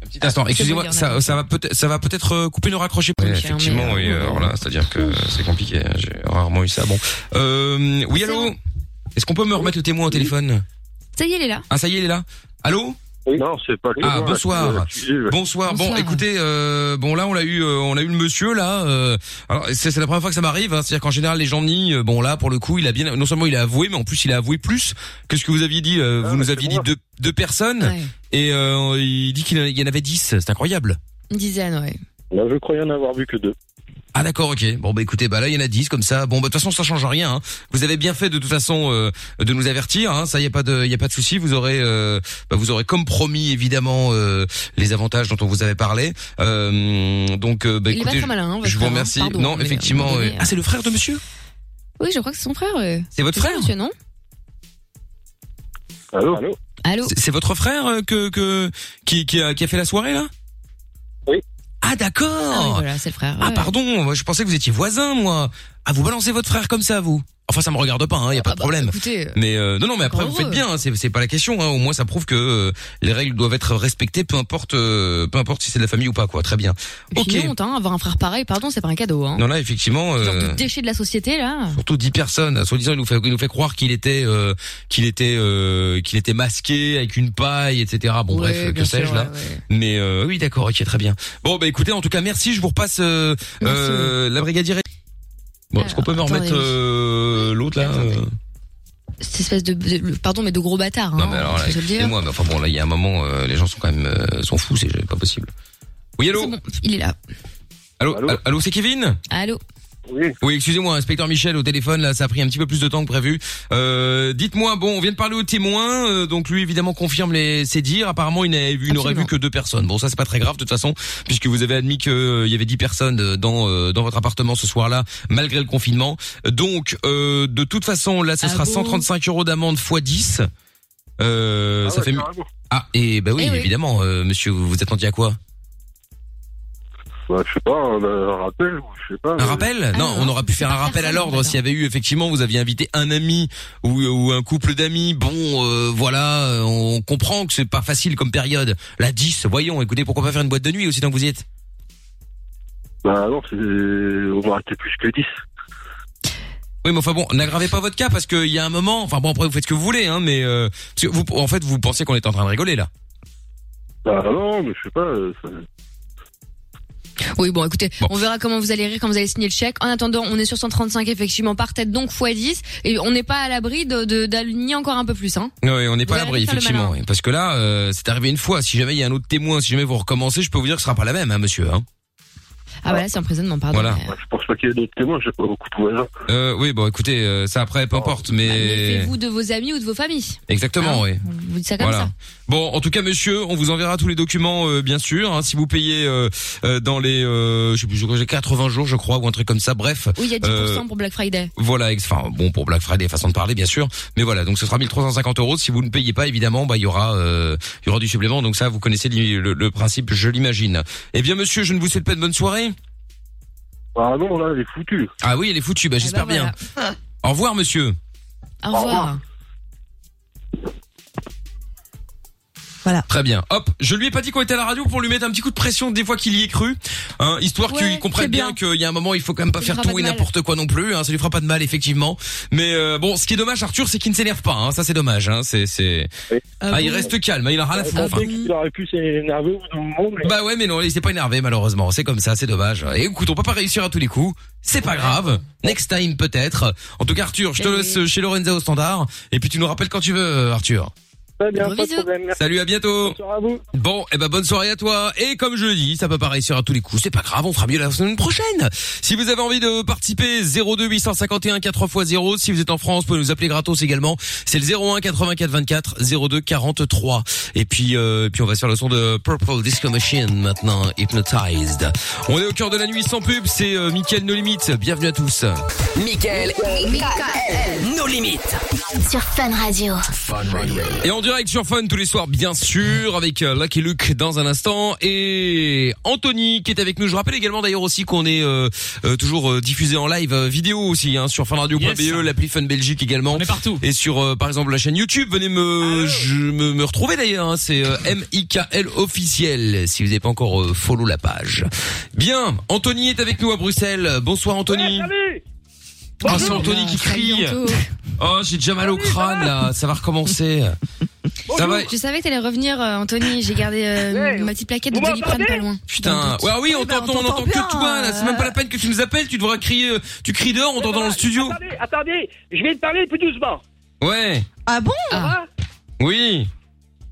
[SPEAKER 2] Petit instant,
[SPEAKER 5] Ah, C'est
[SPEAKER 2] excusez-moi,
[SPEAKER 5] bon, il y en a
[SPEAKER 2] ça, ça va peut-être, ça va peut-être euh, couper le raccrocher.
[SPEAKER 5] Oui, cher,
[SPEAKER 2] effectivement,
[SPEAKER 5] mais,
[SPEAKER 2] oui.
[SPEAKER 5] euh,
[SPEAKER 2] Alors là, c'est-à-dire que euh, c'est compliqué. hein, J'ai rarement eu ça. Bon, euh, oui, allô. Est-ce qu'on peut me remettre le témoin au téléphone
[SPEAKER 5] Ça y est, elle est là.
[SPEAKER 2] Ah, ça y est, il est là. Allô
[SPEAKER 11] Non, c'est pas lui.
[SPEAKER 2] Ah,
[SPEAKER 11] moi,
[SPEAKER 2] bonsoir.
[SPEAKER 11] c'est- euh,
[SPEAKER 2] Bonsoir. Bon,
[SPEAKER 11] Bonsoir.
[SPEAKER 2] écoutez, euh, bon là, on l'a eu, euh, on a eu le monsieur là. euh, alors, c'est c'est la première fois que ça m'arrive. hein, c'est-à-dire qu'en général, les gens nient. euh, Bon là, pour le coup, il a bien, non seulement il a avoué, mais en plus, il a avoué plus que ce que vous aviez dit.
[SPEAKER 11] Ah,
[SPEAKER 2] euh, vous nous aviez dit deux, deux personnes, et euh, il dit qu'il en- il y en avait dix. C'est incroyable.
[SPEAKER 5] Une dizaine, ouais.
[SPEAKER 11] Là, je croyais en avoir vu que deux.
[SPEAKER 2] Ah d'accord, ok. Bon bah écoutez, bah là il y en a 10 comme ça. Bon bah de toute façon ça change rien. hein. Vous avez bien fait de toute façon euh, de nous avertir. Hein. Ça y a pas de, y a pas de souci. Vous aurez, euh, bah, vous aurez comme promis évidemment euh, les avantages dont on vous avait parlé. Euh, donc euh, bah
[SPEAKER 5] Il est pas
[SPEAKER 2] écoutez,
[SPEAKER 5] très malin, hein, votre
[SPEAKER 2] je vous
[SPEAKER 5] frère, hein.
[SPEAKER 2] remercie.
[SPEAKER 5] Pardon,
[SPEAKER 2] non
[SPEAKER 5] mais, euh,
[SPEAKER 2] effectivement.
[SPEAKER 5] vous
[SPEAKER 2] euh,
[SPEAKER 5] avez,
[SPEAKER 2] Ah c'est le frère de monsieur.
[SPEAKER 5] Oui, je crois que c'est son frère. ouais.
[SPEAKER 2] C'est votre
[SPEAKER 5] ça,
[SPEAKER 2] frère
[SPEAKER 5] monsieur, non
[SPEAKER 11] Allô.
[SPEAKER 5] Allô.
[SPEAKER 2] C'est- C'est votre frère euh, que que qui qui a, qui a fait la soirée là.
[SPEAKER 11] Oui.
[SPEAKER 2] Ah d'accord.
[SPEAKER 5] Ah oui, voilà, c'est le frère.
[SPEAKER 2] Ah pardon, moi, je pensais que vous étiez voisin moi. Ah vous balancez votre frère comme ça vous. Enfin ça me regarde pas, hein, y a pas de problème.
[SPEAKER 5] Ah, écoutez, euh,
[SPEAKER 2] mais euh, non non mais après vous
[SPEAKER 5] encore
[SPEAKER 2] faites bien, hein, c'est c'est pas la question. Hein, au moins ça prouve que euh, les règles doivent être respectées, peu importe euh, peu importe si c'est de la famille ou pas quoi. Très bien.
[SPEAKER 5] Puis
[SPEAKER 2] Ok.
[SPEAKER 5] honte, hein, avoir un frère pareil, pardon, c'est pas un cadeau. Hein.
[SPEAKER 2] Non là effectivement. euh,
[SPEAKER 5] Déchet de la société, là.
[SPEAKER 2] Surtout 10 personnes, euh, soi-disant, il nous fait, il nous fait croire qu'il était, euh, qu'il était, euh, qu'il était masqué avec une paille, etc. Bon,
[SPEAKER 5] Ouais,
[SPEAKER 2] bref, que
[SPEAKER 5] bien
[SPEAKER 2] sais-je
[SPEAKER 5] sûr,
[SPEAKER 2] là.
[SPEAKER 5] ouais,
[SPEAKER 2] Mais euh, oui, d'accord, ok, très bien. Bon, bah écoutez, en tout cas, merci. Je vous repasse euh, euh, la brigadière. Bon, est-ce qu'on peut me
[SPEAKER 5] attendez,
[SPEAKER 2] remettre
[SPEAKER 5] oui.
[SPEAKER 2] euh, l'autre là euh
[SPEAKER 5] Cette espèce de, de- le- pardon, mais de gros bâtard.
[SPEAKER 2] Non,
[SPEAKER 5] hein,
[SPEAKER 2] mais alors là,
[SPEAKER 5] je veux le dire.
[SPEAKER 2] excusez-moi, mais enfin bon, là, il y a un moment, euh, les gens sont quand même, euh, sont fous, c'est pas possible. Oui, allô,
[SPEAKER 5] C'est bon, il est là.
[SPEAKER 2] allô, allô, c'est Kevin.
[SPEAKER 5] Allô.
[SPEAKER 11] Oui.
[SPEAKER 2] Oui, excusez-moi, inspecteur Michel au téléphone, là, ça a pris un petit peu plus de temps que prévu. Euh, dites-moi, bon, on vient de parler au témoin, euh, donc lui évidemment confirme les, ses dires. Apparemment, il, n'a- il n'aurait vu que deux personnes. Bon, ça c'est pas très grave de toute façon, puisque vous avez admis qu'il y avait dix personnes euh, dans euh, dans votre appartement ce soir-là, malgré le confinement. Donc, euh, de toute façon, là, ce
[SPEAKER 11] Ah
[SPEAKER 2] sera
[SPEAKER 11] bon
[SPEAKER 2] 135 euros d'amende fois 10. Euh,
[SPEAKER 11] Ah
[SPEAKER 2] ça
[SPEAKER 11] ouais,
[SPEAKER 2] fait mi-
[SPEAKER 11] carrément.
[SPEAKER 2] ah et bah oui,
[SPEAKER 11] Eh oui.
[SPEAKER 2] évidemment, euh, monsieur, vous vous attendiez à quoi
[SPEAKER 11] Ouais, je sais pas, un, euh, rappel, ou je sais pas.
[SPEAKER 2] Un rappel Non, on aurait pu faire un rappel à l'ordre s'il y avait eu effectivement vous aviez invité un ami ou, ou un couple d'amis. Bon, euh, voilà, euh, on comprend que c'est pas facile comme période. La 10, voyons, écoutez, pourquoi pas faire une boîte de nuit aussi tant que vous y êtes
[SPEAKER 11] Bah non, c'est, on aurait été plus que 10.
[SPEAKER 2] Oui, mais enfin bon, n'aggravez pas votre cas parce qu'il y a un moment, enfin bon après vous faites ce que vous voulez, hein, mais euh, parce que vous, en fait vous pensez qu'on est en train de rigoler là.
[SPEAKER 11] Bah non, mais je sais pas, euh, ça-
[SPEAKER 5] Oui, bon, écoutez, on verra comment vous allez rire quand vous allez signer le chèque. En attendant, on est sur 135 effectivement par tête, donc x 10. Et on n'est pas à l'abri d'aligner de, d'aligner encore un peu plus. Hein.
[SPEAKER 2] Oui, on n'est pas à
[SPEAKER 5] Vous allez
[SPEAKER 2] l'abri,
[SPEAKER 5] faire le
[SPEAKER 2] effectivement.
[SPEAKER 5] malin.
[SPEAKER 2] oui. Parce que là, euh, c'est arrivé une fois. Si jamais il y a un autre témoin, si jamais vous recommencez, je peux vous dire que ce sera pas la même, hein, monsieur. Hein.
[SPEAKER 5] Ah bah là, c'est emprisonnement, pardon.
[SPEAKER 2] Voilà.
[SPEAKER 5] mais-
[SPEAKER 11] je pense pas qu'il y ait d'autres témoins, j'ai pas beaucoup de voisins. Ah,
[SPEAKER 2] Euh, oui, bon, écoutez, euh, ça après, peu importe, mais...
[SPEAKER 5] Vous de vos amis ou de vos familles
[SPEAKER 11] hein,
[SPEAKER 2] Exactement, oui.
[SPEAKER 5] Vous dites ça comme
[SPEAKER 2] voilà.
[SPEAKER 5] ça
[SPEAKER 2] Bon, en tout cas, monsieur, on vous enverra tous les documents, euh, bien sûr. hein, si vous payez euh, euh, dans les, euh, je sais plus, je- 80 jours, je crois, ou un truc comme ça. Bref.
[SPEAKER 5] Oui, il y a 10%
[SPEAKER 2] euh,
[SPEAKER 5] pour Black Friday.
[SPEAKER 2] Voilà, ex- enfin bon pour Black Friday, façon de parler bien sûr, mais voilà donc ce sera 1350 euros. Si vous ne payez pas évidemment, bah il y aura euh, il y aura du supplément. Donc ça vous connaissez l'i- le, le principe, je l'imagine. Eh bien monsieur, je ne vous souhaite pas de bonne soirée.
[SPEAKER 11] Ah non, là, elle est foutue.
[SPEAKER 2] Ah oui, elle est foutue. Bah
[SPEAKER 3] Eh ben
[SPEAKER 2] j'espère bien. Au revoir monsieur.
[SPEAKER 5] Au revoir.
[SPEAKER 7] Voilà.
[SPEAKER 2] Très bien. Hop, je lui ai pas dit qu'on était à la radio pour lui mettre un petit coup de pression des fois qu'il y est cru, hein, histoire
[SPEAKER 11] Ouais,
[SPEAKER 2] qu'il comprenne
[SPEAKER 11] c'est
[SPEAKER 2] bien,
[SPEAKER 11] bien.
[SPEAKER 2] qu'il y a un moment il faut quand même pas
[SPEAKER 11] Ça lui
[SPEAKER 2] faire
[SPEAKER 11] fera
[SPEAKER 2] tout
[SPEAKER 11] pas
[SPEAKER 2] et
[SPEAKER 11] de mal.
[SPEAKER 2] n'importe quoi non plus. Hein, ça lui fera pas de mal effectivement. Mais euh, bon, ce qui est dommage Arthur, c'est qu'il ne s'énerve pas. Hein, ça c'est dommage. Hein, c'est c'est. Ah, il reste calme. hein, il a rien à
[SPEAKER 11] Ah,
[SPEAKER 2] foutre. enfin.
[SPEAKER 11] Il aurait pu s'énerver au bout d'un moment, mais...
[SPEAKER 2] Bah ouais, mais non, il s'est pas énervé malheureusement. C'est comme ça, c'est dommage. Et écoute, on peut pas réussir à tous les coups. C'est pas grave. Next time peut-être. En tout cas, Arthur,
[SPEAKER 11] Eh
[SPEAKER 2] je te laisse chez Lorenzo au standard. Et puis tu nous rappelles quand tu veux, Arthur.
[SPEAKER 11] Très bien, pas de problème. merci.
[SPEAKER 2] Salut, à bientôt. Bon, et ben bonne soirée à toi. Et comme je le dis, ça peut pas réussir à tous les coups. C'est pas grave, on fera mieux la semaine prochaine. Si vous avez envie de participer, 02 851 4x0. Si vous êtes en France, vous pouvez nous appeler gratos également. C'est le 01 84 24 02 43. Et puis, euh, et puis on va se faire le son de Purple Disco Machine maintenant, Hypnotized. On est au cœur de la nuit sans pub. C'est euh, Mickaël No Limites. Bienvenue à tous.
[SPEAKER 1] Michael, Michael, nos limites.
[SPEAKER 8] Sur Fun Radio.
[SPEAKER 2] Et en direct sur Fun tous les soirs, bien sûr, avec euh, Lucky Luke dans un instant et Anthony qui est avec nous. Je rappelle également d'ailleurs aussi qu'on est euh, euh, toujours euh, diffusé en live euh, vidéo aussi hein, sur funradio.be,
[SPEAKER 4] Yes.
[SPEAKER 2] l'appli Fun Belgique également. On est partout. Et sur euh, par exemple la chaîne YouTube, venez me je, me, me retrouver d'ailleurs. hein, C'est euh, MIKL officiel si vous n'avez pas encore euh, follow la page. Bien, Anthony est avec nous à Bruxelles. Bonsoir Anthony. Ah, c'est Anthony qui crie. Oh, j'ai déjà mal au crâne là, ça va recommencer. ça
[SPEAKER 12] Oh,
[SPEAKER 2] va.
[SPEAKER 5] Je savais que t'allais revenir, euh, Anthony. J'ai gardé euh, ma petite plaquette de
[SPEAKER 2] Vous
[SPEAKER 5] Doliprane pas loin.
[SPEAKER 2] Putain, ouais, oui, on t'entend, on entend que toi, là. C'est même pas la peine que tu nous appelles, tu devras crier, euh, tu cries dehors, on t'entend dans le studio.
[SPEAKER 12] Attendez, attendez, je vais te parler plus doucement.
[SPEAKER 2] Ouais,
[SPEAKER 12] Ah bon
[SPEAKER 2] oui,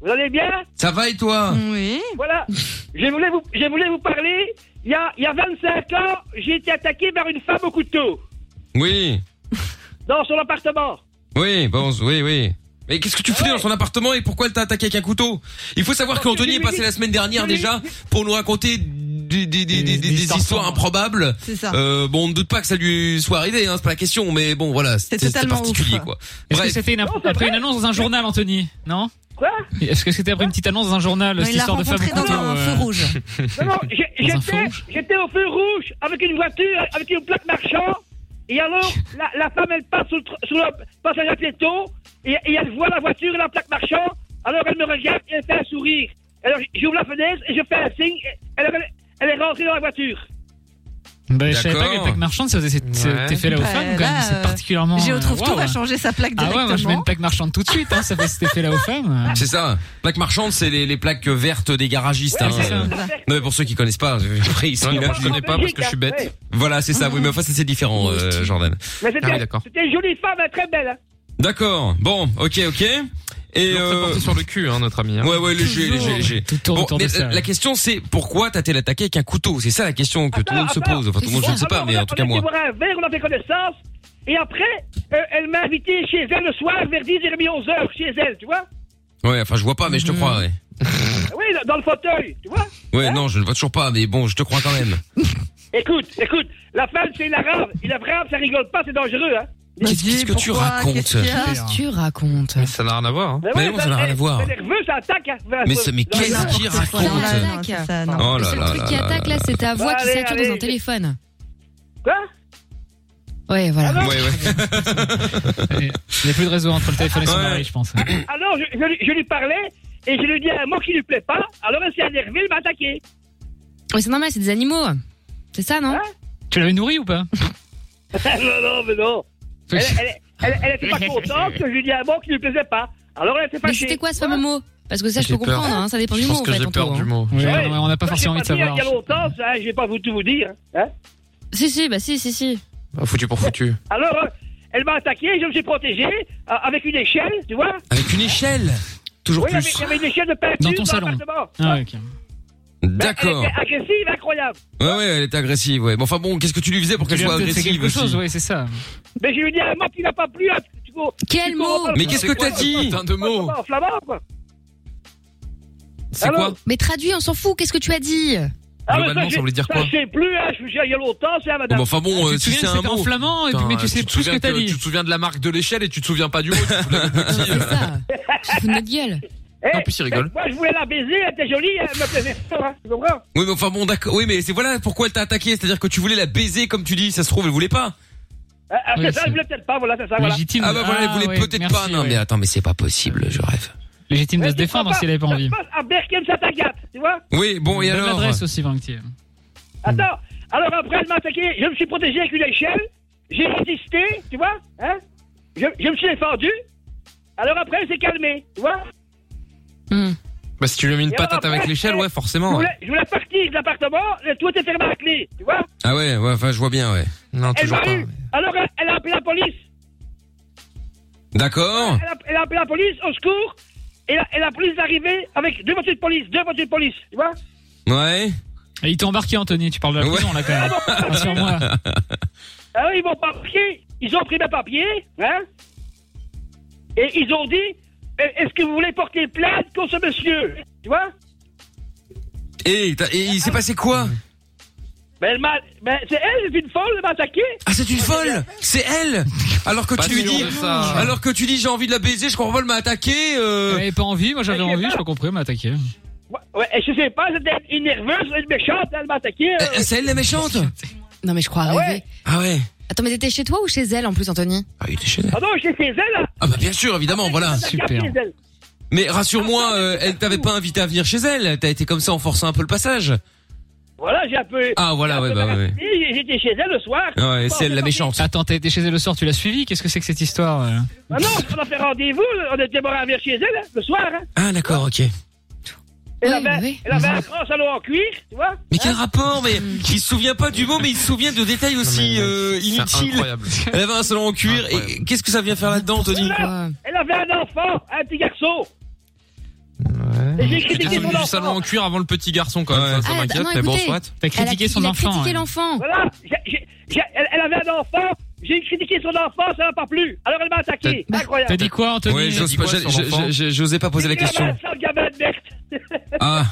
[SPEAKER 12] Vous allez bien
[SPEAKER 2] ça va et toi
[SPEAKER 12] Oui. Voilà, je voulais vous, je voulais vous parler. Il y, a, il y a 25 ans, j'ai été attaqué par une femme au couteau
[SPEAKER 2] Oui,
[SPEAKER 12] dans son appartement.
[SPEAKER 2] oui, bon, oui, oui. Mais qu'est-ce que tu foutais dans son appartement et pourquoi elle t'a attaqué avec un couteau Il faut savoir qu'Anthony est passé la semaine dernière déjà pour nous raconter des, des- des- des- des histoires improbables.
[SPEAKER 7] C'est ça.
[SPEAKER 2] Euh, bon, on ne doute pas que ça lui soit arrivé, hein, c'est pas la question, mais bon, voilà, c'était c'était
[SPEAKER 4] totalement
[SPEAKER 2] particulier,
[SPEAKER 4] ouf.
[SPEAKER 2] quoi.
[SPEAKER 4] Est-ce que
[SPEAKER 2] Bref.
[SPEAKER 4] c'était une- après une annonce dans un journal, Anthony Non
[SPEAKER 12] Quoi
[SPEAKER 4] Est-ce que c'était après une petite annonce dans un journal,
[SPEAKER 12] Non,
[SPEAKER 4] cette
[SPEAKER 12] il l'a
[SPEAKER 4] histoire de euh femme au
[SPEAKER 12] rencontré
[SPEAKER 4] couteau
[SPEAKER 12] dans un feu rouge. Non, non, j'ai-
[SPEAKER 4] Dans un
[SPEAKER 12] j'étais j'étais au feu rouge avec une voiture, avec une plaque marchand. Et alors, la, la femme, elle passe sur le, tr- sur le passage à piéton et, et elle voit la voiture et la plaque marchand. Alors, elle me regarde et elle fait un sourire. Alors, j'ouvre la fenêtre et je fais un signe. Elle, elle- elle est rentrée dans la voiture.
[SPEAKER 4] Ben, je savais
[SPEAKER 2] D'accord.
[SPEAKER 4] pas que les plaques marchandes, ça faisait cette,
[SPEAKER 2] Ouais.
[SPEAKER 4] t'es fait là aux
[SPEAKER 2] Bah,
[SPEAKER 4] femmes, quand même.
[SPEAKER 2] là,
[SPEAKER 4] C'est
[SPEAKER 2] euh,
[SPEAKER 4] particulièrement.
[SPEAKER 7] J'y retrouve
[SPEAKER 4] euh,
[SPEAKER 7] tout,
[SPEAKER 4] waouh.
[SPEAKER 7] va changer sa plaque
[SPEAKER 4] Ah ouais, moi je mets
[SPEAKER 7] directement.
[SPEAKER 4] une plaque marchande tout de suite, hein, ça fait cet effet là aux femmes.
[SPEAKER 2] C'est ça. Plaque marchande, c'est les, les plaques vertes des garagistes. hein.
[SPEAKER 4] c'est ça.
[SPEAKER 2] Non, mais pour ceux qui connaissent pas, après, ils
[SPEAKER 3] Ouais, moi, je
[SPEAKER 2] imaginent-
[SPEAKER 3] connais pas parce que je suis bête.
[SPEAKER 2] hein. Voilà, c'est ça. Oui, mais enfin, ça, c'est différent, euh, Jordan.
[SPEAKER 12] Mais c'était
[SPEAKER 2] Ah oui, d'accord.
[SPEAKER 12] c'était une jolie femme, hein, très belle. hein.
[SPEAKER 2] D'accord. Bon, ok, ok. Et euh,
[SPEAKER 3] Lourd se porter sur le cul, hein, notre ami. hein.
[SPEAKER 2] Ouais, ouais, léger, léger, léger.
[SPEAKER 3] tourne
[SPEAKER 2] Bon,
[SPEAKER 3] autour de
[SPEAKER 2] mais,
[SPEAKER 3] ça,
[SPEAKER 2] euh,
[SPEAKER 3] ouais.
[SPEAKER 2] la question c'est pourquoi t'as-t-elle attaqué avec un couteau C'est ça la question que tout le monde se pose.
[SPEAKER 12] ah,
[SPEAKER 2] Enfin, tout le monde, je ne sais pas, mais en tout cas
[SPEAKER 12] On
[SPEAKER 2] moi.
[SPEAKER 12] a fait boire un verre, on a fait connaissance. Et après, euh, elle m'a invité chez elle le soir vers 10h30, 11h chez elle, tu vois.
[SPEAKER 2] Ouais, enfin, je vois pas, mais je
[SPEAKER 3] Mmh.
[SPEAKER 2] te crois. Ouais,
[SPEAKER 12] Oui, dans le fauteuil, tu vois.
[SPEAKER 2] ouais non, je ne vois toujours pas, mais bon, je te crois quand même.
[SPEAKER 12] Écoute, écoute, la femme c'est une arabe. Il est arabe, ça rigole pas, c'est dangereux, hein.
[SPEAKER 2] Qu'est-ce que tu racontes
[SPEAKER 5] Qu'est-ce que tu racontes
[SPEAKER 3] Mais ça n'a rien à voir.
[SPEAKER 12] Ben
[SPEAKER 3] Hein.
[SPEAKER 2] Mais
[SPEAKER 12] bah,
[SPEAKER 2] non, ça n'a rien à voir.
[SPEAKER 12] C'est nerveux, ça attaque. hein.
[SPEAKER 2] Mais ça- mais qu'est-ce
[SPEAKER 12] Dans-
[SPEAKER 2] qu'il
[SPEAKER 12] dans-
[SPEAKER 2] raconte
[SPEAKER 12] dans- dans-
[SPEAKER 5] Attaque.
[SPEAKER 2] Oh
[SPEAKER 5] Le
[SPEAKER 2] là
[SPEAKER 5] seul
[SPEAKER 2] là
[SPEAKER 5] truc qui
[SPEAKER 2] là
[SPEAKER 5] attaque
[SPEAKER 2] là
[SPEAKER 5] là, c'est ta
[SPEAKER 12] là.
[SPEAKER 5] voix qui
[SPEAKER 12] Bah, Allez,
[SPEAKER 5] sature dans un
[SPEAKER 12] allez.
[SPEAKER 5] téléphone.
[SPEAKER 12] Quoi Ah
[SPEAKER 5] Ouais, voilà.
[SPEAKER 2] Ah ouais, ouais.
[SPEAKER 4] Il n'y a plus de réseau entre le téléphone et son oreille, je pense.
[SPEAKER 12] Alors, je, je lui- je lui parlais et je lui dis un mot qui lui plaît pas. Alors, elle s'est énervée, elle m'a attaqué.
[SPEAKER 5] Ouais, c'est normal, c'est des animaux. C'est ça,
[SPEAKER 12] Hein
[SPEAKER 5] non
[SPEAKER 4] Tu l'avais nourri ou pas
[SPEAKER 12] non, non, mais non. Elle, elle, elle- elle était pas contente que je lui dis un mot qui lui plaisait pas. Alors, elle s'est
[SPEAKER 5] Mais
[SPEAKER 12] fâchée.
[SPEAKER 5] c'était quoi ce fameux mot Parce que ça, je
[SPEAKER 12] J'ai
[SPEAKER 5] peux
[SPEAKER 12] peur.
[SPEAKER 5] comprendre, hein, ça dépend
[SPEAKER 12] Je
[SPEAKER 5] du
[SPEAKER 12] pense
[SPEAKER 5] mot.
[SPEAKER 12] que
[SPEAKER 5] en fait,
[SPEAKER 12] j'ai
[SPEAKER 5] en
[SPEAKER 12] peur
[SPEAKER 5] tout,
[SPEAKER 12] du
[SPEAKER 5] hein.
[SPEAKER 12] mot.
[SPEAKER 4] Ouais,
[SPEAKER 12] Ouais.
[SPEAKER 4] on n'a pas
[SPEAKER 12] Ça,
[SPEAKER 4] forcément envie de
[SPEAKER 12] c'est pas
[SPEAKER 4] savoir.
[SPEAKER 12] dit Il y a longtemps, ça, je vais pas vous tout vous dire. hein.
[SPEAKER 5] Si, si, bah si, si, si.
[SPEAKER 3] Ah, Foutu pour foutu.
[SPEAKER 12] Alors, euh, elle m'a attaqué, je me suis protégé euh, avec une échelle, tu vois.
[SPEAKER 2] Avec une échelle Toujours
[SPEAKER 12] oui,
[SPEAKER 2] plus.
[SPEAKER 12] avec- il y avait une échelle de peinture
[SPEAKER 2] Dans ton salon.
[SPEAKER 12] l'appartement.
[SPEAKER 4] Ah, ok.
[SPEAKER 12] Bah,
[SPEAKER 2] D'accord.
[SPEAKER 12] Elle était agressive, incroyable.
[SPEAKER 2] Ouais, ouais, elle était agressive, ouais. Mais enfin bon, qu'est-ce que tu lui faisais pour qu'elle
[SPEAKER 4] Tu lui
[SPEAKER 2] soit
[SPEAKER 4] as peut-être fait
[SPEAKER 2] agressive
[SPEAKER 4] quelque chose,
[SPEAKER 2] aussi
[SPEAKER 4] ouais, c'est ça.
[SPEAKER 12] Mais je lui dis un mot qui n'a pas plu. hein, tu- tu- tu-
[SPEAKER 5] Quel
[SPEAKER 12] tu-
[SPEAKER 5] mot
[SPEAKER 12] tu-
[SPEAKER 2] Mais qu'est-ce que
[SPEAKER 12] C'est quoi,
[SPEAKER 2] t'as dit
[SPEAKER 12] euh,
[SPEAKER 2] Putain de mots.
[SPEAKER 12] En flamand, quoi.
[SPEAKER 2] C'est quoi
[SPEAKER 5] Mais traduis, on s'en fout, qu'est-ce que tu as dit
[SPEAKER 12] Ah, mais
[SPEAKER 2] Globalement,
[SPEAKER 12] ça,
[SPEAKER 2] ça voulait dire
[SPEAKER 12] ça,
[SPEAKER 2] quoi
[SPEAKER 12] Je sais plus, hein, je vous jure, il y a longtemps, c'est à madame.
[SPEAKER 2] Bon, enfin bon, euh, si c'est un mot.
[SPEAKER 3] Putain,
[SPEAKER 4] mais tu sais
[SPEAKER 3] te
[SPEAKER 4] plus ce que
[SPEAKER 3] souviens
[SPEAKER 4] t'as dit.
[SPEAKER 3] Tu te souviens de la marque de l'échelle et tu te souviens pas du mot. tu te souviens de qui, euh.
[SPEAKER 5] Tu te fous de notre gueule.
[SPEAKER 12] Eh,
[SPEAKER 3] En plus, il rigole.
[SPEAKER 12] Moi, je voulais la baiser, elle était jolie, elle me plaisait pas, hein, tu comprends
[SPEAKER 2] Oui, mais enfin bon, d'accord. Oui, mais c'est voilà pourquoi elle t'a attaqué. C'est-à-dire que tu voulais la baiser, comme tu dis. Ça se trouve, elle voulait pas.
[SPEAKER 12] Ah, ah,
[SPEAKER 2] Oui,
[SPEAKER 12] C'est ça,
[SPEAKER 2] c'est-
[SPEAKER 12] je voulais peut-être pas, voilà, c'est ça, voilà.
[SPEAKER 2] Ah bah voilà, elle voulait peut-être pas. Non, mais attends, mais c'est pas possible. Je rêve.
[SPEAKER 4] Légitime de se défendre si elle avait pas envie.
[SPEAKER 12] Passe à Berkem Satagate, tu vois
[SPEAKER 2] Oui, bon, et
[SPEAKER 4] Bonne
[SPEAKER 2] alors
[SPEAKER 4] adresse aussi, Vanctier.
[SPEAKER 12] Attends,
[SPEAKER 2] Mm.
[SPEAKER 12] alors après, elle m'a attaqué, je me suis protégé avec une échelle, j'ai résisté, tu vois hein je, je me suis défendu, alors après, elle s'est calmée, tu vois
[SPEAKER 3] Bah, si tu lui as mis une
[SPEAKER 12] Et alors
[SPEAKER 3] patate
[SPEAKER 12] après,
[SPEAKER 3] avec l'échelle, ouais,
[SPEAKER 12] je,
[SPEAKER 3] forcément. ouais.
[SPEAKER 12] voulais, je voulais partir de l'appartement, le- tout était fermé à la clé, tu vois
[SPEAKER 2] Ah ouais, ouais, enfin, je vois bien, ouais.
[SPEAKER 3] Non,
[SPEAKER 12] Elle m'a eu, alors elle, elle a appelé la police.
[SPEAKER 2] D'accord.
[SPEAKER 12] Elle a, elle a appelé la police, au secours, et la, et la police est arrivée avec deux voitures de police, deux voitures de police, tu vois
[SPEAKER 2] Ouais.
[SPEAKER 4] Et il t'a embarqué, Anthony, tu parles de la prison là quand même. Rassure-moi.
[SPEAKER 12] Alors Ah ils m'ont papier, ils ont pris mes papiers, hein Et ils ont dit, Eh, est-ce que vous voulez porter plainte contre ce monsieur Tu vois
[SPEAKER 2] Et, t'as- et il s'est passé quoi
[SPEAKER 12] Mais Ben, elle m'a, mais c'est elle, c'est une folle, elle m'a attaqué.
[SPEAKER 2] Ah, c'est une folle C'est elle Alors que
[SPEAKER 3] Pas
[SPEAKER 2] tu lui
[SPEAKER 3] sûr
[SPEAKER 2] dis.
[SPEAKER 3] de ça.
[SPEAKER 2] Alors que tu dis, j'ai envie de la baiser, je comprends pas, elle m'a attaqué. euh.
[SPEAKER 4] Elle avait pas envie, moi j'avais envie, je pas compris, elle m'a attaqué.
[SPEAKER 12] Ouais, et je sais pas, c'était une nerveuse, une méchante, elle m'a attaqué. euh.
[SPEAKER 2] Eh, eh, C'est elle la méchante
[SPEAKER 5] Non, mais je crois rêver.
[SPEAKER 2] Ah ouais.
[SPEAKER 5] Attends, mais t'étais chez toi ou chez elle en plus, Anthony
[SPEAKER 2] Ah, il était chez elle.
[SPEAKER 12] Ah non, j'ai fait elle,
[SPEAKER 2] Ah bah bien sûr, évidemment, voilà.
[SPEAKER 12] Super. elle.
[SPEAKER 2] Mais
[SPEAKER 12] Ah,
[SPEAKER 2] rassure-moi, euh, elle t'avait pas invité à venir chez elle. T'as été comme ça en forçant un peu le passage.
[SPEAKER 12] Voilà, j'ai un peu.
[SPEAKER 2] Ah voilà, ouais, bah ouais, ouais.
[SPEAKER 12] Et J'étais chez elle le soir.
[SPEAKER 2] Ouais, c'est elle la méchante.
[SPEAKER 4] Attends, t'as été chez elle le soir, tu l'as suivie Qu'est-ce que c'est que cette histoire euh
[SPEAKER 12] Ah non, on a fait rendez-vous, on était mort à venir chez elle hein, le soir. hein.
[SPEAKER 2] Ah d'accord, ok.
[SPEAKER 12] Elle avait, elle avait un grand salon en cuir, tu vois
[SPEAKER 2] Mais quel rapport Mais
[SPEAKER 5] Mmh.
[SPEAKER 2] il se souvient pas du mot, mais il se souvient de détails aussi euh, inutiles.
[SPEAKER 3] incroyable.
[SPEAKER 2] Elle avait un salon en cuir. Et qu'est-ce que ça vient faire là-dedans, Tony
[SPEAKER 12] Elle avait un enfant, un petit garçon. Et J'ai
[SPEAKER 3] J'ai
[SPEAKER 12] critiqué son
[SPEAKER 3] celui du salon
[SPEAKER 12] enfant.
[SPEAKER 3] en cuir avant le petit garçon, quand même. Ça, ça
[SPEAKER 5] Ah,
[SPEAKER 3] m'inquiète,
[SPEAKER 5] non,
[SPEAKER 3] mais bon,
[SPEAKER 5] écoutez.
[SPEAKER 3] soit.
[SPEAKER 4] T'as
[SPEAKER 5] Elle a
[SPEAKER 4] critiqué
[SPEAKER 5] cri-
[SPEAKER 4] son
[SPEAKER 5] il a
[SPEAKER 4] enfant.
[SPEAKER 5] critiqué
[SPEAKER 4] hein.
[SPEAKER 5] l'enfant.
[SPEAKER 12] Voilà, j'ai- j'ai- j'ai- elle, elle avait un enfant. J'ai critiqué son enfant, ça m'a pas plu. Alors elle m'a attaqué.
[SPEAKER 5] Bah,
[SPEAKER 12] Incroyable.
[SPEAKER 4] T'as dit quoi, Anthony
[SPEAKER 2] Ouais, j'ose
[SPEAKER 3] quoi
[SPEAKER 2] pas- j'ai-
[SPEAKER 3] sur l'enfant
[SPEAKER 2] j'ai- j'ai- j'osais pas poser la
[SPEAKER 12] Elle avait
[SPEAKER 2] question.
[SPEAKER 12] un sale gamin de merde.
[SPEAKER 2] Ah.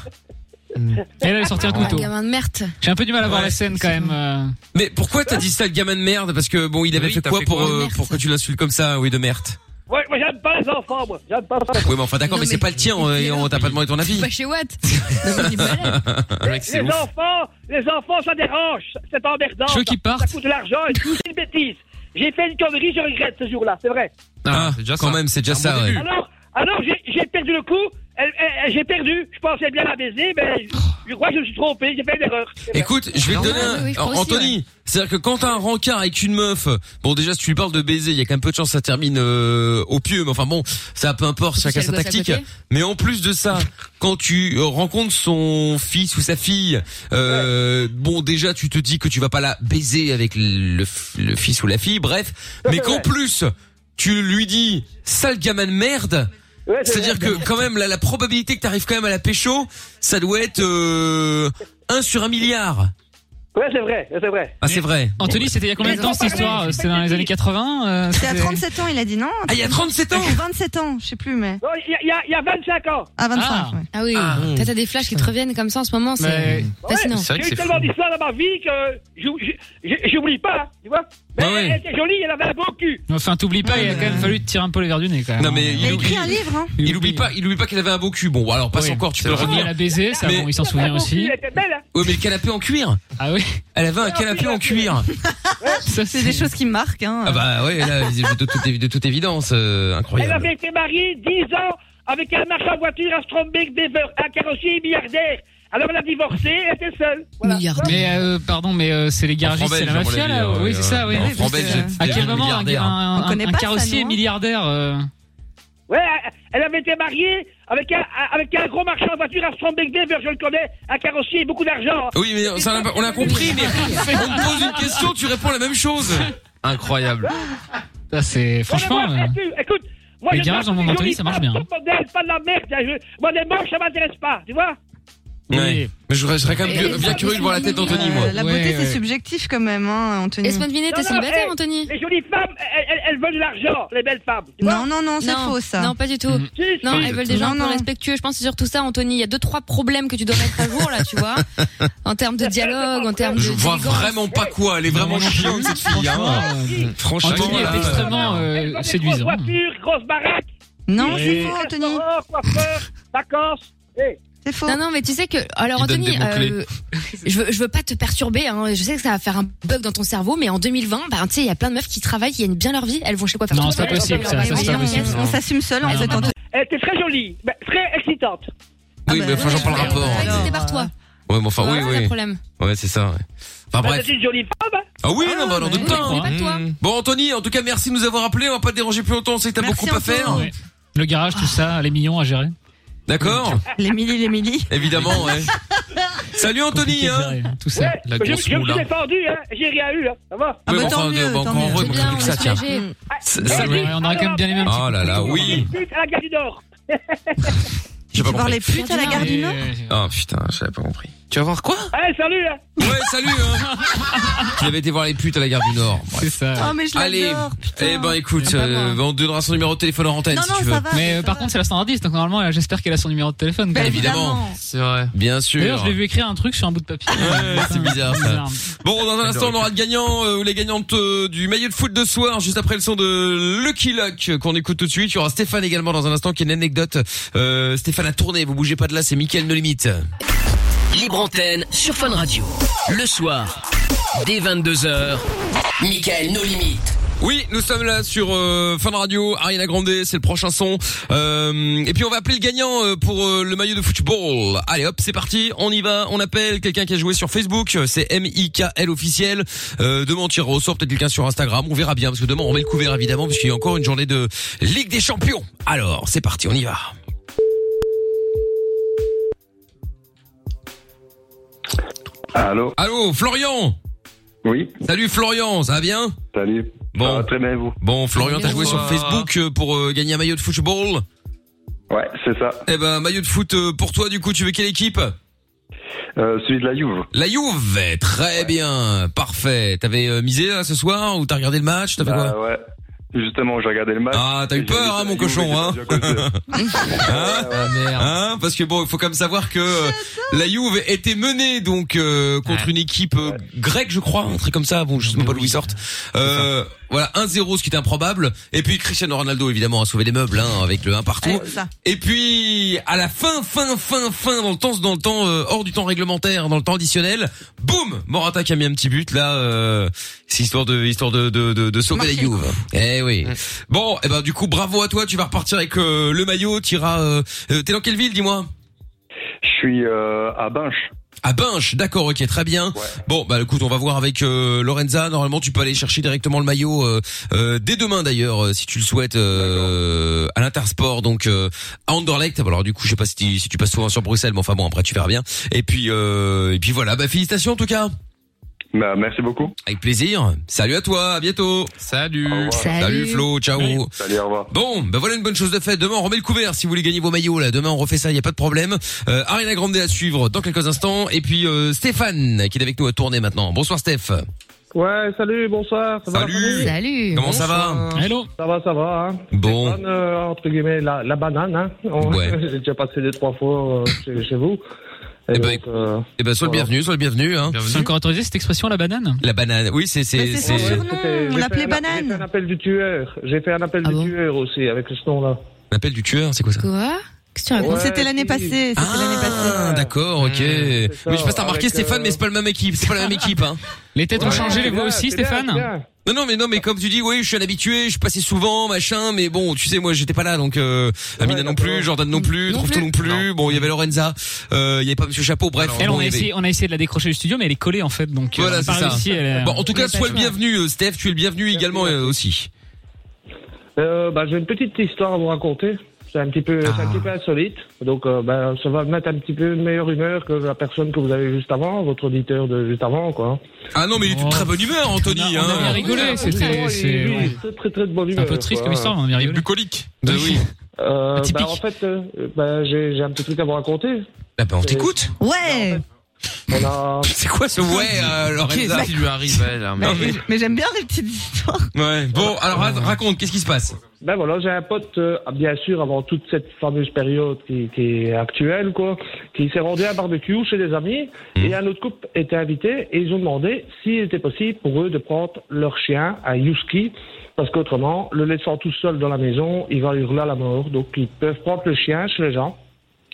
[SPEAKER 4] Elle avait sorti un
[SPEAKER 5] Ah,
[SPEAKER 4] couteau.
[SPEAKER 5] gamin de merde.
[SPEAKER 4] J'ai un peu du mal à voir
[SPEAKER 2] Ouais,
[SPEAKER 4] la scène quand même. euh.
[SPEAKER 2] Mais pourquoi t'as dit ça, le gamin de merde Parce que bon, il avait
[SPEAKER 3] Oui,
[SPEAKER 2] fait
[SPEAKER 3] t'as
[SPEAKER 2] quoi
[SPEAKER 3] fait
[SPEAKER 2] pour
[SPEAKER 3] quoi
[SPEAKER 2] euh,
[SPEAKER 5] Merde.
[SPEAKER 2] pour que tu l'insultes comme ça, oui, de merde
[SPEAKER 12] Ouais, moi j'aime pas les enfants, moi. J'aime pas les enfants.
[SPEAKER 2] Oui, mais enfin d'accord,
[SPEAKER 5] Non,
[SPEAKER 2] mais c'est
[SPEAKER 5] mais-
[SPEAKER 2] pas le tien. euh, et On t'a pas demandé ton avis.
[SPEAKER 5] Bah, chez Watt. Non, mais il est malade.
[SPEAKER 3] Le mec, c'est
[SPEAKER 12] Les
[SPEAKER 3] ouf.
[SPEAKER 12] enfants, les enfants, ça dérange. C'est emmerdant.
[SPEAKER 4] Je veux qu'ils
[SPEAKER 12] Ça-
[SPEAKER 4] partent.
[SPEAKER 12] Ça coûte de l'argent et tout. C'est une bêtise. J'ai fait une connerie, je regrette ce jour-là, c'est vrai.
[SPEAKER 2] Ah,
[SPEAKER 3] c'est déjà
[SPEAKER 2] quand
[SPEAKER 3] ça.
[SPEAKER 2] même, c'est déjà
[SPEAKER 3] C'est un
[SPEAKER 2] ça.
[SPEAKER 3] bon
[SPEAKER 2] ouais.
[SPEAKER 3] début.
[SPEAKER 12] Alors, alors j'ai- j'ai perdu le coup. Elle- elle- elle- J'ai perdu. Je pensais bien la baiser, mais je, je crois que je me suis trompé. J'ai fait une erreur. C'est vrai.
[SPEAKER 2] Écoute, je vais te
[SPEAKER 5] Normal,
[SPEAKER 2] donner un...
[SPEAKER 5] oui, oui, je crois aussi,
[SPEAKER 2] Anthony, c'est-à-dire que quand t'as un rencard avec une meuf, bon déjà si tu lui parles de baiser, il y a quand même peu de chance que ça termine euh, au pieu, mais enfin bon, ça peu importe,
[SPEAKER 5] Surtout
[SPEAKER 2] chacun
[SPEAKER 5] si
[SPEAKER 2] sa
[SPEAKER 5] elle bosse à
[SPEAKER 2] tactique.
[SPEAKER 5] côté.
[SPEAKER 2] Mais en plus de ça, quand tu euh, rencontres son fils ou sa fille, euh, bon déjà tu te dis que tu vas pas la baiser avec le, f- le fils ou la fille, bref, mais qu'en plus tu lui dis sale gamin de merde,
[SPEAKER 12] Ouais, c'est
[SPEAKER 2] C'est-à-dire
[SPEAKER 12] vrai.
[SPEAKER 2] que quand même la, la probabilité que t'arrives quand même à la pécho, ça doit être euh, 1 sur 1 milliard.
[SPEAKER 12] Ouais, c'est vrai, c'est vrai.
[SPEAKER 2] Ah c'est vrai.
[SPEAKER 4] Anthony, c'était il y a combien de temps
[SPEAKER 7] bah,
[SPEAKER 4] cette histoire C'était dans les années 80 euh,
[SPEAKER 7] C'était à
[SPEAKER 4] c'était-
[SPEAKER 7] 37 ans, il a dit non.
[SPEAKER 2] Ah, il y a 37 ans
[SPEAKER 7] 27 ans, je sais plus, mais.
[SPEAKER 12] Non, il y a- il y a, il y a 25 ans.
[SPEAKER 7] Ah, 25, ouais.
[SPEAKER 5] Ah oui, t'as t'as des flashs qui te reviennent comme ça en ce moment, c'est
[SPEAKER 12] Mais-
[SPEAKER 5] fascinant.
[SPEAKER 12] Ouais, J'ai eu tellement d'histoires dans ma vie que j'ou- j'ai- j'ai- j'oublie pas, hein, tu vois. Mais elle était jolie, elle avait un beau cul.
[SPEAKER 4] Enfin, t'oublies pas,
[SPEAKER 7] bah,
[SPEAKER 4] il a quand même fallu te tirer un peu le verre du nez quand même.
[SPEAKER 2] Non, mais il Il a écrit oublie- un
[SPEAKER 7] livre, hein.
[SPEAKER 2] Il oublie pas, il oublie pas qu'il avait un beau cul. Bon, alors passe
[SPEAKER 4] Oui,
[SPEAKER 2] encore, tu
[SPEAKER 4] c'est
[SPEAKER 2] peux
[SPEAKER 4] vrai.
[SPEAKER 2] revenir.
[SPEAKER 4] Elle a baisé, ça, bon, il s'en
[SPEAKER 2] souvient
[SPEAKER 12] Elle était belle, hein.
[SPEAKER 2] Oui, mais le canapé en cuir.
[SPEAKER 4] Ah oui.
[SPEAKER 2] Elle avait un canapé en cuir.
[SPEAKER 7] C'est des choses qui me marquent, hein.
[SPEAKER 2] Ah bah ouais, là, de, toute- de toute évidence, euh,
[SPEAKER 12] Elle
[SPEAKER 2] incroyable.
[SPEAKER 12] avait été mariée 10 ans avec un marchand de voiture à Strombeck, Bever, un carrossier milliardaire. Alors elle a divorcé, elle était seule.
[SPEAKER 4] Mais euh, pardon, mais euh, c'est les garagistes, c'est la
[SPEAKER 2] franc-belge, à
[SPEAKER 4] mafia
[SPEAKER 2] mon
[SPEAKER 4] là
[SPEAKER 2] avis,
[SPEAKER 4] Oui,
[SPEAKER 2] ouais,
[SPEAKER 4] c'est ça,
[SPEAKER 2] ouais.
[SPEAKER 4] oui.
[SPEAKER 2] euh, En
[SPEAKER 4] Oui, parce
[SPEAKER 2] franc-belge,
[SPEAKER 4] que,
[SPEAKER 2] c'était
[SPEAKER 4] À quel
[SPEAKER 2] devenu
[SPEAKER 4] moment un,
[SPEAKER 2] milliardaire.
[SPEAKER 4] un-
[SPEAKER 12] On connaît
[SPEAKER 4] un
[SPEAKER 12] pas ça,
[SPEAKER 4] carrossier
[SPEAKER 12] nous, hein.
[SPEAKER 4] milliardaire euh,
[SPEAKER 12] Ouais, elle avait été mariée avec un, avec un gros marchand de voiture à Strombeck, Bever, je le connais, un carrossier, beaucoup d'argent.
[SPEAKER 2] Oui, mais ça, on a- on a compris, mais on me pose une question, tu réponds la même chose. Incroyable.
[SPEAKER 4] Ça, c'est franchement.
[SPEAKER 12] Non, mais moi,
[SPEAKER 4] euh,
[SPEAKER 12] écoute, écoute, moi,
[SPEAKER 4] les
[SPEAKER 12] je
[SPEAKER 4] garages
[SPEAKER 12] marche
[SPEAKER 4] dans
[SPEAKER 12] des
[SPEAKER 4] Montpellier,
[SPEAKER 12] jolis
[SPEAKER 4] ça marche
[SPEAKER 12] femmes,
[SPEAKER 4] bien. hein.
[SPEAKER 12] top modèle, pas de la merde. je- moi, les moches, ça m'intéresse pas, tu vois.
[SPEAKER 2] Ouais. Mais je serais je serais quand même bien, bien curieux de voir la tête d'Anthony, moi.
[SPEAKER 7] Euh, La beauté, c'est subjectif quand même, hein, Anthony.
[SPEAKER 5] Espen Vinet, t'es
[SPEAKER 12] Non, non,
[SPEAKER 5] célibataire,
[SPEAKER 12] eh,
[SPEAKER 5] Anthony
[SPEAKER 12] Les jolies femmes, elles, elles- elles veulent de l'argent, les belles femmes. tu vois.
[SPEAKER 7] Non, non, non, c'est faux, ça.
[SPEAKER 5] Non, pas du tout.
[SPEAKER 12] Si, si.
[SPEAKER 5] Non, elles veulent des gens
[SPEAKER 7] Non, non.
[SPEAKER 5] respectueux. Je pense que c'est surtout ça, Anthony. Il y a deux, trois problèmes que tu dois mettre à jour, là, tu vois. En termes de dialogue, en termes de.
[SPEAKER 2] Je vois
[SPEAKER 5] d'élégance.
[SPEAKER 2] vraiment pas quoi, elle est vraiment chiante cette fille. hein. Franchement,
[SPEAKER 4] Anthony
[SPEAKER 2] là,
[SPEAKER 4] est extrêmement
[SPEAKER 12] Elles veulent
[SPEAKER 4] euh,
[SPEAKER 12] des
[SPEAKER 4] séduisant.
[SPEAKER 12] Grosses voitures, grosses baraques.
[SPEAKER 7] Non,
[SPEAKER 4] Oui.
[SPEAKER 7] c'est faux, Anthony.
[SPEAKER 12] Restaurants, coiffeurs, vacances. Eh,
[SPEAKER 7] C'est faux.
[SPEAKER 5] Non, non, mais tu sais que. Alors,
[SPEAKER 7] Il donne
[SPEAKER 5] Anthony,
[SPEAKER 7] des mots-clés.
[SPEAKER 5] euh, je, veux, je veux pas te perturber. Hein. Je sais que ça va faire un bug dans ton cerveau, mais en 2020, bah, tu sais, il y a plein de meufs qui travaillent, qui gagnent bien leur vie. Elles vont chez quoi faire
[SPEAKER 4] Non, c'est pas possible, ça, ça, c'est pas possible.
[SPEAKER 7] On s'assume seul
[SPEAKER 5] Ah,
[SPEAKER 7] en fait, Anthony.
[SPEAKER 12] Elle était très jolie, mais bah, très excitante.
[SPEAKER 2] Oui, mais franchement, pas le rapport. hein.
[SPEAKER 5] C'était par toi.
[SPEAKER 2] Ouais, mais enfin, oui,
[SPEAKER 5] Voilà, le
[SPEAKER 2] oui.
[SPEAKER 5] problème.
[SPEAKER 2] Ouais, c'est ça. ouais.
[SPEAKER 12] Bah,
[SPEAKER 2] Enfin, bref.
[SPEAKER 12] C'est une jolie femme.
[SPEAKER 2] Ah oui, non, bah, on en doute pas. hein.
[SPEAKER 5] Pas de
[SPEAKER 4] Hmm.
[SPEAKER 5] toi.
[SPEAKER 2] Bon, Anthony, en tout cas, merci de nous avoir appelés. On va pas te déranger plus longtemps. On sait que t'as
[SPEAKER 7] Merci,
[SPEAKER 2] beaucoup à
[SPEAKER 7] Anthony.
[SPEAKER 2] faire.
[SPEAKER 7] Ouais.
[SPEAKER 4] Le garage, tout ça, les millions à gérer.
[SPEAKER 2] D'accord
[SPEAKER 7] L'Émilie, l'Émilie.
[SPEAKER 2] Évidemment, ouais. Salut, Anthony, hein.
[SPEAKER 4] Tout ça.
[SPEAKER 12] Je, je me
[SPEAKER 2] La grosse roue,
[SPEAKER 12] suis
[SPEAKER 2] là.
[SPEAKER 12] défendu, hein. J'ai rien eu, hein. Ça va
[SPEAKER 7] Ah,
[SPEAKER 2] Ouais, mais
[SPEAKER 7] bah,
[SPEAKER 2] enfin, on est encore heureux, mais plus que ça, Ah, tiens.
[SPEAKER 12] Ah,
[SPEAKER 2] Ça- ça-
[SPEAKER 4] on aurait quand même bien aimé un petit
[SPEAKER 2] Oh là là,
[SPEAKER 4] hein.
[SPEAKER 2] oui.
[SPEAKER 12] Pute à la gare du Nord.
[SPEAKER 2] J'ai pas compris.
[SPEAKER 7] putes à la gare du Nord
[SPEAKER 2] Ah putain, j'avais pas compris. Tu vas voir quoi
[SPEAKER 12] Allez, salut, hein.
[SPEAKER 2] Ouais, salut, hein. Il avait été voir les putes à la gare du Nord. Bref.
[SPEAKER 4] C'est ça.
[SPEAKER 7] Oh, mais je
[SPEAKER 2] Allez,
[SPEAKER 7] l'adore.
[SPEAKER 2] eh ben écoute, euh, on donnera son numéro de téléphone en antenne
[SPEAKER 7] Non,
[SPEAKER 2] si
[SPEAKER 7] non,
[SPEAKER 2] tu
[SPEAKER 7] ça
[SPEAKER 2] veux.
[SPEAKER 7] va.
[SPEAKER 4] Mais euh, par contre, c'est la standardiste, donc normalement, euh, j'espère qu'elle a son numéro de téléphone. quand
[SPEAKER 7] Bah,
[SPEAKER 4] même.
[SPEAKER 2] Évidemment.
[SPEAKER 7] évidemment.
[SPEAKER 3] C'est vrai.
[SPEAKER 2] Bien
[SPEAKER 4] D'ailleurs,
[SPEAKER 2] sûr.
[SPEAKER 4] je l'ai vu écrire un truc sur un bout de papier.
[SPEAKER 2] Ouais, c'est bizarre ça.
[SPEAKER 4] Bizarre.
[SPEAKER 2] Bon, dans un instant, on aura le gagnant euh, ou les gagnantes euh, du maillot de foot de soir, juste après le son de Lucky Luck euh, qu'on écoute tout de suite. Il y aura Stéphane également dans un instant qui a une anecdote. Euh, Stéphane a tourné, vous bougez pas de là, c'est Mickaël No Limite.
[SPEAKER 1] Libre antenne sur Fun Radio. Le soir, dès 22h, Michael nos limites.
[SPEAKER 2] Oui, nous sommes là sur euh, Fun Radio, Ariana Grande, c'est le prochain son. Euh, et puis on va appeler le gagnant euh, pour euh, le maillot de football. Allez hop, c'est parti, on y va, on appelle quelqu'un qui a joué sur Facebook, euh, c'est M-I-K-L officiel. Euh, demain on tirera au sort peut-être quelqu'un sur Instagram, on verra bien, parce que demain on met le couvert évidemment, parce qu'il y a encore une journée de Ligue des Champions. Alors, c'est parti, on y va.
[SPEAKER 11] Allô
[SPEAKER 2] Allô, Florian
[SPEAKER 11] Oui,
[SPEAKER 2] Salut Florian, ça va bien
[SPEAKER 11] salut.
[SPEAKER 2] Bon.
[SPEAKER 11] Ça va très bien, vous
[SPEAKER 2] Bon, Florian, t'as joué sur
[SPEAKER 3] Bonsoir.
[SPEAKER 2] Facebook euh, pour euh, gagner un maillot de football.
[SPEAKER 11] Ouais, c'est ça.
[SPEAKER 2] Eh ben, maillot de foot euh, pour toi, du coup, tu veux quelle équipe
[SPEAKER 11] Euh, celui de la Juve.
[SPEAKER 2] La Juve, très bien, parfait. T'avais euh, misé là ce soir ou t'as regardé le match T'as fait quoi
[SPEAKER 11] Ah ouais. Justement, j'ai regardé le match.
[SPEAKER 2] Ah, t'as eu
[SPEAKER 11] Et
[SPEAKER 2] peur,
[SPEAKER 11] j'ai
[SPEAKER 2] hein,
[SPEAKER 11] vu
[SPEAKER 2] mon
[SPEAKER 11] que la Juve
[SPEAKER 2] cochon,
[SPEAKER 11] était
[SPEAKER 2] hein.
[SPEAKER 11] perdue à cause de-
[SPEAKER 7] Ah,
[SPEAKER 2] Hein Hein Parce que bon, il faut quand même savoir que euh, la Juve était menée donc euh, contre une équipe euh, grecque, je crois, un truc comme ça. Bon, je sais même pas d'où ils sortent. Euh, voilà, 1-0, ce qui est improbable. Et puis Cristiano Ronaldo, évidemment, a sauvé des meubles hein, avec le 1 partout.
[SPEAKER 7] Ouais, c'est ça.
[SPEAKER 2] Et puis à la fin, fin, fin, fin, dans le temps, dans le temps euh, hors du temps réglementaire, dans le temps additionnel, boum, Morata qui a mis un petit but là. Euh, c'est histoire de histoire de de de, de sauver la Juve. Eh oui. Bon, eh ben du coup, bravo à toi. Tu vas repartir avec euh, le maillot. T'iras. Euh, euh, T'es dans quelle ville, dis-moi
[SPEAKER 11] Je suis euh, à Binche.
[SPEAKER 2] à Binche, d'accord, ok, très bien. Bon, bah écoute, on va voir avec euh, Lorenza. Normalement, tu peux aller chercher directement le maillot euh, euh, dès demain d'ailleurs, euh, si tu le souhaites, euh, à l'Intersport, donc euh, à Anderlecht. Bon, Alors du coup, je sais pas si, tu- si tu passes souvent sur Bruxelles, mais enfin bon, après tu verras bien. Et puis, euh, et puis voilà, bah félicitations en tout cas.
[SPEAKER 11] Bah, merci beaucoup.
[SPEAKER 2] Avec plaisir. Salut à toi, à bientôt. Salut.
[SPEAKER 11] Salut.
[SPEAKER 2] Salut, Flo, ciao.
[SPEAKER 11] Salut, au revoir.
[SPEAKER 2] Bon, ben voilà une bonne chose de faite. Demain, on remet le couvert si vous voulez gagner vos maillots. Là, demain, on refait ça. Il y a pas de problème. Euh, Ariana Grande à suivre dans quelques instants. Et puis euh, Stéphane qui est avec nous à tourner maintenant. Bonsoir Steph.
[SPEAKER 13] Ouais, salut, bonsoir. Ça
[SPEAKER 2] Salut.
[SPEAKER 13] Va, la famille
[SPEAKER 2] Salut. Comment ça va
[SPEAKER 13] Bonsoir. Ça va, ça va. hein.
[SPEAKER 2] Bon.
[SPEAKER 13] Stéphane, euh, entre guillemets, la, la banane. Hein. On-
[SPEAKER 2] Ouais.
[SPEAKER 13] J'ai déjà passé deux, trois fois euh, chez, chez vous. Et
[SPEAKER 2] Eh ben,
[SPEAKER 13] donc, euh,
[SPEAKER 2] Eh ben, sois le
[SPEAKER 13] voilà.
[SPEAKER 2] bienvenu, sois le bienvenu. Hein.
[SPEAKER 4] C'est encore autorisé cette expression, la banane
[SPEAKER 2] La banane. Oui, c'est c'est c'est.
[SPEAKER 13] C'était- j'ai fait un- J'ai fait un appel du tueur. J'ai fait un appel du tueur aussi avec ce nom-là.
[SPEAKER 2] L'appel du tueur, c'est quoi ça
[SPEAKER 5] Quoi Qu'est-ce que tu racontes
[SPEAKER 13] Ouais,
[SPEAKER 7] C'était l'année passée. C'était l'année passée.
[SPEAKER 2] Ah, d'accord, ok. Mais
[SPEAKER 4] Mmh. ça,
[SPEAKER 2] je sais pas si t'as remarqué
[SPEAKER 4] avec,
[SPEAKER 2] Stéphane,
[SPEAKER 4] euh,
[SPEAKER 2] mais c'est pas le même équipe, c'est pas la même équipe, hein.
[SPEAKER 4] Les têtes ont Ouais, changé, les c'est voix bien, aussi, c'est bien, Stéphane c'est bien.
[SPEAKER 2] Non, non, mais non, mais comme tu dis, oui, je suis un habitué, je suis passé souvent, machin, mais bon, tu sais, moi, j'étais pas là, donc, euh, Amina non plus, Jordan non plus, Trouve-toi non plus, bon, il y avait Lorenza, euh, il y avait pas Monsieur Chapeau, bref.
[SPEAKER 4] Elle,
[SPEAKER 2] bon,
[SPEAKER 4] on, a
[SPEAKER 2] il y avait-
[SPEAKER 4] essayé, on a essayé de la décrocher du studio, mais elle est collée en fait, donc euh, on
[SPEAKER 2] Voilà,
[SPEAKER 4] a
[SPEAKER 2] c'est
[SPEAKER 4] pas
[SPEAKER 2] ça.
[SPEAKER 4] réussi, elle est-
[SPEAKER 2] Bon, en tout cas,
[SPEAKER 4] elle est
[SPEAKER 2] sois le
[SPEAKER 4] pas jouée.
[SPEAKER 2] bienvenu, euh, Steph, tu es le bienvenu également euh, aussi.
[SPEAKER 13] Euh, bah, j'ai une petite histoire à vous raconter. C'est un petit peu, c'est
[SPEAKER 4] Ah.
[SPEAKER 13] un petit peu insolite. Donc, euh, bah, ça va me mettre un petit peu de meilleure humeur que la personne que vous avez juste avant, votre auditeur de juste avant, quoi.
[SPEAKER 2] Ah non, mais il est de très bonne humeur, Anthony, hein.
[SPEAKER 4] Oh, On a bien rigolé, c'était c'est- ouais.
[SPEAKER 13] Très, très, très de bonne
[SPEAKER 4] C'est un
[SPEAKER 13] humeur.
[SPEAKER 4] peu triste
[SPEAKER 13] quoi.
[SPEAKER 4] comme histoire, on a bien rigolé.
[SPEAKER 2] Bucolique.
[SPEAKER 4] oui.
[SPEAKER 13] Euh,
[SPEAKER 4] Atypique.
[SPEAKER 13] bah, en fait, euh, bah, j'ai, j'ai un petit truc à vous raconter.
[SPEAKER 2] Ah bah, on t'écoute.
[SPEAKER 7] Ouais.
[SPEAKER 13] On a.
[SPEAKER 2] C'est quoi ce ouais, euh, Lorenza
[SPEAKER 3] Qu'est-ce qui lui arrive, elle hein,
[SPEAKER 7] Mais,
[SPEAKER 3] merde.
[SPEAKER 7] mais j'aime bien les petites histoires.
[SPEAKER 2] Ouais, bon,
[SPEAKER 3] Ah
[SPEAKER 2] alors
[SPEAKER 3] bah,
[SPEAKER 2] ra- raconte, qu'est-ce qui se passe
[SPEAKER 13] Ben voilà, j'ai un pote, euh, bien sûr, avant toute cette fameuse période qui, qui est actuelle, quoi, qui s'est rendu à un barbecue chez des amis, et un autre couple était invité, et ils ont demandé s'il était possible pour eux de prendre leur chien, un Yuski, parce qu'autrement, le laissant tout seul dans la maison, il va hurler à la mort. Donc, ils peuvent prendre le chien chez les gens,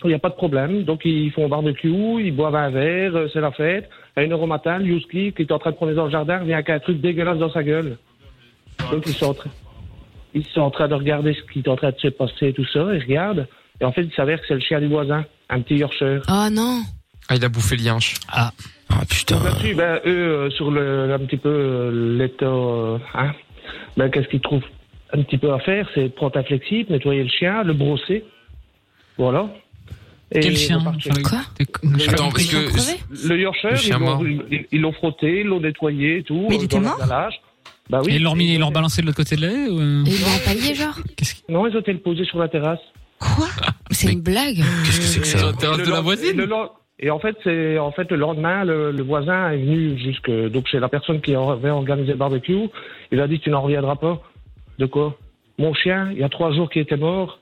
[SPEAKER 13] il n'y a pas de problème. Donc, ils font un barbecue, ils boivent un verre, euh, c'est la fête. À une heure au matin, le Yuski, qui est en train de promener dans le jardin, vient avec un truc dégueulasse dans sa gueule. Donc, ils sont en train ils sont en train de regarder ce qui est en train de se passer et tout ça, ils regardent, et en fait, il s'avère que c'est le chien du voisin, un petit Yorkshire.
[SPEAKER 5] Oh non.
[SPEAKER 3] Ah, il a bouffé le yinche.
[SPEAKER 4] Ah.
[SPEAKER 2] putain.
[SPEAKER 13] Là-dessus, ben, eux, euh, sur le, un petit peu euh, l'état, euh, hein, ben, qu'est-ce qu'ils trouvent un petit peu à faire C'est prendre un flexible, nettoyer le chien, le brosser. Voilà.
[SPEAKER 4] Quel chien
[SPEAKER 13] repartir.
[SPEAKER 4] Quoi
[SPEAKER 2] Attends, parce que-
[SPEAKER 13] Le
[SPEAKER 2] Le
[SPEAKER 13] Yorkshire,
[SPEAKER 2] chien
[SPEAKER 13] ils l'ont-
[SPEAKER 2] mort.
[SPEAKER 13] ils- ils l'ont frotté, ils l'ont nettoyé et tout.
[SPEAKER 4] Mais il
[SPEAKER 13] euh,
[SPEAKER 4] était
[SPEAKER 13] dans
[SPEAKER 4] mort
[SPEAKER 13] l'emballage. Bah oui.
[SPEAKER 4] Et ils l'ont remis- ils l'ont balancé de l'autre côté de la haie ou... euh,
[SPEAKER 5] Ils l'ont empaillé, genre
[SPEAKER 13] Non, ils ont été le poser sur la terrasse.
[SPEAKER 5] C'est une blague.
[SPEAKER 2] Ah, Qu'est-ce que c'est que ça
[SPEAKER 13] Et le lend- et le lend- Et en fait, c'est en fait le lendemain, le, le voisin est venu jusque donc chez la personne qui avait organisé le barbecue. Il a dit tu n'en reviendras pas. De quoi Mon chien, il y a trois jours qu'il était mort.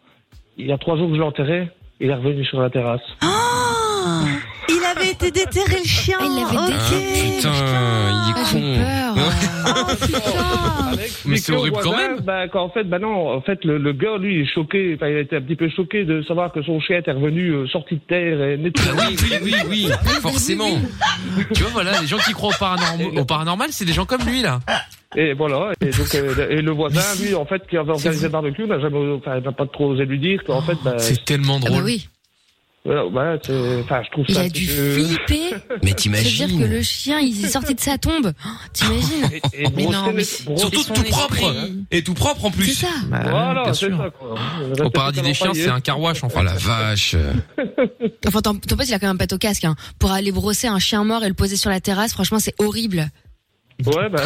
[SPEAKER 13] Il y a trois jours que je l'enterrais. Il est revenu sur la terrasse.
[SPEAKER 7] Ah, il avait été déterré le chien. Ah, Il
[SPEAKER 3] Ah,
[SPEAKER 7] l'avait
[SPEAKER 2] Ah, Putain,
[SPEAKER 7] Ah,
[SPEAKER 2] Ah, il est con.
[SPEAKER 7] Oh,
[SPEAKER 3] Mais c'est
[SPEAKER 13] Et que
[SPEAKER 3] horrible
[SPEAKER 13] au
[SPEAKER 3] quand
[SPEAKER 13] voisin,
[SPEAKER 3] même.
[SPEAKER 13] Bah, qu'en fait, bah non, en fait, le, le gars, lui, il est choqué. Enfin, il était un petit peu choqué de savoir que son chien était revenu euh, sorti de terre et
[SPEAKER 3] Bah
[SPEAKER 13] nettoyé.
[SPEAKER 2] Ah oui, oui, oui, oui, forcément.
[SPEAKER 3] tu vois, voilà, les gens qui croient au paranormal, au paranormal c'est des gens comme lui, là.
[SPEAKER 13] Et voilà, et donc euh, le- et le voisin, lui, en fait, qui avait organisé le barbecue, n'a jamais, enfin, n'a pas trop osé lui dire qu'en fait, bah,
[SPEAKER 3] C'est tellement drôle.
[SPEAKER 5] Ah oui.
[SPEAKER 13] voilà, voilà, c'est- enfin, je trouve
[SPEAKER 5] Il
[SPEAKER 13] ça.
[SPEAKER 5] a
[SPEAKER 13] un
[SPEAKER 5] dû
[SPEAKER 13] petit peu-
[SPEAKER 5] flipper.
[SPEAKER 2] Mais
[SPEAKER 5] C'est-à-dire que le chien, il est sorti de sa tombe. Oh, T'imagines
[SPEAKER 13] Et
[SPEAKER 5] Mais
[SPEAKER 13] brosser
[SPEAKER 5] non,
[SPEAKER 13] les-
[SPEAKER 5] mais c'est-
[SPEAKER 13] brosser
[SPEAKER 2] Surtout
[SPEAKER 13] son
[SPEAKER 2] tout
[SPEAKER 13] esprit.
[SPEAKER 2] propre et tout propre en plus.
[SPEAKER 5] C'est ça.
[SPEAKER 13] Voilà,
[SPEAKER 3] Bah, bien
[SPEAKER 13] c'est
[SPEAKER 3] sûr.
[SPEAKER 13] ça, quoi.
[SPEAKER 3] Au paradis des chiens, c'est un carouache, en fait.
[SPEAKER 2] Oh la vache.
[SPEAKER 5] Enfin, ton, ton pote, il a quand même pas au casque. Hein. Pour aller brosser un chien mort et le poser sur la terrasse, franchement, c'est horrible.
[SPEAKER 13] Ouais, bah.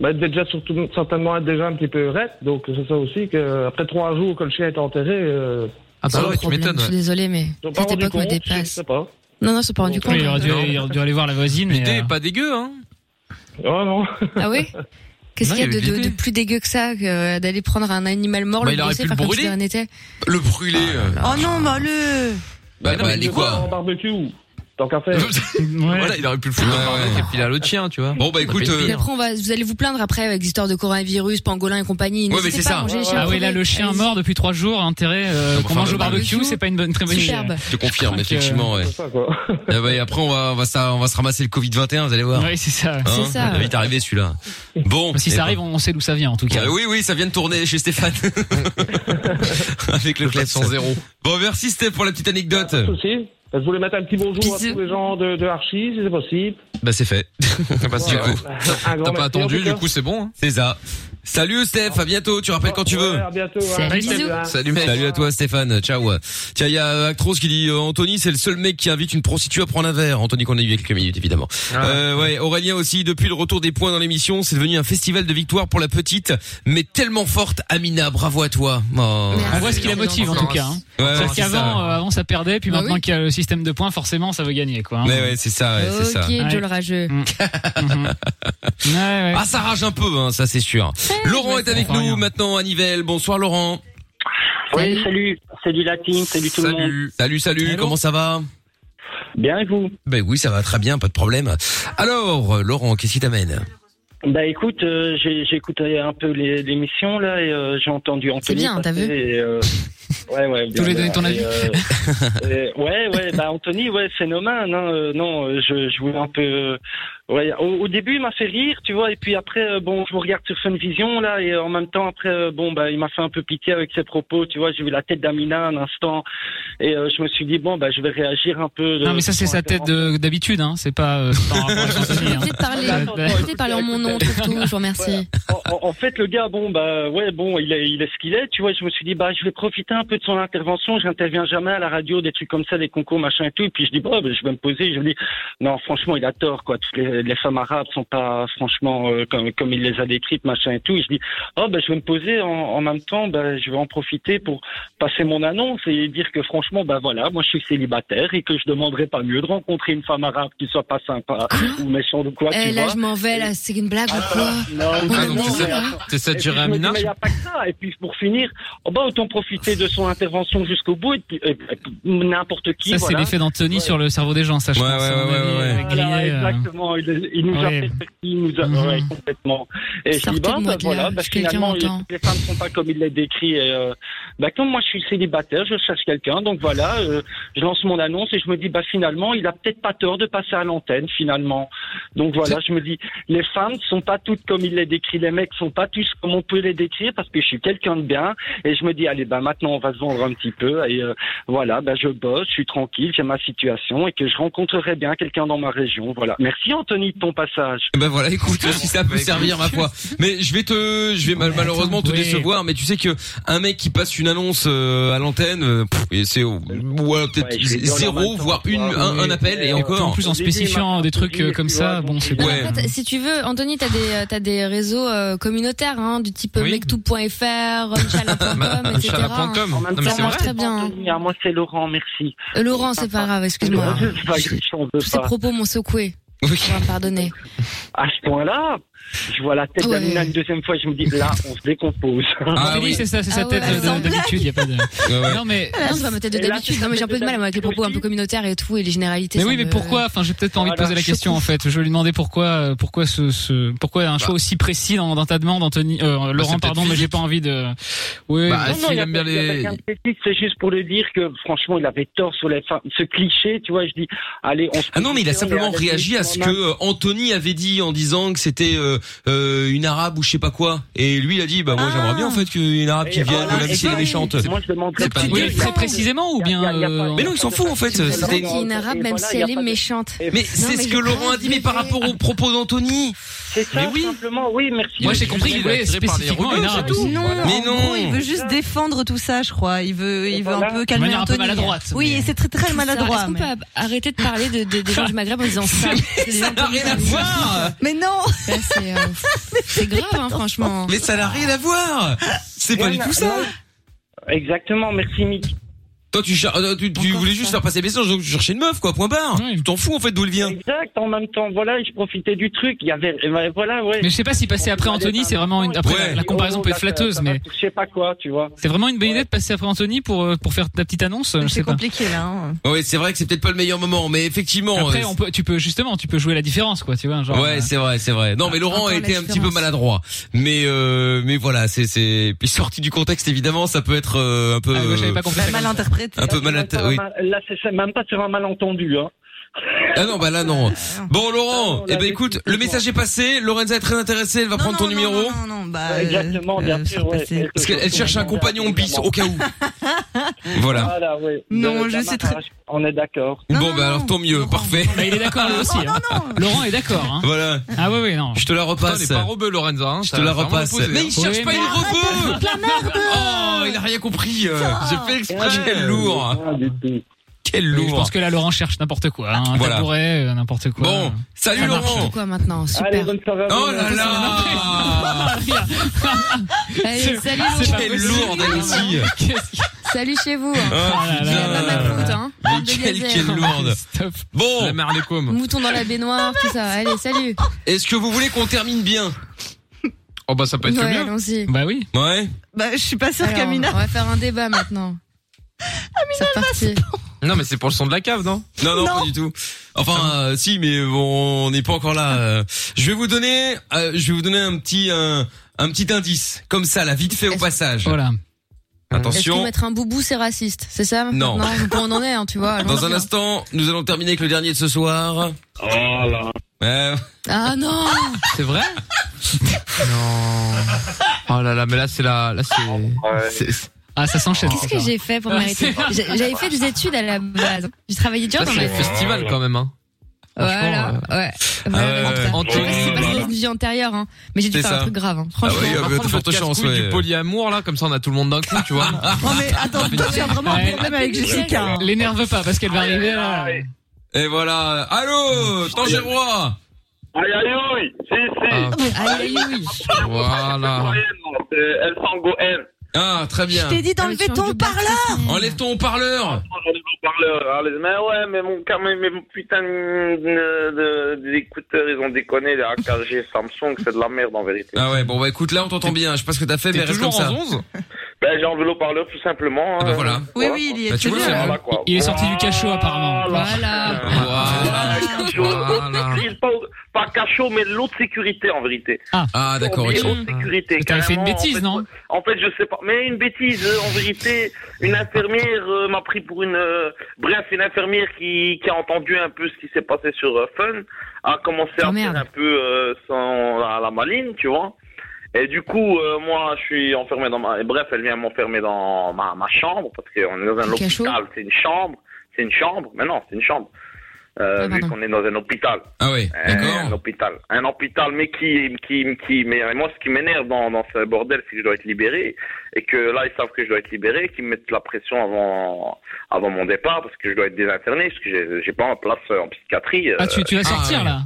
[SPEAKER 13] bah, déjà, surtout, certainement, être déjà un petit peu raide, donc c'est ça aussi que, après trois jours que le chien est enterré, euh,
[SPEAKER 3] Ah bah
[SPEAKER 13] ils
[SPEAKER 3] ouais, tu m'étonnes.
[SPEAKER 5] Je suis désolée, mais
[SPEAKER 13] sont pas
[SPEAKER 5] cette
[SPEAKER 13] rendus
[SPEAKER 5] époque me
[SPEAKER 13] compte, je
[SPEAKER 5] dépasse.
[SPEAKER 13] sais pas.
[SPEAKER 5] Non, non, je suis pas rendu compte.
[SPEAKER 4] Oui, il aurait dû,
[SPEAKER 5] hein.
[SPEAKER 4] il aurait dû aller voir la voisine. mais,
[SPEAKER 3] L'idée
[SPEAKER 4] euh,
[SPEAKER 3] est pas dégueu, hein.
[SPEAKER 13] Oh non.
[SPEAKER 5] Ah oui Qu'est-ce
[SPEAKER 4] Non,
[SPEAKER 5] qu'il y a
[SPEAKER 4] il y
[SPEAKER 5] de,
[SPEAKER 4] avait
[SPEAKER 5] de-
[SPEAKER 4] l'idée.
[SPEAKER 5] de plus dégueu que ça, que euh, d'aller prendre un animal mort,
[SPEAKER 2] Bah,
[SPEAKER 5] le
[SPEAKER 2] il aurait
[SPEAKER 5] brosser,
[SPEAKER 2] pu le
[SPEAKER 5] faire comme si
[SPEAKER 2] brûler.
[SPEAKER 5] de rien n'était
[SPEAKER 2] Le brûlé. euh.
[SPEAKER 5] Ah,
[SPEAKER 7] Oh non, bah le.
[SPEAKER 2] Bah, bah, allez,
[SPEAKER 13] En
[SPEAKER 2] quoi
[SPEAKER 13] barbecue, tant qu'à faire.
[SPEAKER 3] hein Voilà, il aurait pu le foutre dans le et puis là, l'autre chien, tu vois.
[SPEAKER 2] Bon, bah écoute.
[SPEAKER 5] Et
[SPEAKER 2] euh,
[SPEAKER 5] après, on va, vous allez vous plaindre après avec l'histoire de coronavirus, pangolin et compagnie.
[SPEAKER 2] Ouais,
[SPEAKER 5] N'hésitez
[SPEAKER 2] mais c'est
[SPEAKER 5] pas à
[SPEAKER 2] ça.
[SPEAKER 5] manger les chiens
[SPEAKER 4] Ah oui, là,
[SPEAKER 5] crevés.
[SPEAKER 4] le chien
[SPEAKER 5] Allez-y.
[SPEAKER 4] mort depuis trois jours, enterré, euh,
[SPEAKER 2] Non,
[SPEAKER 4] qu'on
[SPEAKER 2] enfin,
[SPEAKER 4] mange
[SPEAKER 2] le
[SPEAKER 4] au barbecue,
[SPEAKER 5] barbecue,
[SPEAKER 4] c'est pas une bonne, très bonne idée.
[SPEAKER 5] Superbe.
[SPEAKER 2] Je te confirme,
[SPEAKER 4] Donc, euh,
[SPEAKER 2] effectivement. ouais.
[SPEAKER 13] C'est ça, quoi.
[SPEAKER 2] Ah bah, et après, on va, on va, ça, on va se ramasser le Covid 21, vous allez voir.
[SPEAKER 4] Ouais, c'est ça.
[SPEAKER 2] Hein
[SPEAKER 5] C'est ça.
[SPEAKER 2] Il va vite arriver celui-là. Bon.
[SPEAKER 4] Si
[SPEAKER 2] eh
[SPEAKER 4] ça
[SPEAKER 2] ben.
[SPEAKER 4] arrive, on sait d'où ça vient, en tout cas.
[SPEAKER 2] Ah oui, oui, ça vient de tourner chez Stéphane. Avec le club
[SPEAKER 3] 400.
[SPEAKER 2] Bon, merci Steph pour la petite anecdote.
[SPEAKER 13] Pas de souci. Je voulais mettre un petit bonjour à
[SPEAKER 5] Bisous.
[SPEAKER 13] tous les gens de, de Archie, si c'est possible.
[SPEAKER 2] Bah, c'est fait.
[SPEAKER 3] Bah, c'est
[SPEAKER 13] Voilà.
[SPEAKER 3] cool.
[SPEAKER 13] Un grand
[SPEAKER 3] T'as
[SPEAKER 13] merci,
[SPEAKER 3] pas
[SPEAKER 13] bah, en
[SPEAKER 3] attendu,
[SPEAKER 13] tout cas.
[SPEAKER 3] du coup, c'est bon. hein.
[SPEAKER 2] C'est ça. Salut Steph, à bientôt, tu rappelles quand tu veux.
[SPEAKER 13] À bientôt. hein.
[SPEAKER 2] Salut, mec. Salut à toi Stéphane, ciao. Tiens, il y a euh, Actros qui dit euh, Anthony, c'est le seul mec qui invite une prostituée à prendre un verre. Anthony qu'on a eu il y a quelques minutes évidemment. Euh, ouais, Aurélien aussi, depuis le retour des points dans l'émission, c'est devenu un festival de victoire pour la petite, mais tellement forte. Amina, bravo à toi. Oh.
[SPEAKER 4] On voit ce qui la motive en tout cas. hein.
[SPEAKER 2] Ouais, ouais,
[SPEAKER 4] C'est-à-dire
[SPEAKER 2] c'est ça.
[SPEAKER 4] qu'avant, euh, avant ça perdait,
[SPEAKER 5] Bah
[SPEAKER 4] puis maintenant qu'il y a le système de points, forcément ça veut gagner quoi. hein. Mm.
[SPEAKER 2] Mais ouais, c'est ça, ouais, c'est ça.
[SPEAKER 5] Ok, Joe le rageux.
[SPEAKER 4] euh,
[SPEAKER 2] Ah, ça rage un peu, hein, ça c'est sûr. Laurent est avec nous maintenant à Nivelles. Bonsoir Laurent.
[SPEAKER 14] Oui, salut, salut la team, salut tout le monde.
[SPEAKER 2] Salut, salut, comment ça va
[SPEAKER 14] Bien et vous
[SPEAKER 2] Ben oui, ça va très bien, pas de problème. Alors, euh, Laurent, qu'est-ce qui t'amène
[SPEAKER 14] Bah écoute, euh, j'ai j'ai écouté un peu les- l'émission là et euh, j'ai entendu Anthony.
[SPEAKER 5] bien, t'as
[SPEAKER 14] passer,
[SPEAKER 5] vu
[SPEAKER 14] et, euh, Ouais, ouais. bien,
[SPEAKER 5] voulais donner
[SPEAKER 14] bien,
[SPEAKER 5] ton
[SPEAKER 14] et,
[SPEAKER 5] avis
[SPEAKER 14] euh, et, Ouais, ouais, bah Anthony, ouais, phénomène. hein, euh, non, euh, je, je voulais un peu. euh, Ouais, au, au début, il m'a fait rire, tu vois, et puis après, euh, bon, je vous regarde sur Funvision là, et euh, en même temps, après, euh, bon, bah, il m'a fait un peu pitié avec ses propos, tu vois, j'ai vu la tête d'Amina un instant, et euh, je me suis dit, bon, bah, je vais réagir un peu. de-
[SPEAKER 4] Non mais ça c'est sa tête de- d'habitude, hein. c'est pas. euh, c'est pas en rapport à son souci, hein.
[SPEAKER 5] Arrêtez de parler, arrêtez de parler en mon nom surtout, je vous remercie.
[SPEAKER 14] en, en fait, le gars, bon, bah, ouais, bon, il est, il est ce qu'il est. Tu vois, je me suis dit, bah, je vais profiter un peu de son intervention. J'interviens jamais à la radio, des trucs comme ça, des concours, machin et tout. Et puis je dis, bah, bah, je vais me poser. Je me dis, non, franchement, il a tort, quoi. Toutes les, les femmes arabes sont pas, franchement, euh, comme, comme il les a décrites, machin et tout. Et je dis, oh, bah, je vais me poser en, en même temps. Bah, je vais en profiter pour passer mon annonce et dire que, franchement, bah, voilà, moi, je suis célibataire et que je demanderais pas mieux de rencontrer une femme arabe qui soit pas sympa ou méchante ou quoi. tu
[SPEAKER 5] Eh, là,
[SPEAKER 14] vois.
[SPEAKER 5] je m'en vais, là, c'est une blague ou quoi
[SPEAKER 14] Non,
[SPEAKER 5] Ah, donc,
[SPEAKER 14] c'est
[SPEAKER 5] c'est ça-
[SPEAKER 3] c'est ça, tu dirais à Mina
[SPEAKER 14] Mais il n'y a pas que ça. Et puis pour finir, oh, bah, autant profiter de son intervention jusqu'au bout. Et puis, euh, et puis, n'importe qui.
[SPEAKER 4] Ça c'est
[SPEAKER 14] voilà.
[SPEAKER 4] l'effet d'Anthony sur le cerveau des gens, ça je
[SPEAKER 2] Ouais,
[SPEAKER 4] pense,
[SPEAKER 2] ouais,
[SPEAKER 4] à mon
[SPEAKER 2] ouais,
[SPEAKER 4] avis,
[SPEAKER 2] ouais, ouais.
[SPEAKER 4] euh, grillé,
[SPEAKER 14] Voilà,
[SPEAKER 4] euh.
[SPEAKER 14] exactement. Il, il nous a
[SPEAKER 4] Ouais. Mhm.
[SPEAKER 14] fait il nous a ouais, complètement. Et je dis, bah,
[SPEAKER 5] Sortez-moi
[SPEAKER 14] bah,
[SPEAKER 5] de là,
[SPEAKER 14] voilà, bah,
[SPEAKER 5] je suis quelqu'un
[SPEAKER 14] finalement, les,
[SPEAKER 5] d'entend.
[SPEAKER 14] les femmes ne sont pas comme il les décrit. Et, euh, bah, comme moi, je suis célibataire, je cherche quelqu'un. Donc voilà, euh, je lance mon annonce et je me dis, bah, finalement, il a peut-être pas tort de passer à l'antenne, finalement. Donc voilà, je me dis, les femmes ne sont pas toutes comme il les décrit. Les mecs sont pas tous comme on peut les décrire parce que je suis quelqu'un de bien. Et je me dis, allez, bah, maintenant, on va se vendre un petit peu. Et euh, voilà, bah, je bosse, je suis tranquille, j'ai ma situation et que je rencontrerai bien quelqu'un dans ma région. Voilà. Merci, Anthony, de ton passage.
[SPEAKER 2] Ben voilà, écoute, si ça peut
[SPEAKER 14] Bah, écoute.
[SPEAKER 2] servir ma foi. Mais je vais te, je vais mal- malheureusement te
[SPEAKER 3] oui.
[SPEAKER 2] décevoir, mais tu sais que un mec qui passe une annonce euh, à l'antenne, euh, pff, et c'est au- ou alors peut-être
[SPEAKER 3] Ouais, je vais dire en
[SPEAKER 2] zéro,
[SPEAKER 3] même temps,
[SPEAKER 2] voire une,
[SPEAKER 3] toi,
[SPEAKER 2] un,
[SPEAKER 3] oui.
[SPEAKER 2] un appel et
[SPEAKER 3] Et
[SPEAKER 2] encore.
[SPEAKER 4] En plus en spécifiant des trucs euh, comme ça, bon c'est pas.
[SPEAKER 5] En fait, si tu veux, Anthony, t'as des, euh, t'as des réseaux euh, communautaires, hein, du type euh, mectou.fr, ronchalin.com, etc.
[SPEAKER 14] En même temps,
[SPEAKER 5] ça marche très bien.
[SPEAKER 14] Anthony, à moi, c'est Laurent, merci.
[SPEAKER 5] Euh, Laurent, c'est pas grave, excuse-moi.
[SPEAKER 14] C'est pas grave, je t'en veux
[SPEAKER 5] Tous ces
[SPEAKER 14] pas.
[SPEAKER 5] propos m'ont secoué.
[SPEAKER 2] Je
[SPEAKER 5] vais me pardonner.
[SPEAKER 14] À ce point-là, je vois la tête
[SPEAKER 5] Ouais.
[SPEAKER 14] d'Amina une deuxième fois, je me dis, là, on se décompose.
[SPEAKER 4] Ah oui, c'est ça, c'est sa
[SPEAKER 5] Ah
[SPEAKER 4] tête
[SPEAKER 5] ouais,
[SPEAKER 4] de-
[SPEAKER 5] sans
[SPEAKER 4] d'habitude, y a pas de. Non mais
[SPEAKER 5] Ah, Non, c'est pas ma tête de
[SPEAKER 14] Et là,
[SPEAKER 5] d'habitude.
[SPEAKER 14] c'est
[SPEAKER 5] Non, mais j'ai un
[SPEAKER 14] ta
[SPEAKER 5] peu de
[SPEAKER 14] tête
[SPEAKER 5] mal avec les propos un peu communautaires et tout, et les généralités.
[SPEAKER 4] Mais
[SPEAKER 5] ça
[SPEAKER 4] oui, mais
[SPEAKER 5] me-
[SPEAKER 4] pourquoi Enfin, j'ai peut-être pas envie de poser la question en fait. Je vais lui demander pourquoi, euh, pourquoi ce, ce- pourquoi un
[SPEAKER 2] Bah.
[SPEAKER 4] choix aussi précis dans, dans ta demande, Anthony, euh, Laurent,
[SPEAKER 3] peut-être
[SPEAKER 4] pardon, mais j'ai
[SPEAKER 3] physique.
[SPEAKER 4] pas envie de. Oui.
[SPEAKER 3] Bah,
[SPEAKER 4] mais-
[SPEAKER 3] s'il aime bien les-
[SPEAKER 14] Il y a rien de spécifique, C'est juste pour le dire que franchement, il avait tort sur les femmes. Ce cliché, tu vois, je dis, allez, on se
[SPEAKER 2] Ah non, mais il a
[SPEAKER 14] on est
[SPEAKER 2] simplement
[SPEAKER 14] la
[SPEAKER 2] réagi à ce que euh, Anthony avait dit en disant que c'était euh, euh, une arabe ou je sais pas quoi. Et lui, il a dit, bah moi j'aimerais
[SPEAKER 4] Ah.
[SPEAKER 2] bien en fait qu'une arabe qui
[SPEAKER 14] Et
[SPEAKER 2] vienne,
[SPEAKER 14] voilà,
[SPEAKER 2] même si elle est
[SPEAKER 14] et
[SPEAKER 2] méchante.
[SPEAKER 14] moi, je demanderais
[SPEAKER 2] C'est pas
[SPEAKER 14] pas
[SPEAKER 2] une-
[SPEAKER 14] de-
[SPEAKER 4] Oui, très précisément ou bien. euh,
[SPEAKER 2] Mais non, il s'en fout en fait.
[SPEAKER 5] Tu me
[SPEAKER 2] c'était-
[SPEAKER 5] dis une arabe, même si elle est méchante.
[SPEAKER 2] Mais c'est ce que Laurent a dit, mais par rapport aux propos d'Anthony.
[SPEAKER 14] C'est ça,
[SPEAKER 2] oui.
[SPEAKER 14] simplement, oui, merci.
[SPEAKER 2] Moi, j'ai compris qu'il voulait spécifiquement une arabe.
[SPEAKER 7] Non,
[SPEAKER 2] Mais
[SPEAKER 7] en gros,
[SPEAKER 2] non.
[SPEAKER 7] il veut
[SPEAKER 5] Ah.
[SPEAKER 7] juste défendre tout ça, je crois. Il veut, il veut un peu calmer
[SPEAKER 4] manière un peu
[SPEAKER 7] Anthony.
[SPEAKER 4] maladroite,
[SPEAKER 7] Oui,
[SPEAKER 4] mais-
[SPEAKER 7] et c'est très très maladroit.
[SPEAKER 5] Est-ce qu'on
[SPEAKER 7] mais-
[SPEAKER 5] peut ab- arrêter de parler de, de- des gens du Maghreb en disant ça Ça n'a rien à
[SPEAKER 2] voir
[SPEAKER 7] Mais non
[SPEAKER 5] C'est euh, c'est grave, hein, franchement.
[SPEAKER 2] Mais ça n'a rien à voir. C'est pas du tout ça.
[SPEAKER 14] Exactement, merci Mick.
[SPEAKER 2] Toi, tu, cher- euh, tu, tu voulais juste faire passer le message, donc tu cherchais une meuf, quoi, point barre. Tu t'en fous, en fait, d'où il vient.
[SPEAKER 14] Exact, en même temps, voilà, je profitais du truc. Il y avait, eh ben, voilà, ouais.
[SPEAKER 4] Mais je sais pas si passer après Anthony, c'est vraiment une. Après, la- la comparaison peut être flatteuse, mais
[SPEAKER 14] Je sais pas quoi, tu vois.
[SPEAKER 4] c'est vraiment une bonne idée de passer après Anthony pour euh, pour faire ta petite annonce. Je sais pas.
[SPEAKER 7] compliqué là. hein.
[SPEAKER 2] Ouais, c'est vrai que c'est peut-être pas le meilleur moment, mais effectivement.
[SPEAKER 4] Après,
[SPEAKER 2] euh,
[SPEAKER 4] on peut, tu peux justement, tu peux jouer la différence, quoi. Tu vois, genre.
[SPEAKER 2] ouais,
[SPEAKER 4] euh,
[SPEAKER 2] c'est vrai, c'est vrai. Non, mais Laurent a
[SPEAKER 4] la
[SPEAKER 2] été un petit peu
[SPEAKER 4] différence.
[SPEAKER 2] maladroit, mais euh, mais voilà, c'est c'est puis sorti du contexte évidemment, ça peut être euh, un peu
[SPEAKER 4] Ah, moi, j'avais pas compris
[SPEAKER 2] euh,
[SPEAKER 4] ça comme
[SPEAKER 7] Mal interprété.
[SPEAKER 2] un peu malade. Oui.
[SPEAKER 14] Là, c'est c'est même pas sur un malentendu, hein.
[SPEAKER 2] Ah non, bah là non. Bon Laurent, eh ben écoute, le message est passé, Lorenza est très intéressée, elle va prendre ton numéro.
[SPEAKER 7] Non, non, bah.
[SPEAKER 14] Ouais, Exactement,
[SPEAKER 2] euh,
[SPEAKER 14] bien sûr. ouais. Quelque
[SPEAKER 2] Parce
[SPEAKER 14] chose
[SPEAKER 2] qu'elle cherche un
[SPEAKER 14] commandant,
[SPEAKER 2] compagnon bis au cas où. Voilà.
[SPEAKER 14] Voilà, ouais.
[SPEAKER 7] Non,
[SPEAKER 14] De-
[SPEAKER 7] je sais très-
[SPEAKER 14] d'amarrage, On est d'accord.
[SPEAKER 2] bon bah alors tant mieux, parfait.
[SPEAKER 4] il est d'accord lui
[SPEAKER 14] Ah,
[SPEAKER 4] aussi. hein. Laurent est d'accord. hein.
[SPEAKER 2] Voilà.
[SPEAKER 4] Ah oui oui non.
[SPEAKER 2] Je te la repasse.
[SPEAKER 3] Putain, elle est pas rebeu, Lorenza. hein.
[SPEAKER 2] Je
[SPEAKER 3] Ça
[SPEAKER 2] te la
[SPEAKER 3] va vraiment
[SPEAKER 2] repasse.
[SPEAKER 3] poser,
[SPEAKER 2] Mais
[SPEAKER 3] hein.
[SPEAKER 2] il cherche
[SPEAKER 3] Oui,
[SPEAKER 2] pas
[SPEAKER 3] mais-
[SPEAKER 2] une rebeu.
[SPEAKER 7] La
[SPEAKER 2] Oh, il a rien compris. euh.
[SPEAKER 3] J'ai fait exprès.
[SPEAKER 2] Quel lourd. Quel
[SPEAKER 4] hein. Oui, Je
[SPEAKER 2] lourd.
[SPEAKER 4] pense que là Laurent cherche n'importe quoi. hein. Un
[SPEAKER 2] Voilà.
[SPEAKER 4] tabouret, euh, n'importe quoi.
[SPEAKER 2] Bon, salut
[SPEAKER 4] Ça marche.
[SPEAKER 2] Laurent.
[SPEAKER 5] Quoi maintenant Super.
[SPEAKER 2] Oh là là.
[SPEAKER 5] Allez, salut Laurent.
[SPEAKER 2] Quelle lourde elle aussi.
[SPEAKER 5] Salut chez vous.
[SPEAKER 2] Oh,
[SPEAKER 14] Ah,
[SPEAKER 2] putain.
[SPEAKER 5] hein.
[SPEAKER 2] Mais
[SPEAKER 5] Bande de
[SPEAKER 2] quelle,
[SPEAKER 5] gazelles.
[SPEAKER 2] quelle lourde. Bon.
[SPEAKER 3] La mère les combes.
[SPEAKER 5] Mouton dans la baignoire, tout ça. Allez, salut.
[SPEAKER 2] Est-ce que vous voulez qu'on termine bien
[SPEAKER 3] Oh bah ça peut être que
[SPEAKER 5] ouais,
[SPEAKER 3] bien.
[SPEAKER 5] allons-y.
[SPEAKER 4] Bah oui.
[SPEAKER 2] Ouais.
[SPEAKER 7] Bah, je suis pas sûre
[SPEAKER 5] Alors,
[SPEAKER 7] qu'Amina.
[SPEAKER 5] On va faire un débat maintenant. C'est reparti.
[SPEAKER 3] Non mais c'est pour le son de la cave, non Ah.
[SPEAKER 2] Non, non, pas du tout. Enfin, euh, si, mais bon, on n'est pas encore là. euh. Je vais vous donner, euh, je vais vous donner un petit, un, un petit indice, comme ça, là, vite fait au passage.
[SPEAKER 4] Voilà.
[SPEAKER 5] Est-ce que
[SPEAKER 2] Attention.
[SPEAKER 5] mettre un boubou, c'est raciste C'est ça
[SPEAKER 2] Non.
[SPEAKER 5] Non, on en est, hein, tu vois.
[SPEAKER 2] Dans un
[SPEAKER 5] allons-y, hein.
[SPEAKER 2] instant, nous allons terminer avec le dernier de ce soir. Oh là.
[SPEAKER 5] Ah non
[SPEAKER 3] C'est vrai Non. Oh là là, mais là c'est la, là c'est. c'est-
[SPEAKER 4] Ah ça s'enchaîne.
[SPEAKER 5] Qu'est-ce que j'ai fait pour
[SPEAKER 4] Ah,
[SPEAKER 5] mériter
[SPEAKER 4] c'est-
[SPEAKER 5] J'ai- J'avais fait des études à la base. J'ai travaillé dur
[SPEAKER 3] Ça
[SPEAKER 5] dans
[SPEAKER 3] c'est
[SPEAKER 5] ma
[SPEAKER 3] le festival quand même. hein.
[SPEAKER 5] Voilà, ouais.
[SPEAKER 2] Ah ouais,
[SPEAKER 3] En- en-
[SPEAKER 5] Je sais pas si c'est passé dans une vie antérieure, hein. mais j'ai dû
[SPEAKER 2] euh, C'est
[SPEAKER 5] faire
[SPEAKER 2] ça.
[SPEAKER 5] un truc grave. Hein.
[SPEAKER 2] Ah
[SPEAKER 5] Franchement.
[SPEAKER 2] oui,
[SPEAKER 3] Par
[SPEAKER 2] euh,
[SPEAKER 3] contre,
[SPEAKER 2] forte
[SPEAKER 3] notre
[SPEAKER 2] chance,
[SPEAKER 3] casse-couille
[SPEAKER 2] ouais.
[SPEAKER 3] du polyamour là, comme ça on a tout le monde d'un coup, tu vois.
[SPEAKER 7] Non, mais attends, toi, tu as vraiment un
[SPEAKER 4] Ouais.
[SPEAKER 7] problème avec Jessica. hein.
[SPEAKER 4] L'énerve pas parce qu'elle va arriver là.
[SPEAKER 2] Et voilà. Allô, Tangérois.
[SPEAKER 11] Aïe, aïe, aïe, si, si.
[SPEAKER 2] Ah.
[SPEAKER 5] Aïe, aïe, aïe.
[SPEAKER 3] Voilà.
[SPEAKER 11] Euh, Elle s'en go, elle.
[SPEAKER 2] Ah, très
[SPEAKER 7] Je
[SPEAKER 2] bien.
[SPEAKER 7] t'ai dit d'enlever
[SPEAKER 5] Change
[SPEAKER 7] ton
[SPEAKER 5] de bac,
[SPEAKER 7] parleur.
[SPEAKER 5] c'est fini.
[SPEAKER 2] Enlève ton haut-parleur.
[SPEAKER 11] J'en ai pas parlé, allez, Ah, Mais ouais, mais mon, quand même, mais mon putain de- de- d'écouteurs, ils ont déconné, les AKG Samsung, c'est de la merde en vérité.
[SPEAKER 2] Ah ouais, bon bah écoute, là on t'entend bien. Je sais pas ce que t'as fait, mais
[SPEAKER 3] T'es
[SPEAKER 2] reste comme
[SPEAKER 3] toujours
[SPEAKER 2] ça.
[SPEAKER 3] en 11
[SPEAKER 11] Ben, j'ai enlevé le parleur tout simplement. hein.
[SPEAKER 2] Ah bah voilà.
[SPEAKER 7] Oui, oui, il y est.
[SPEAKER 2] Bah, tu
[SPEAKER 7] c'est
[SPEAKER 2] vois,
[SPEAKER 7] bien.
[SPEAKER 2] c'est-
[SPEAKER 11] Voilà, quoi.
[SPEAKER 4] Il est sorti du cachot apparemment.
[SPEAKER 5] Voilà.
[SPEAKER 2] Voilà.
[SPEAKER 3] Voilà.
[SPEAKER 11] Ils disent Pas, pas cachot, mais l'autre sécurité en vérité.
[SPEAKER 2] Ah d'accord,
[SPEAKER 11] Ils
[SPEAKER 2] ok.
[SPEAKER 11] ont dit haute sécurité.
[SPEAKER 4] Mais T'avais fait une
[SPEAKER 11] carrément, en
[SPEAKER 4] bêtise
[SPEAKER 11] fait,
[SPEAKER 4] non
[SPEAKER 11] En fait, je sais pas. Mais une bêtise, euh, en vérité, une infirmière euh, m'a pris pour une. euh, bref, une infirmière qui, qui a entendu un peu ce qui s'est passé sur euh, Fun a commencé à
[SPEAKER 4] Ah,
[SPEAKER 5] Oh, merde.
[SPEAKER 11] faire un peu euh, sans la, la maline, tu vois. Et du coup, euh, moi, je suis enfermé dans ma. et Bref, elle vient m'enfermer dans ma, ma chambre parce qu'on est dans un
[SPEAKER 5] Le cachot.
[SPEAKER 11] hôpital. C'est une chambre. C'est une chambre. Mais non, c'est une chambre. Euh,
[SPEAKER 5] Ah,
[SPEAKER 11] vu
[SPEAKER 5] pardon.
[SPEAKER 11] qu'on est dans un hôpital.
[SPEAKER 2] Ah ouais,
[SPEAKER 11] Un
[SPEAKER 2] d'accord.
[SPEAKER 11] hôpital. Un hôpital, mais qui, qui, qui, mais euh, moi, ce qui m'énerve dans, dans ce bordel, c'est que je dois être libéré. Et que là, ils savent que je dois être libéré, qu'ils me mettent la pression avant, avant mon départ, parce que je dois être désinterné, parce que j'ai- j'ai pas ma place euh, en psychiatrie. euh.
[SPEAKER 4] Ah tu tu vas
[SPEAKER 2] Ah,
[SPEAKER 4] sortir
[SPEAKER 2] ouais.
[SPEAKER 4] là.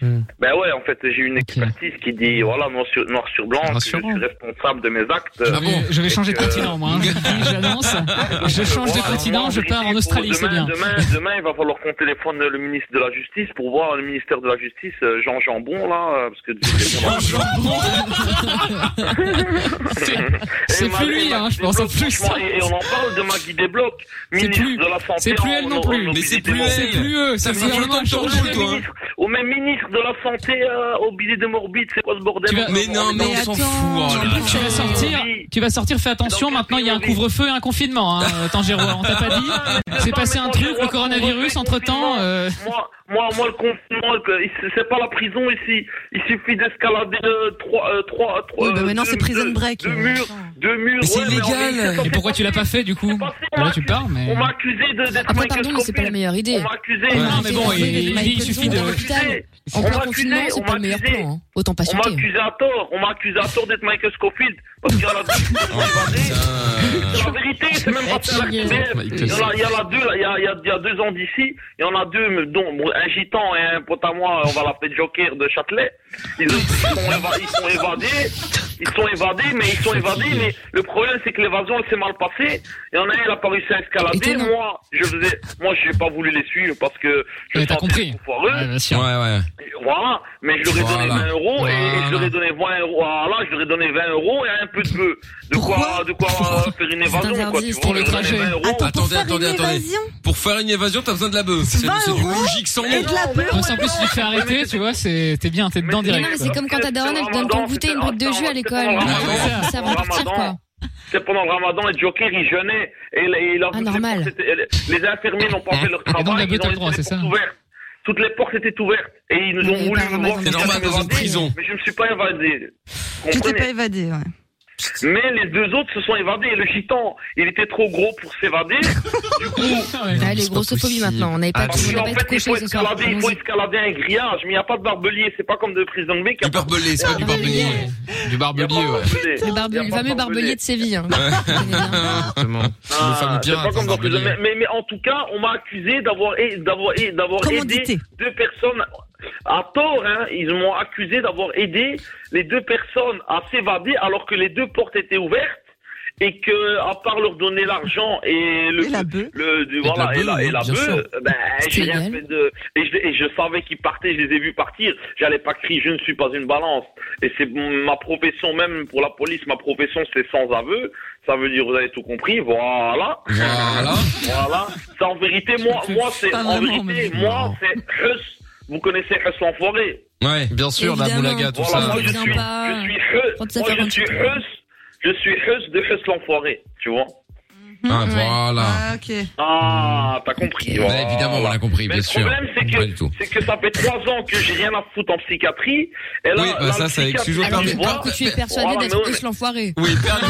[SPEAKER 11] Ben ouais, en fait, j'ai une
[SPEAKER 4] Ok.
[SPEAKER 11] expertise qui dit, voilà, noir sur, noir sur blanc,
[SPEAKER 3] Noir
[SPEAKER 11] que
[SPEAKER 3] sur
[SPEAKER 11] je suis
[SPEAKER 3] blanc.
[SPEAKER 11] responsable de mes actes.
[SPEAKER 4] Je vais- je vais changer de
[SPEAKER 11] euh,
[SPEAKER 4] continent, moi. hein. Je le dis, J'annonce. Je change de
[SPEAKER 11] Voilà,
[SPEAKER 4] continent,
[SPEAKER 11] moi,
[SPEAKER 4] je pars en
[SPEAKER 11] pour
[SPEAKER 4] Australie, c'est
[SPEAKER 11] demain,
[SPEAKER 4] bien.
[SPEAKER 11] Demain, demain, il va falloir qu'on téléphone le ministre de la Justice pour voir le ministère de la Justice, euh, Jean Jambon, là, euh, parce que... Et
[SPEAKER 4] C'est
[SPEAKER 11] ma- et
[SPEAKER 4] plus lui,
[SPEAKER 11] ma-
[SPEAKER 4] hein, je pense. C'est plus ça.
[SPEAKER 11] franchement, Et, et on en parle de Maggie Desblocs, ministre
[SPEAKER 4] plus-
[SPEAKER 11] de la Santé.
[SPEAKER 4] c'est plus elle
[SPEAKER 11] en-
[SPEAKER 4] non
[SPEAKER 11] en-
[SPEAKER 4] plus.
[SPEAKER 11] en-
[SPEAKER 2] Mais c'est plus
[SPEAKER 11] au-
[SPEAKER 2] elle.
[SPEAKER 4] C'est plus eux.
[SPEAKER 2] Ça
[SPEAKER 4] Ça
[SPEAKER 2] fait
[SPEAKER 4] fait
[SPEAKER 2] longtemps
[SPEAKER 4] vraiment
[SPEAKER 2] que t'en
[SPEAKER 11] au-
[SPEAKER 4] changer.
[SPEAKER 2] joues,
[SPEAKER 11] au-
[SPEAKER 2] toi.
[SPEAKER 11] ministre- Au même ministre de la Santé, euh, au billet de Morbide, c'est quoi ce bordel
[SPEAKER 4] Tu vas-
[SPEAKER 2] Mais non, mais on s'en fout. oh là là.
[SPEAKER 4] Tu vas sortir, tu vas sortir, fais attention,
[SPEAKER 11] Dans
[SPEAKER 4] maintenant il y a un
[SPEAKER 11] quel pays
[SPEAKER 4] couvre-feu et un confinement, hein, euh,
[SPEAKER 11] Ah,
[SPEAKER 4] Tangérois, on t'a pas dit. C'est passé un truc, le coronavirus, entre-temps, euh,
[SPEAKER 11] Moi, moi, moi, le confinement, que- c'est- c'est pas la prison ici. Il suffit d'escalader euh, trois, euh, trois, trois.
[SPEAKER 7] Oui, bah
[SPEAKER 11] euh,
[SPEAKER 7] maintenant,
[SPEAKER 11] deux-
[SPEAKER 7] c'est prison
[SPEAKER 11] deux-
[SPEAKER 7] break.
[SPEAKER 11] Deux murs, deux murs.
[SPEAKER 2] Mais c'est
[SPEAKER 11] ouais, en
[SPEAKER 2] illégal.
[SPEAKER 11] vérité, ça
[SPEAKER 4] Et
[SPEAKER 11] fait
[SPEAKER 4] pourquoi
[SPEAKER 11] pas
[SPEAKER 4] tu l'as pas fait, du coup
[SPEAKER 11] pas fait,
[SPEAKER 4] Bon,
[SPEAKER 11] on
[SPEAKER 4] Là,
[SPEAKER 11] m'a
[SPEAKER 4] tu pars, mais...
[SPEAKER 11] On m'a accusé de- d'être
[SPEAKER 5] Après, pardon, mais c'est pas la meilleure idée.
[SPEAKER 11] On m'a accusé.
[SPEAKER 2] Ouais.
[SPEAKER 4] Non, mais bon,
[SPEAKER 5] T'es
[SPEAKER 4] il-
[SPEAKER 5] enfermé dans
[SPEAKER 4] il
[SPEAKER 5] une
[SPEAKER 4] suffit de...
[SPEAKER 5] prison. l'hôpital. En
[SPEAKER 11] On
[SPEAKER 5] plein
[SPEAKER 11] m'a accusé,
[SPEAKER 5] confinement, c'est
[SPEAKER 11] on
[SPEAKER 5] pas
[SPEAKER 11] m'a
[SPEAKER 5] le meilleur
[SPEAKER 11] accusé.
[SPEAKER 5] plan. hein. Autant
[SPEAKER 11] On m'a
[SPEAKER 5] patienter.
[SPEAKER 11] accusé à tort, on m'a accusé à tort d'être Michael Scofield parce qu'il y a la
[SPEAKER 2] Oh,
[SPEAKER 11] C'est la vérité, c'est même pas ça. Il y en a, il y en a deux, là, il y a, il y a- il y a deux ans d'ici, il y en a deux, mais dont bon, un gitan et un pote à moi, on va l'appeler Joker de Châtelet. Ils, ont- ils sont éva- ils sont évadés, ils sont évadés, mais ils sont évadés, mais le problème c'est que l'évasion elle s'est mal passée. Il y en a un, il a pas réussi à escalader.
[SPEAKER 5] Étonnant.
[SPEAKER 11] Moi, je faisais, moi j'ai pas voulu les suivre parce que je
[SPEAKER 4] Mais t'as
[SPEAKER 11] sentais
[SPEAKER 4] compris.
[SPEAKER 11] trop foireux.
[SPEAKER 4] Ouais, bien sûr.
[SPEAKER 2] Ouais, ouais.
[SPEAKER 11] Voilà, mais je leur ai donné
[SPEAKER 2] Voilà.
[SPEAKER 11] 20 euros et je leur
[SPEAKER 4] Voilà.
[SPEAKER 11] ai donné 20 euros. Voilà, je leur ai donné 20 euros et un peu de peu. De quoi,
[SPEAKER 7] Pourquoi
[SPEAKER 11] de quoi euh, faire une évasion
[SPEAKER 5] interdit,
[SPEAKER 11] quoi, tu
[SPEAKER 5] c'est
[SPEAKER 11] vois,
[SPEAKER 4] pour le
[SPEAKER 11] je leur ai donné
[SPEAKER 4] trajet.
[SPEAKER 11] 20 euros.
[SPEAKER 7] Attends, pour
[SPEAKER 2] Attendez,
[SPEAKER 7] faire
[SPEAKER 2] attendez,
[SPEAKER 7] une
[SPEAKER 2] attendez.
[SPEAKER 7] évasion
[SPEAKER 2] Pour faire une évasion, t'as besoin de la bœuf. C'est du
[SPEAKER 7] 20
[SPEAKER 2] c'est du
[SPEAKER 7] euros
[SPEAKER 2] logique sans
[SPEAKER 7] et
[SPEAKER 2] nom.
[SPEAKER 7] de la peur.
[SPEAKER 4] Parce qu'en plus, si tu fais arrêter, tu vois, c'est t'es bien, t'es
[SPEAKER 11] Mais
[SPEAKER 4] dedans
[SPEAKER 5] Mais
[SPEAKER 4] direct.
[SPEAKER 5] non, mais
[SPEAKER 4] quoi.
[SPEAKER 5] c'est comme quand ta daronne, elle te donne ton goûter, une boîte de jus à l'école.
[SPEAKER 11] Ah,
[SPEAKER 5] Ça
[SPEAKER 4] ouais.
[SPEAKER 5] va repartir, quoi.
[SPEAKER 11] c'est pendant le ramadan, et Joker, il jeûnait, et, il- et il
[SPEAKER 2] Ah,
[SPEAKER 11] a-
[SPEAKER 5] normal.
[SPEAKER 11] les, portes étaient- les infirmiers n'ont pas
[SPEAKER 2] Hein
[SPEAKER 11] fait leur travail.
[SPEAKER 4] la
[SPEAKER 11] ils
[SPEAKER 4] bête
[SPEAKER 11] ont
[SPEAKER 4] a le
[SPEAKER 11] laissé
[SPEAKER 4] droit,
[SPEAKER 11] les
[SPEAKER 4] c'est
[SPEAKER 11] portes ouvertes. Toutes les portes étaient ouvertes, et ils nous ont voulu me voir.
[SPEAKER 2] bah, C'est normal, dans une prison.
[SPEAKER 11] Mais je me suis pas évadé.
[SPEAKER 7] Tu t'es
[SPEAKER 11] Comprenez
[SPEAKER 7] pas évadé, ouais.
[SPEAKER 11] mais les deux autres se sont évadés. Le gitan, il était trop gros pour s'évader. du coup,
[SPEAKER 5] Ah, les grossophobie maintenant, on n'avait pas,
[SPEAKER 11] parce
[SPEAKER 5] on
[SPEAKER 11] qu'en
[SPEAKER 5] n'avait pas
[SPEAKER 11] Ah,
[SPEAKER 5] été
[SPEAKER 11] fait, il faut
[SPEAKER 5] couché ce soir.
[SPEAKER 11] escalader, il faut escalader un grillage, mais il n'y a pas de barbelier, c'est pas comme de prison de mec. Du
[SPEAKER 2] barbelier, c'est pas du barbelier.
[SPEAKER 3] Du barbelier, ouais.
[SPEAKER 5] Le, barbel- le fameux barbelier de Séville. hein.
[SPEAKER 3] Exactement.
[SPEAKER 11] Ah,
[SPEAKER 3] le fameux
[SPEAKER 11] c'est pas comme
[SPEAKER 3] pirate, le
[SPEAKER 11] dans
[SPEAKER 3] barbelier.
[SPEAKER 11] Prison de Mer. mais, mais en tout cas, on m'a accusé d'avoir d'avoir d'avoir aidé deux personnes à tort. Hein, ils m'ont accusé d'avoir aidé les deux personnes à s'évader alors que les deux portes étaient ouvertes et que à part leur donner l'argent et le le, du-
[SPEAKER 15] la
[SPEAKER 11] voilà et
[SPEAKER 15] beuh,
[SPEAKER 11] la, et la
[SPEAKER 15] bien sûr.
[SPEAKER 11] beuh, ben j'ai
[SPEAKER 15] C'était
[SPEAKER 11] rien fait de et je, et je savais qu'ils partaient, je les ai vus partir. J'allais pas crier, je ne suis pas une balance. Et c'est ma profession même pour la police, ma profession c'est sans aveu. Ça veut dire vous avez tout compris, voilà.
[SPEAKER 2] Voilà.
[SPEAKER 11] Voilà. Ça, en vérité, moi, moi c'est
[SPEAKER 2] Pas
[SPEAKER 11] en
[SPEAKER 2] vraiment,
[SPEAKER 11] vérité,
[SPEAKER 2] mais-
[SPEAKER 11] moi c'est Huss. Vous connaissez Huss l'enfoiré.
[SPEAKER 2] Ouais, bien
[SPEAKER 11] sûr, la Évidemment. moulaga, tout Voilà, ça. moi, je suis-
[SPEAKER 5] Sympa.
[SPEAKER 11] Je suis Huss.
[SPEAKER 5] Prendre
[SPEAKER 11] Moi, je suis
[SPEAKER 5] 148.
[SPEAKER 11] Huss. Je suis Huss de Huss l'enfoiré. Tu vois.
[SPEAKER 2] Ah, voilà.
[SPEAKER 7] Ah, ok.
[SPEAKER 11] Ah, t'as compris.
[SPEAKER 2] Ouais,
[SPEAKER 11] voilà.
[SPEAKER 2] évidemment, on l'a compris,
[SPEAKER 11] Mais
[SPEAKER 2] bien
[SPEAKER 11] le
[SPEAKER 2] sûr.
[SPEAKER 11] problème, c'est
[SPEAKER 2] Pas du tout.
[SPEAKER 11] que, c'est que ça fait trois ans que j'ai rien à foutre en psychiatrie. Et là,
[SPEAKER 2] Oui, bah
[SPEAKER 11] là,
[SPEAKER 2] ça,
[SPEAKER 11] le
[SPEAKER 2] ça excuse
[SPEAKER 11] psychiatre,
[SPEAKER 2] aucun Ah,
[SPEAKER 11] il
[SPEAKER 2] doute.
[SPEAKER 11] voit-
[SPEAKER 2] Tant que
[SPEAKER 5] Tu es persuadé
[SPEAKER 11] Voilà, mais
[SPEAKER 5] d'être
[SPEAKER 11] ouais,
[SPEAKER 5] plus l'enfoiré.
[SPEAKER 2] Oui, perdre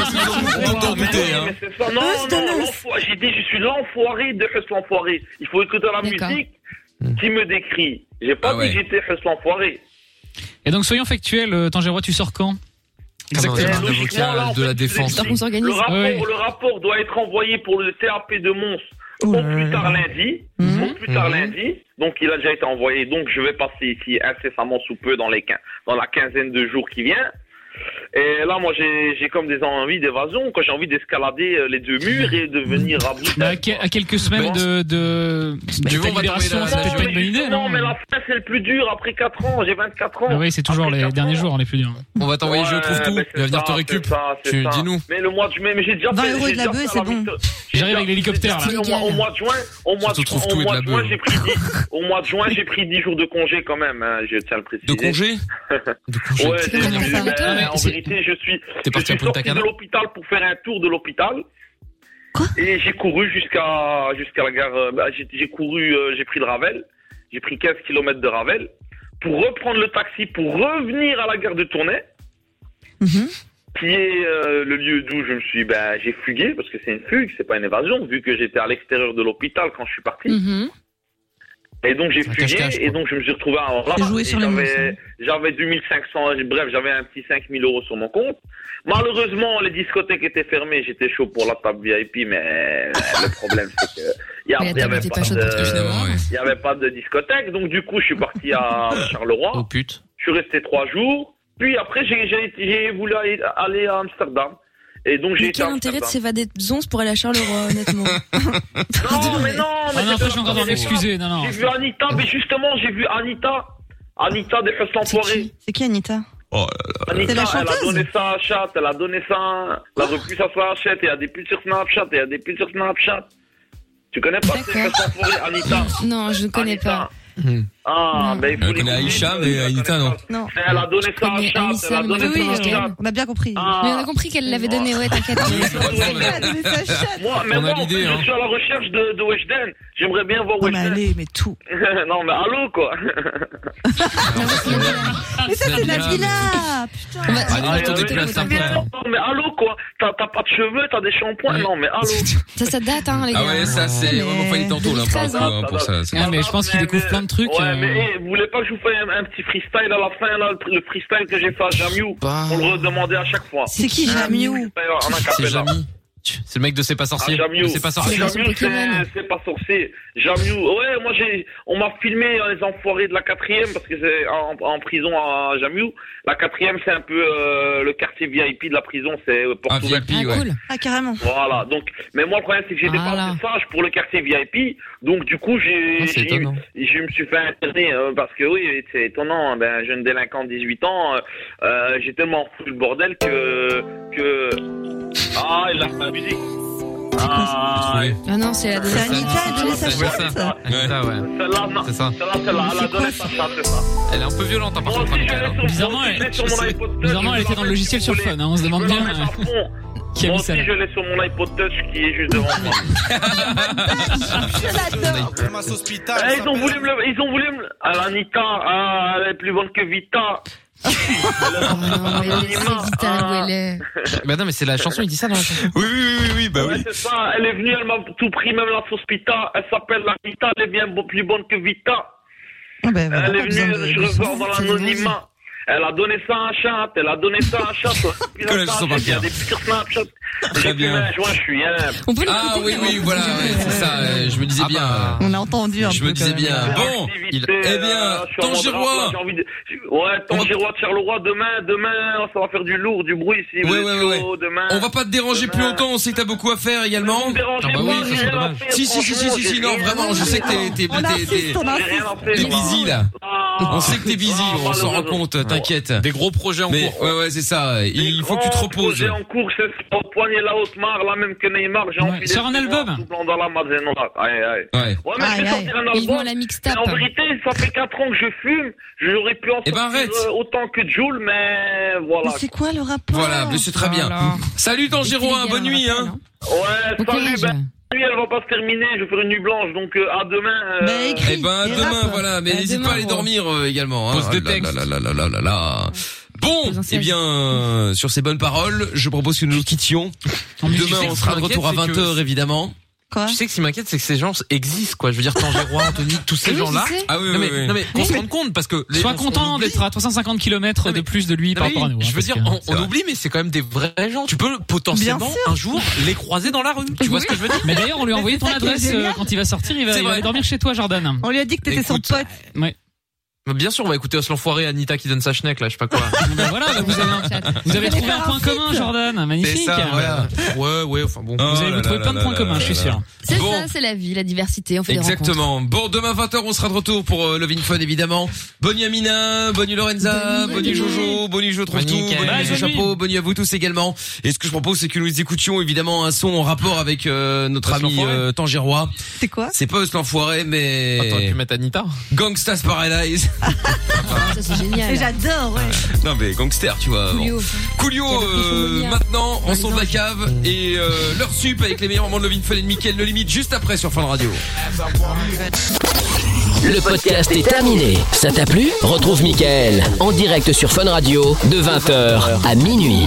[SPEAKER 11] on t'en doutait, hein. mais c'est ça. Non, non, l'enfoiré- j'ai dit, je suis l'enfoiré de Huss l'enfoiré. Il faut écouter la musique qui me décrit. J'ai
[SPEAKER 2] Ah
[SPEAKER 11] pas dit que j'étais Huss l'enfoiré.
[SPEAKER 4] Et donc soyons factuels, euh, Tangerois, tu sors quand
[SPEAKER 11] Exactement. Logiquement, là, en fait,
[SPEAKER 4] Donc on
[SPEAKER 11] Le
[SPEAKER 4] s'organise.
[SPEAKER 11] rapport,
[SPEAKER 4] Ouais.
[SPEAKER 11] le rapport doit être envoyé pour le TAP de Mons au plus tard lundi. Au plus tard lundi. Donc il a déjà été envoyé. Donc je vais passer ici incessamment sous peu dans, les quin- dans la quinzaine de jours qui vient. Et là, moi, j'ai j'ai comme des envies d'évasion, quand j'ai envie d'escalader euh, les deux murs et de venir à bout.
[SPEAKER 4] Bah, à, que- à quelques semaines de, de, de
[SPEAKER 11] Du
[SPEAKER 4] ta
[SPEAKER 11] coup, on va
[SPEAKER 4] libération,
[SPEAKER 11] trouver
[SPEAKER 4] c'est
[SPEAKER 11] la-
[SPEAKER 4] peut-être
[SPEAKER 11] la-
[SPEAKER 4] pas une bonne idée,
[SPEAKER 11] Non,
[SPEAKER 4] non
[SPEAKER 11] mais la fin, c'est le plus dur après 4 ans. J'ai 24 ans.
[SPEAKER 4] Ah Oui, c'est toujours les derniers jours, les plus durs.
[SPEAKER 3] On va t'envoyer
[SPEAKER 11] Ouais,
[SPEAKER 3] Je trouve tout.
[SPEAKER 11] ben,
[SPEAKER 3] Il va venir
[SPEAKER 11] c'est
[SPEAKER 3] te
[SPEAKER 11] ça,
[SPEAKER 3] récup.
[SPEAKER 11] c'est ça, c'est
[SPEAKER 3] Tu
[SPEAKER 11] ça.
[SPEAKER 3] dis-nous.
[SPEAKER 11] Mais le mois de mai, mais j'ai déjà
[SPEAKER 3] 20
[SPEAKER 11] fait.
[SPEAKER 3] euros
[SPEAKER 11] j'ai
[SPEAKER 3] de la
[SPEAKER 11] déjà
[SPEAKER 3] bœuf,
[SPEAKER 11] fait
[SPEAKER 3] c'est bon.
[SPEAKER 11] victoire.
[SPEAKER 4] J'arrive avec l'hélicoptère,
[SPEAKER 11] Au
[SPEAKER 4] là.
[SPEAKER 11] mois, au mois de juin, au mois de
[SPEAKER 3] Surtout
[SPEAKER 11] juin,
[SPEAKER 3] trouve
[SPEAKER 11] au
[SPEAKER 3] tout et de
[SPEAKER 11] mois
[SPEAKER 3] la
[SPEAKER 11] de juin,
[SPEAKER 3] bœuf.
[SPEAKER 11] j'ai pris 10, au mois de juin, j'ai pris 10 jours de congé quand même, hein, je tiens à le préciser. De
[SPEAKER 2] congé?
[SPEAKER 11] Ouais,
[SPEAKER 2] C'est
[SPEAKER 11] j'ai-
[SPEAKER 2] comment
[SPEAKER 11] j'ai-
[SPEAKER 2] ça,
[SPEAKER 11] ben,
[SPEAKER 2] toi
[SPEAKER 11] en vérité, je suis,
[SPEAKER 2] T'es
[SPEAKER 11] je suis
[SPEAKER 2] parti à Punta
[SPEAKER 11] sorti
[SPEAKER 2] Cana
[SPEAKER 11] de l'hôpital pour faire un tour de l'hôpital. Et j'ai couru jusqu'à, jusqu'à la gare, euh, bah, j'ai, j'ai couru, euh, j'ai pris le Ravel. J'ai pris 15 km de Ravel pour reprendre le taxi pour revenir à la gare de Tournai
[SPEAKER 7] Mhm.
[SPEAKER 11] qui est euh, le lieu d'où je me suis, ben, j'ai fugué parce que c'est une fugue, c'est pas une évasion, vu que j'étais à l'extérieur de l'hôpital quand je suis parti. Et donc j'ai fugué,
[SPEAKER 15] cache-cache,
[SPEAKER 11] et donc je me suis retrouvé à Oran.
[SPEAKER 15] T'as joué
[SPEAKER 11] Et
[SPEAKER 15] sur les
[SPEAKER 11] j'avais-
[SPEAKER 15] mots,
[SPEAKER 11] J'avais 2500, j'ai- bref, j'avais un petit 5000 euros sur mon compte. Malheureusement, les discothèques étaient fermées, j'étais chaud pour la table VIP, mais euh, le problème c'est que il y a-
[SPEAKER 15] Mais la
[SPEAKER 11] il y
[SPEAKER 15] table
[SPEAKER 11] avait
[SPEAKER 15] était
[SPEAKER 11] pas
[SPEAKER 15] pas chaude pour toi, évidemment,
[SPEAKER 11] de, il y avait pas de discothèque, donc du coup je suis parti à Charleroi.
[SPEAKER 3] Oh pute.
[SPEAKER 11] Je suis resté trois jours. Puis après, j'ai- j'ai j'ai voulu aller- aller à Amsterdam. Et donc, j'ai
[SPEAKER 5] Mais
[SPEAKER 11] été
[SPEAKER 5] quel
[SPEAKER 11] à
[SPEAKER 5] intérêt de
[SPEAKER 11] Amsterdam.
[SPEAKER 5] s'évader de Zons pour aller à Charleroi, honnêtement
[SPEAKER 11] Non, mais non, mais
[SPEAKER 4] Ah non,
[SPEAKER 11] c'est
[SPEAKER 4] après, je vais encore
[SPEAKER 11] pas-
[SPEAKER 4] m'excuser, non, non.
[SPEAKER 11] J'ai vu Anita, mais justement, j'ai vu Anita. Anita des Fesses Temporées.
[SPEAKER 7] C'est qui Anita
[SPEAKER 11] Anita,
[SPEAKER 7] C'est la
[SPEAKER 11] elle a
[SPEAKER 7] chanteuse
[SPEAKER 11] donné ça à Chat, elle a donné ça, elle a repris ça sur la chatte, et il y a des pulls sur Snapchat, et il y a des pulls sur Snapchat. Tu connais pas ces Fesses Temporées, Anita
[SPEAKER 5] Non, je ne connais pas.
[SPEAKER 11] Ah, ben il faut les
[SPEAKER 2] Aïcha, mais Anita, non.
[SPEAKER 7] Non.
[SPEAKER 11] Elle a donné Ah, ça à Chat, elle a donné ça à Chat.
[SPEAKER 7] On a bien compris.
[SPEAKER 11] Ah.
[SPEAKER 5] Mais on a compris qu'elle l'avait donné, ouais, t'inquiète.
[SPEAKER 11] Moi, mais
[SPEAKER 5] On a
[SPEAKER 11] moi, en
[SPEAKER 5] l'idée,
[SPEAKER 11] fait,
[SPEAKER 5] hein.
[SPEAKER 11] je suis à la recherche de, de Weshden. J'aimerais bien voir
[SPEAKER 7] Non, mais
[SPEAKER 11] Weshden.
[SPEAKER 7] allez, mais tout.
[SPEAKER 11] non, mais allô, quoi.
[SPEAKER 7] Mais ça, c'est de la villa Ah, Putain
[SPEAKER 11] Allez, allô, non, mais allô, quoi. T'as t'as pas de cheveux, t'as des shampoings. Non, mais allô.
[SPEAKER 5] Ça, ça date, hein, les gars.
[SPEAKER 2] Ah ouais, ça, c'est vraiment failli tantôt, là, pour le coup, hein, pour ça. c'est-
[SPEAKER 4] Ah, mais je pense qu'il découvre plein de trucs.
[SPEAKER 11] Ouais,
[SPEAKER 4] euh,
[SPEAKER 11] mais eh, vous voulez pas que je vous fasse un, un petit freestyle à la fin, là, le, le freestyle que j'ai fait à Jamiou
[SPEAKER 2] Bah.
[SPEAKER 11] On le redemandait à chaque fois.
[SPEAKER 7] C'est qui, Jamiou
[SPEAKER 11] En
[SPEAKER 3] C'est
[SPEAKER 11] acapella.
[SPEAKER 3] Jamy. C'est le mec de C'est pas sorcier.
[SPEAKER 11] Ah, Jamiou.
[SPEAKER 3] De C'est pas sorcier.
[SPEAKER 11] Jamiou, c'est- c'est pas sorcier. Jamiou, ouais, moi j'ai, on m'a filmé euh, les enfoirés de la quatrième parce que c'est en, en prison à Jamiou. La quatrième, c'est un peu euh, le quartier VIP de la prison, c'est euh, porte ouverte.
[SPEAKER 7] Ah, carrément.
[SPEAKER 11] Voilà. Donc, mais moi le problème c'est que j'étais pas assez sage pour le quartier VIP, donc du coup j'ai,
[SPEAKER 3] Ah, c'est
[SPEAKER 11] j'ai-
[SPEAKER 3] étonnant.
[SPEAKER 11] je me suis fait interner euh, parce que oui, c'est étonnant. Ben, jeune délinquant, de 18 ans, euh, euh, j'ai tellement foutu le bordel que que ah, il a ma musique. Ah,
[SPEAKER 5] Ah non, c'est la
[SPEAKER 11] C'est
[SPEAKER 5] deuxième.
[SPEAKER 11] Anita, elle
[SPEAKER 3] C'est ça. Anita, ouais.
[SPEAKER 11] Celle-là, non.
[SPEAKER 3] C'est ça.
[SPEAKER 11] Celle-là, celle-là, elle a donné sa chatte, c'est ça.
[SPEAKER 3] Elle est un peu violente, hein, par contre.
[SPEAKER 11] Bizarrement,
[SPEAKER 4] Bizarrement, elle, bizarrement, elle était dans le logiciel sur fun, hein, on se demande bien.
[SPEAKER 11] Bon,
[SPEAKER 4] euh, Qui a
[SPEAKER 11] Moi
[SPEAKER 4] mis ça
[SPEAKER 11] aussi, je l'ai sur mon iPod Touch qui est juste devant moi. Eh, ils ont voulu me le... Ils ont voulu me... Ah, la Nita, ah, elle est plus bonne que Vita. hein.
[SPEAKER 3] Bah non, mais c'est la chanson, il dit ça dans la chanson.
[SPEAKER 2] Oui, oui, oui, oui, bah
[SPEAKER 11] Ouais, c'est ça, elle est venue, elle m'a tout pris, même la sauce pita. Elle s'appelle la Vita, elle est bien bo- plus bonne que Vita.
[SPEAKER 7] Ah, ben,
[SPEAKER 5] Eh ben,
[SPEAKER 11] elle est venue, je revois dans l'anonymat. Elle a donné ça à un chat, elle a donné ça à un chat.
[SPEAKER 2] Connais, je sens pas
[SPEAKER 11] Il y a des pires Snapchat. Très bien. Je suis, hein.
[SPEAKER 5] On peut
[SPEAKER 2] Ah oui, oui, voilà, ouais, c'est ça, euh, je me disais bien.
[SPEAKER 7] On a entendu un
[SPEAKER 2] je
[SPEAKER 7] peu.
[SPEAKER 2] me disais
[SPEAKER 7] quand même.
[SPEAKER 2] bien. Bon, il- eh
[SPEAKER 11] euh,
[SPEAKER 2] bien, Tangirois.
[SPEAKER 11] J'ai envie de... Ouais, Tangirois de Charleroi, demain, demain, ça va faire du lourd, du bruit ici.
[SPEAKER 2] Ouais,
[SPEAKER 11] Vous
[SPEAKER 2] ouais,
[SPEAKER 11] êtes
[SPEAKER 2] ouais,
[SPEAKER 11] chaud,
[SPEAKER 2] ouais.
[SPEAKER 11] Demain.
[SPEAKER 2] On va pas te déranger plus longtemps, on sait que t'as beaucoup à faire également.
[SPEAKER 11] Ah bah oui, pas, ça serait j'ai dommage. rien à faire,
[SPEAKER 2] Si, si, si, si, si,
[SPEAKER 11] franchement,
[SPEAKER 2] si, non,
[SPEAKER 11] j'ai
[SPEAKER 2] vraiment,
[SPEAKER 11] rien
[SPEAKER 2] je
[SPEAKER 11] à
[SPEAKER 2] sais que t'es,
[SPEAKER 11] faire.
[SPEAKER 2] t'es,
[SPEAKER 11] On
[SPEAKER 2] t'es, t'es,
[SPEAKER 11] insiste, on
[SPEAKER 2] t'es
[SPEAKER 11] insiste.
[SPEAKER 2] busy là.
[SPEAKER 11] Ah.
[SPEAKER 2] On sait que t'es busy, on s'en rend compte, t'inquiète. Des gros projets en cours. Ouais, ouais, c'est ça, il faut que tu te
[SPEAKER 11] Grand
[SPEAKER 2] reposes.
[SPEAKER 11] projet Oh, en cours, c'est au poignet la haute mare, la même que Neymar. J'ai envie
[SPEAKER 2] Sors un album.
[SPEAKER 11] Tout blanc dans la Mazenola. Aïe, aïe.
[SPEAKER 2] Ouais.
[SPEAKER 11] Ouais, mais je vais
[SPEAKER 5] Aïe,
[SPEAKER 11] sortir
[SPEAKER 5] aïe.
[SPEAKER 11] un
[SPEAKER 5] Ils vont à
[SPEAKER 11] album.
[SPEAKER 5] la mixtape.
[SPEAKER 11] Mais en vérité, ça fait 4 ans que je fume. J'aurais pu
[SPEAKER 2] Eh ben,
[SPEAKER 11] en sortir euh, autant que Jules, mais voilà.
[SPEAKER 7] Mais c'est quoi le rapport
[SPEAKER 2] Voilà, mais c'est très bien. Salut Tangirois, bonne nuit, hein.
[SPEAKER 11] Ouais, salut, ben, la nuit, elle va pas se terminer. Je vais faire une nuit blanche, donc euh, à demain. euh,
[SPEAKER 5] Bah,
[SPEAKER 2] Eh ben, à demain, voilà. Mais n'hésite pas à aller dormir euh, également. Hein.
[SPEAKER 3] Pose de
[SPEAKER 2] Ah là là là là là là là. Bon, eh bien, euh, sur ces bonnes paroles, je propose que nous nous quittions.
[SPEAKER 3] mais tu
[SPEAKER 2] Demain,
[SPEAKER 3] sais
[SPEAKER 2] on
[SPEAKER 3] que
[SPEAKER 2] sera
[SPEAKER 3] ce
[SPEAKER 2] de
[SPEAKER 3] qui
[SPEAKER 2] retour à
[SPEAKER 3] m'inquiète, c'est que-
[SPEAKER 2] 20h, évidemment.
[SPEAKER 3] tu sais que ce qui m'inquiète, c'est que ces gens existent, quoi. Je veux dire, Tangirois, Anthony, tous ces
[SPEAKER 4] Oui, je
[SPEAKER 3] gens-là.
[SPEAKER 4] sais.
[SPEAKER 2] Ah oui,
[SPEAKER 3] non,
[SPEAKER 2] oui,
[SPEAKER 3] mais,
[SPEAKER 2] oui.
[SPEAKER 3] Non, mais qu'on
[SPEAKER 4] Oui,
[SPEAKER 3] se
[SPEAKER 4] mais-
[SPEAKER 3] rende compte parce que.
[SPEAKER 4] Sois content d'être à 350 km de plus de lui par rapport à nous. hein,
[SPEAKER 3] Je veux
[SPEAKER 4] parce
[SPEAKER 3] dire,
[SPEAKER 4] que-
[SPEAKER 3] on, on oublie, mais c'est quand même des vrais gens. Tu peux potentiellement
[SPEAKER 4] Bien sûr.
[SPEAKER 3] un jour les croiser dans la rue. Tu vois ce que je veux dire
[SPEAKER 4] Mais d'ailleurs, on lui a
[SPEAKER 3] Mais
[SPEAKER 4] envoyé
[SPEAKER 3] c'est
[SPEAKER 4] ton
[SPEAKER 3] ça qui est
[SPEAKER 4] adresse euh,
[SPEAKER 3] génial.
[SPEAKER 4] quand il va sortir. Il va,
[SPEAKER 3] C'est
[SPEAKER 4] il va
[SPEAKER 3] vrai.
[SPEAKER 4] aller dormir chez toi, Jordan.
[SPEAKER 7] On lui a dit que t'étais son pote.
[SPEAKER 4] Ouais.
[SPEAKER 3] Bien sûr, on va écouter ce l'enfoiré Anita qui donne sa schneck, là, je sais pas quoi.
[SPEAKER 4] Ben voilà, ben vous avez, un- vous avez trouvé un point commun, Jordan. Magnifique.
[SPEAKER 3] C'est ça, voilà. Ouais, ouais, enfin bon.
[SPEAKER 2] Ah
[SPEAKER 4] Vous allez vous trouver plein de points communs, je suis sûr.
[SPEAKER 5] C'est ça, c'est la vie, la diversité, on fait des rencontres.
[SPEAKER 2] Exactement. Bon, demain 20h, on sera de retour pour euh, Love in Fun, évidemment. Bonne nuit Amina, bonne nuit Lorenza, bonne nuit Jojo, bonne nuit Je trouve
[SPEAKER 3] Bonne
[SPEAKER 2] tout,
[SPEAKER 3] nuit,
[SPEAKER 2] bonne
[SPEAKER 3] Mickaël.
[SPEAKER 2] nuit
[SPEAKER 3] Bye,
[SPEAKER 2] Monsieur
[SPEAKER 3] bonne
[SPEAKER 2] Chapeau, bonne nuit à vous tous également. Et ce que je propose, c'est que nous écoutions évidemment un son en rapport avec euh, notre
[SPEAKER 3] Parce
[SPEAKER 2] ami
[SPEAKER 3] l'enfoiré.
[SPEAKER 2] euh, Tangirois.
[SPEAKER 7] C'est quoi
[SPEAKER 2] C'est pas Us l'enfoiré, mais...
[SPEAKER 3] Attends, tu mettre Anita
[SPEAKER 2] Gangstas Paradise.
[SPEAKER 5] Ah, Ça, c'est génial.
[SPEAKER 7] J'adore, ouais.
[SPEAKER 2] non mais gangster, tu vois. Ah, bon.
[SPEAKER 5] Coolio.
[SPEAKER 2] Coolio, euh, maintenant, on sort de la cave et euh, l'heure sup avec les meilleurs moments de Love in Fun et de Mickaël No Limite juste après sur Fun Radio.
[SPEAKER 1] Le podcast est terminé. Ça t'a plu Retrouve Mickaël en direct sur Fun Radio de 20h à minuit.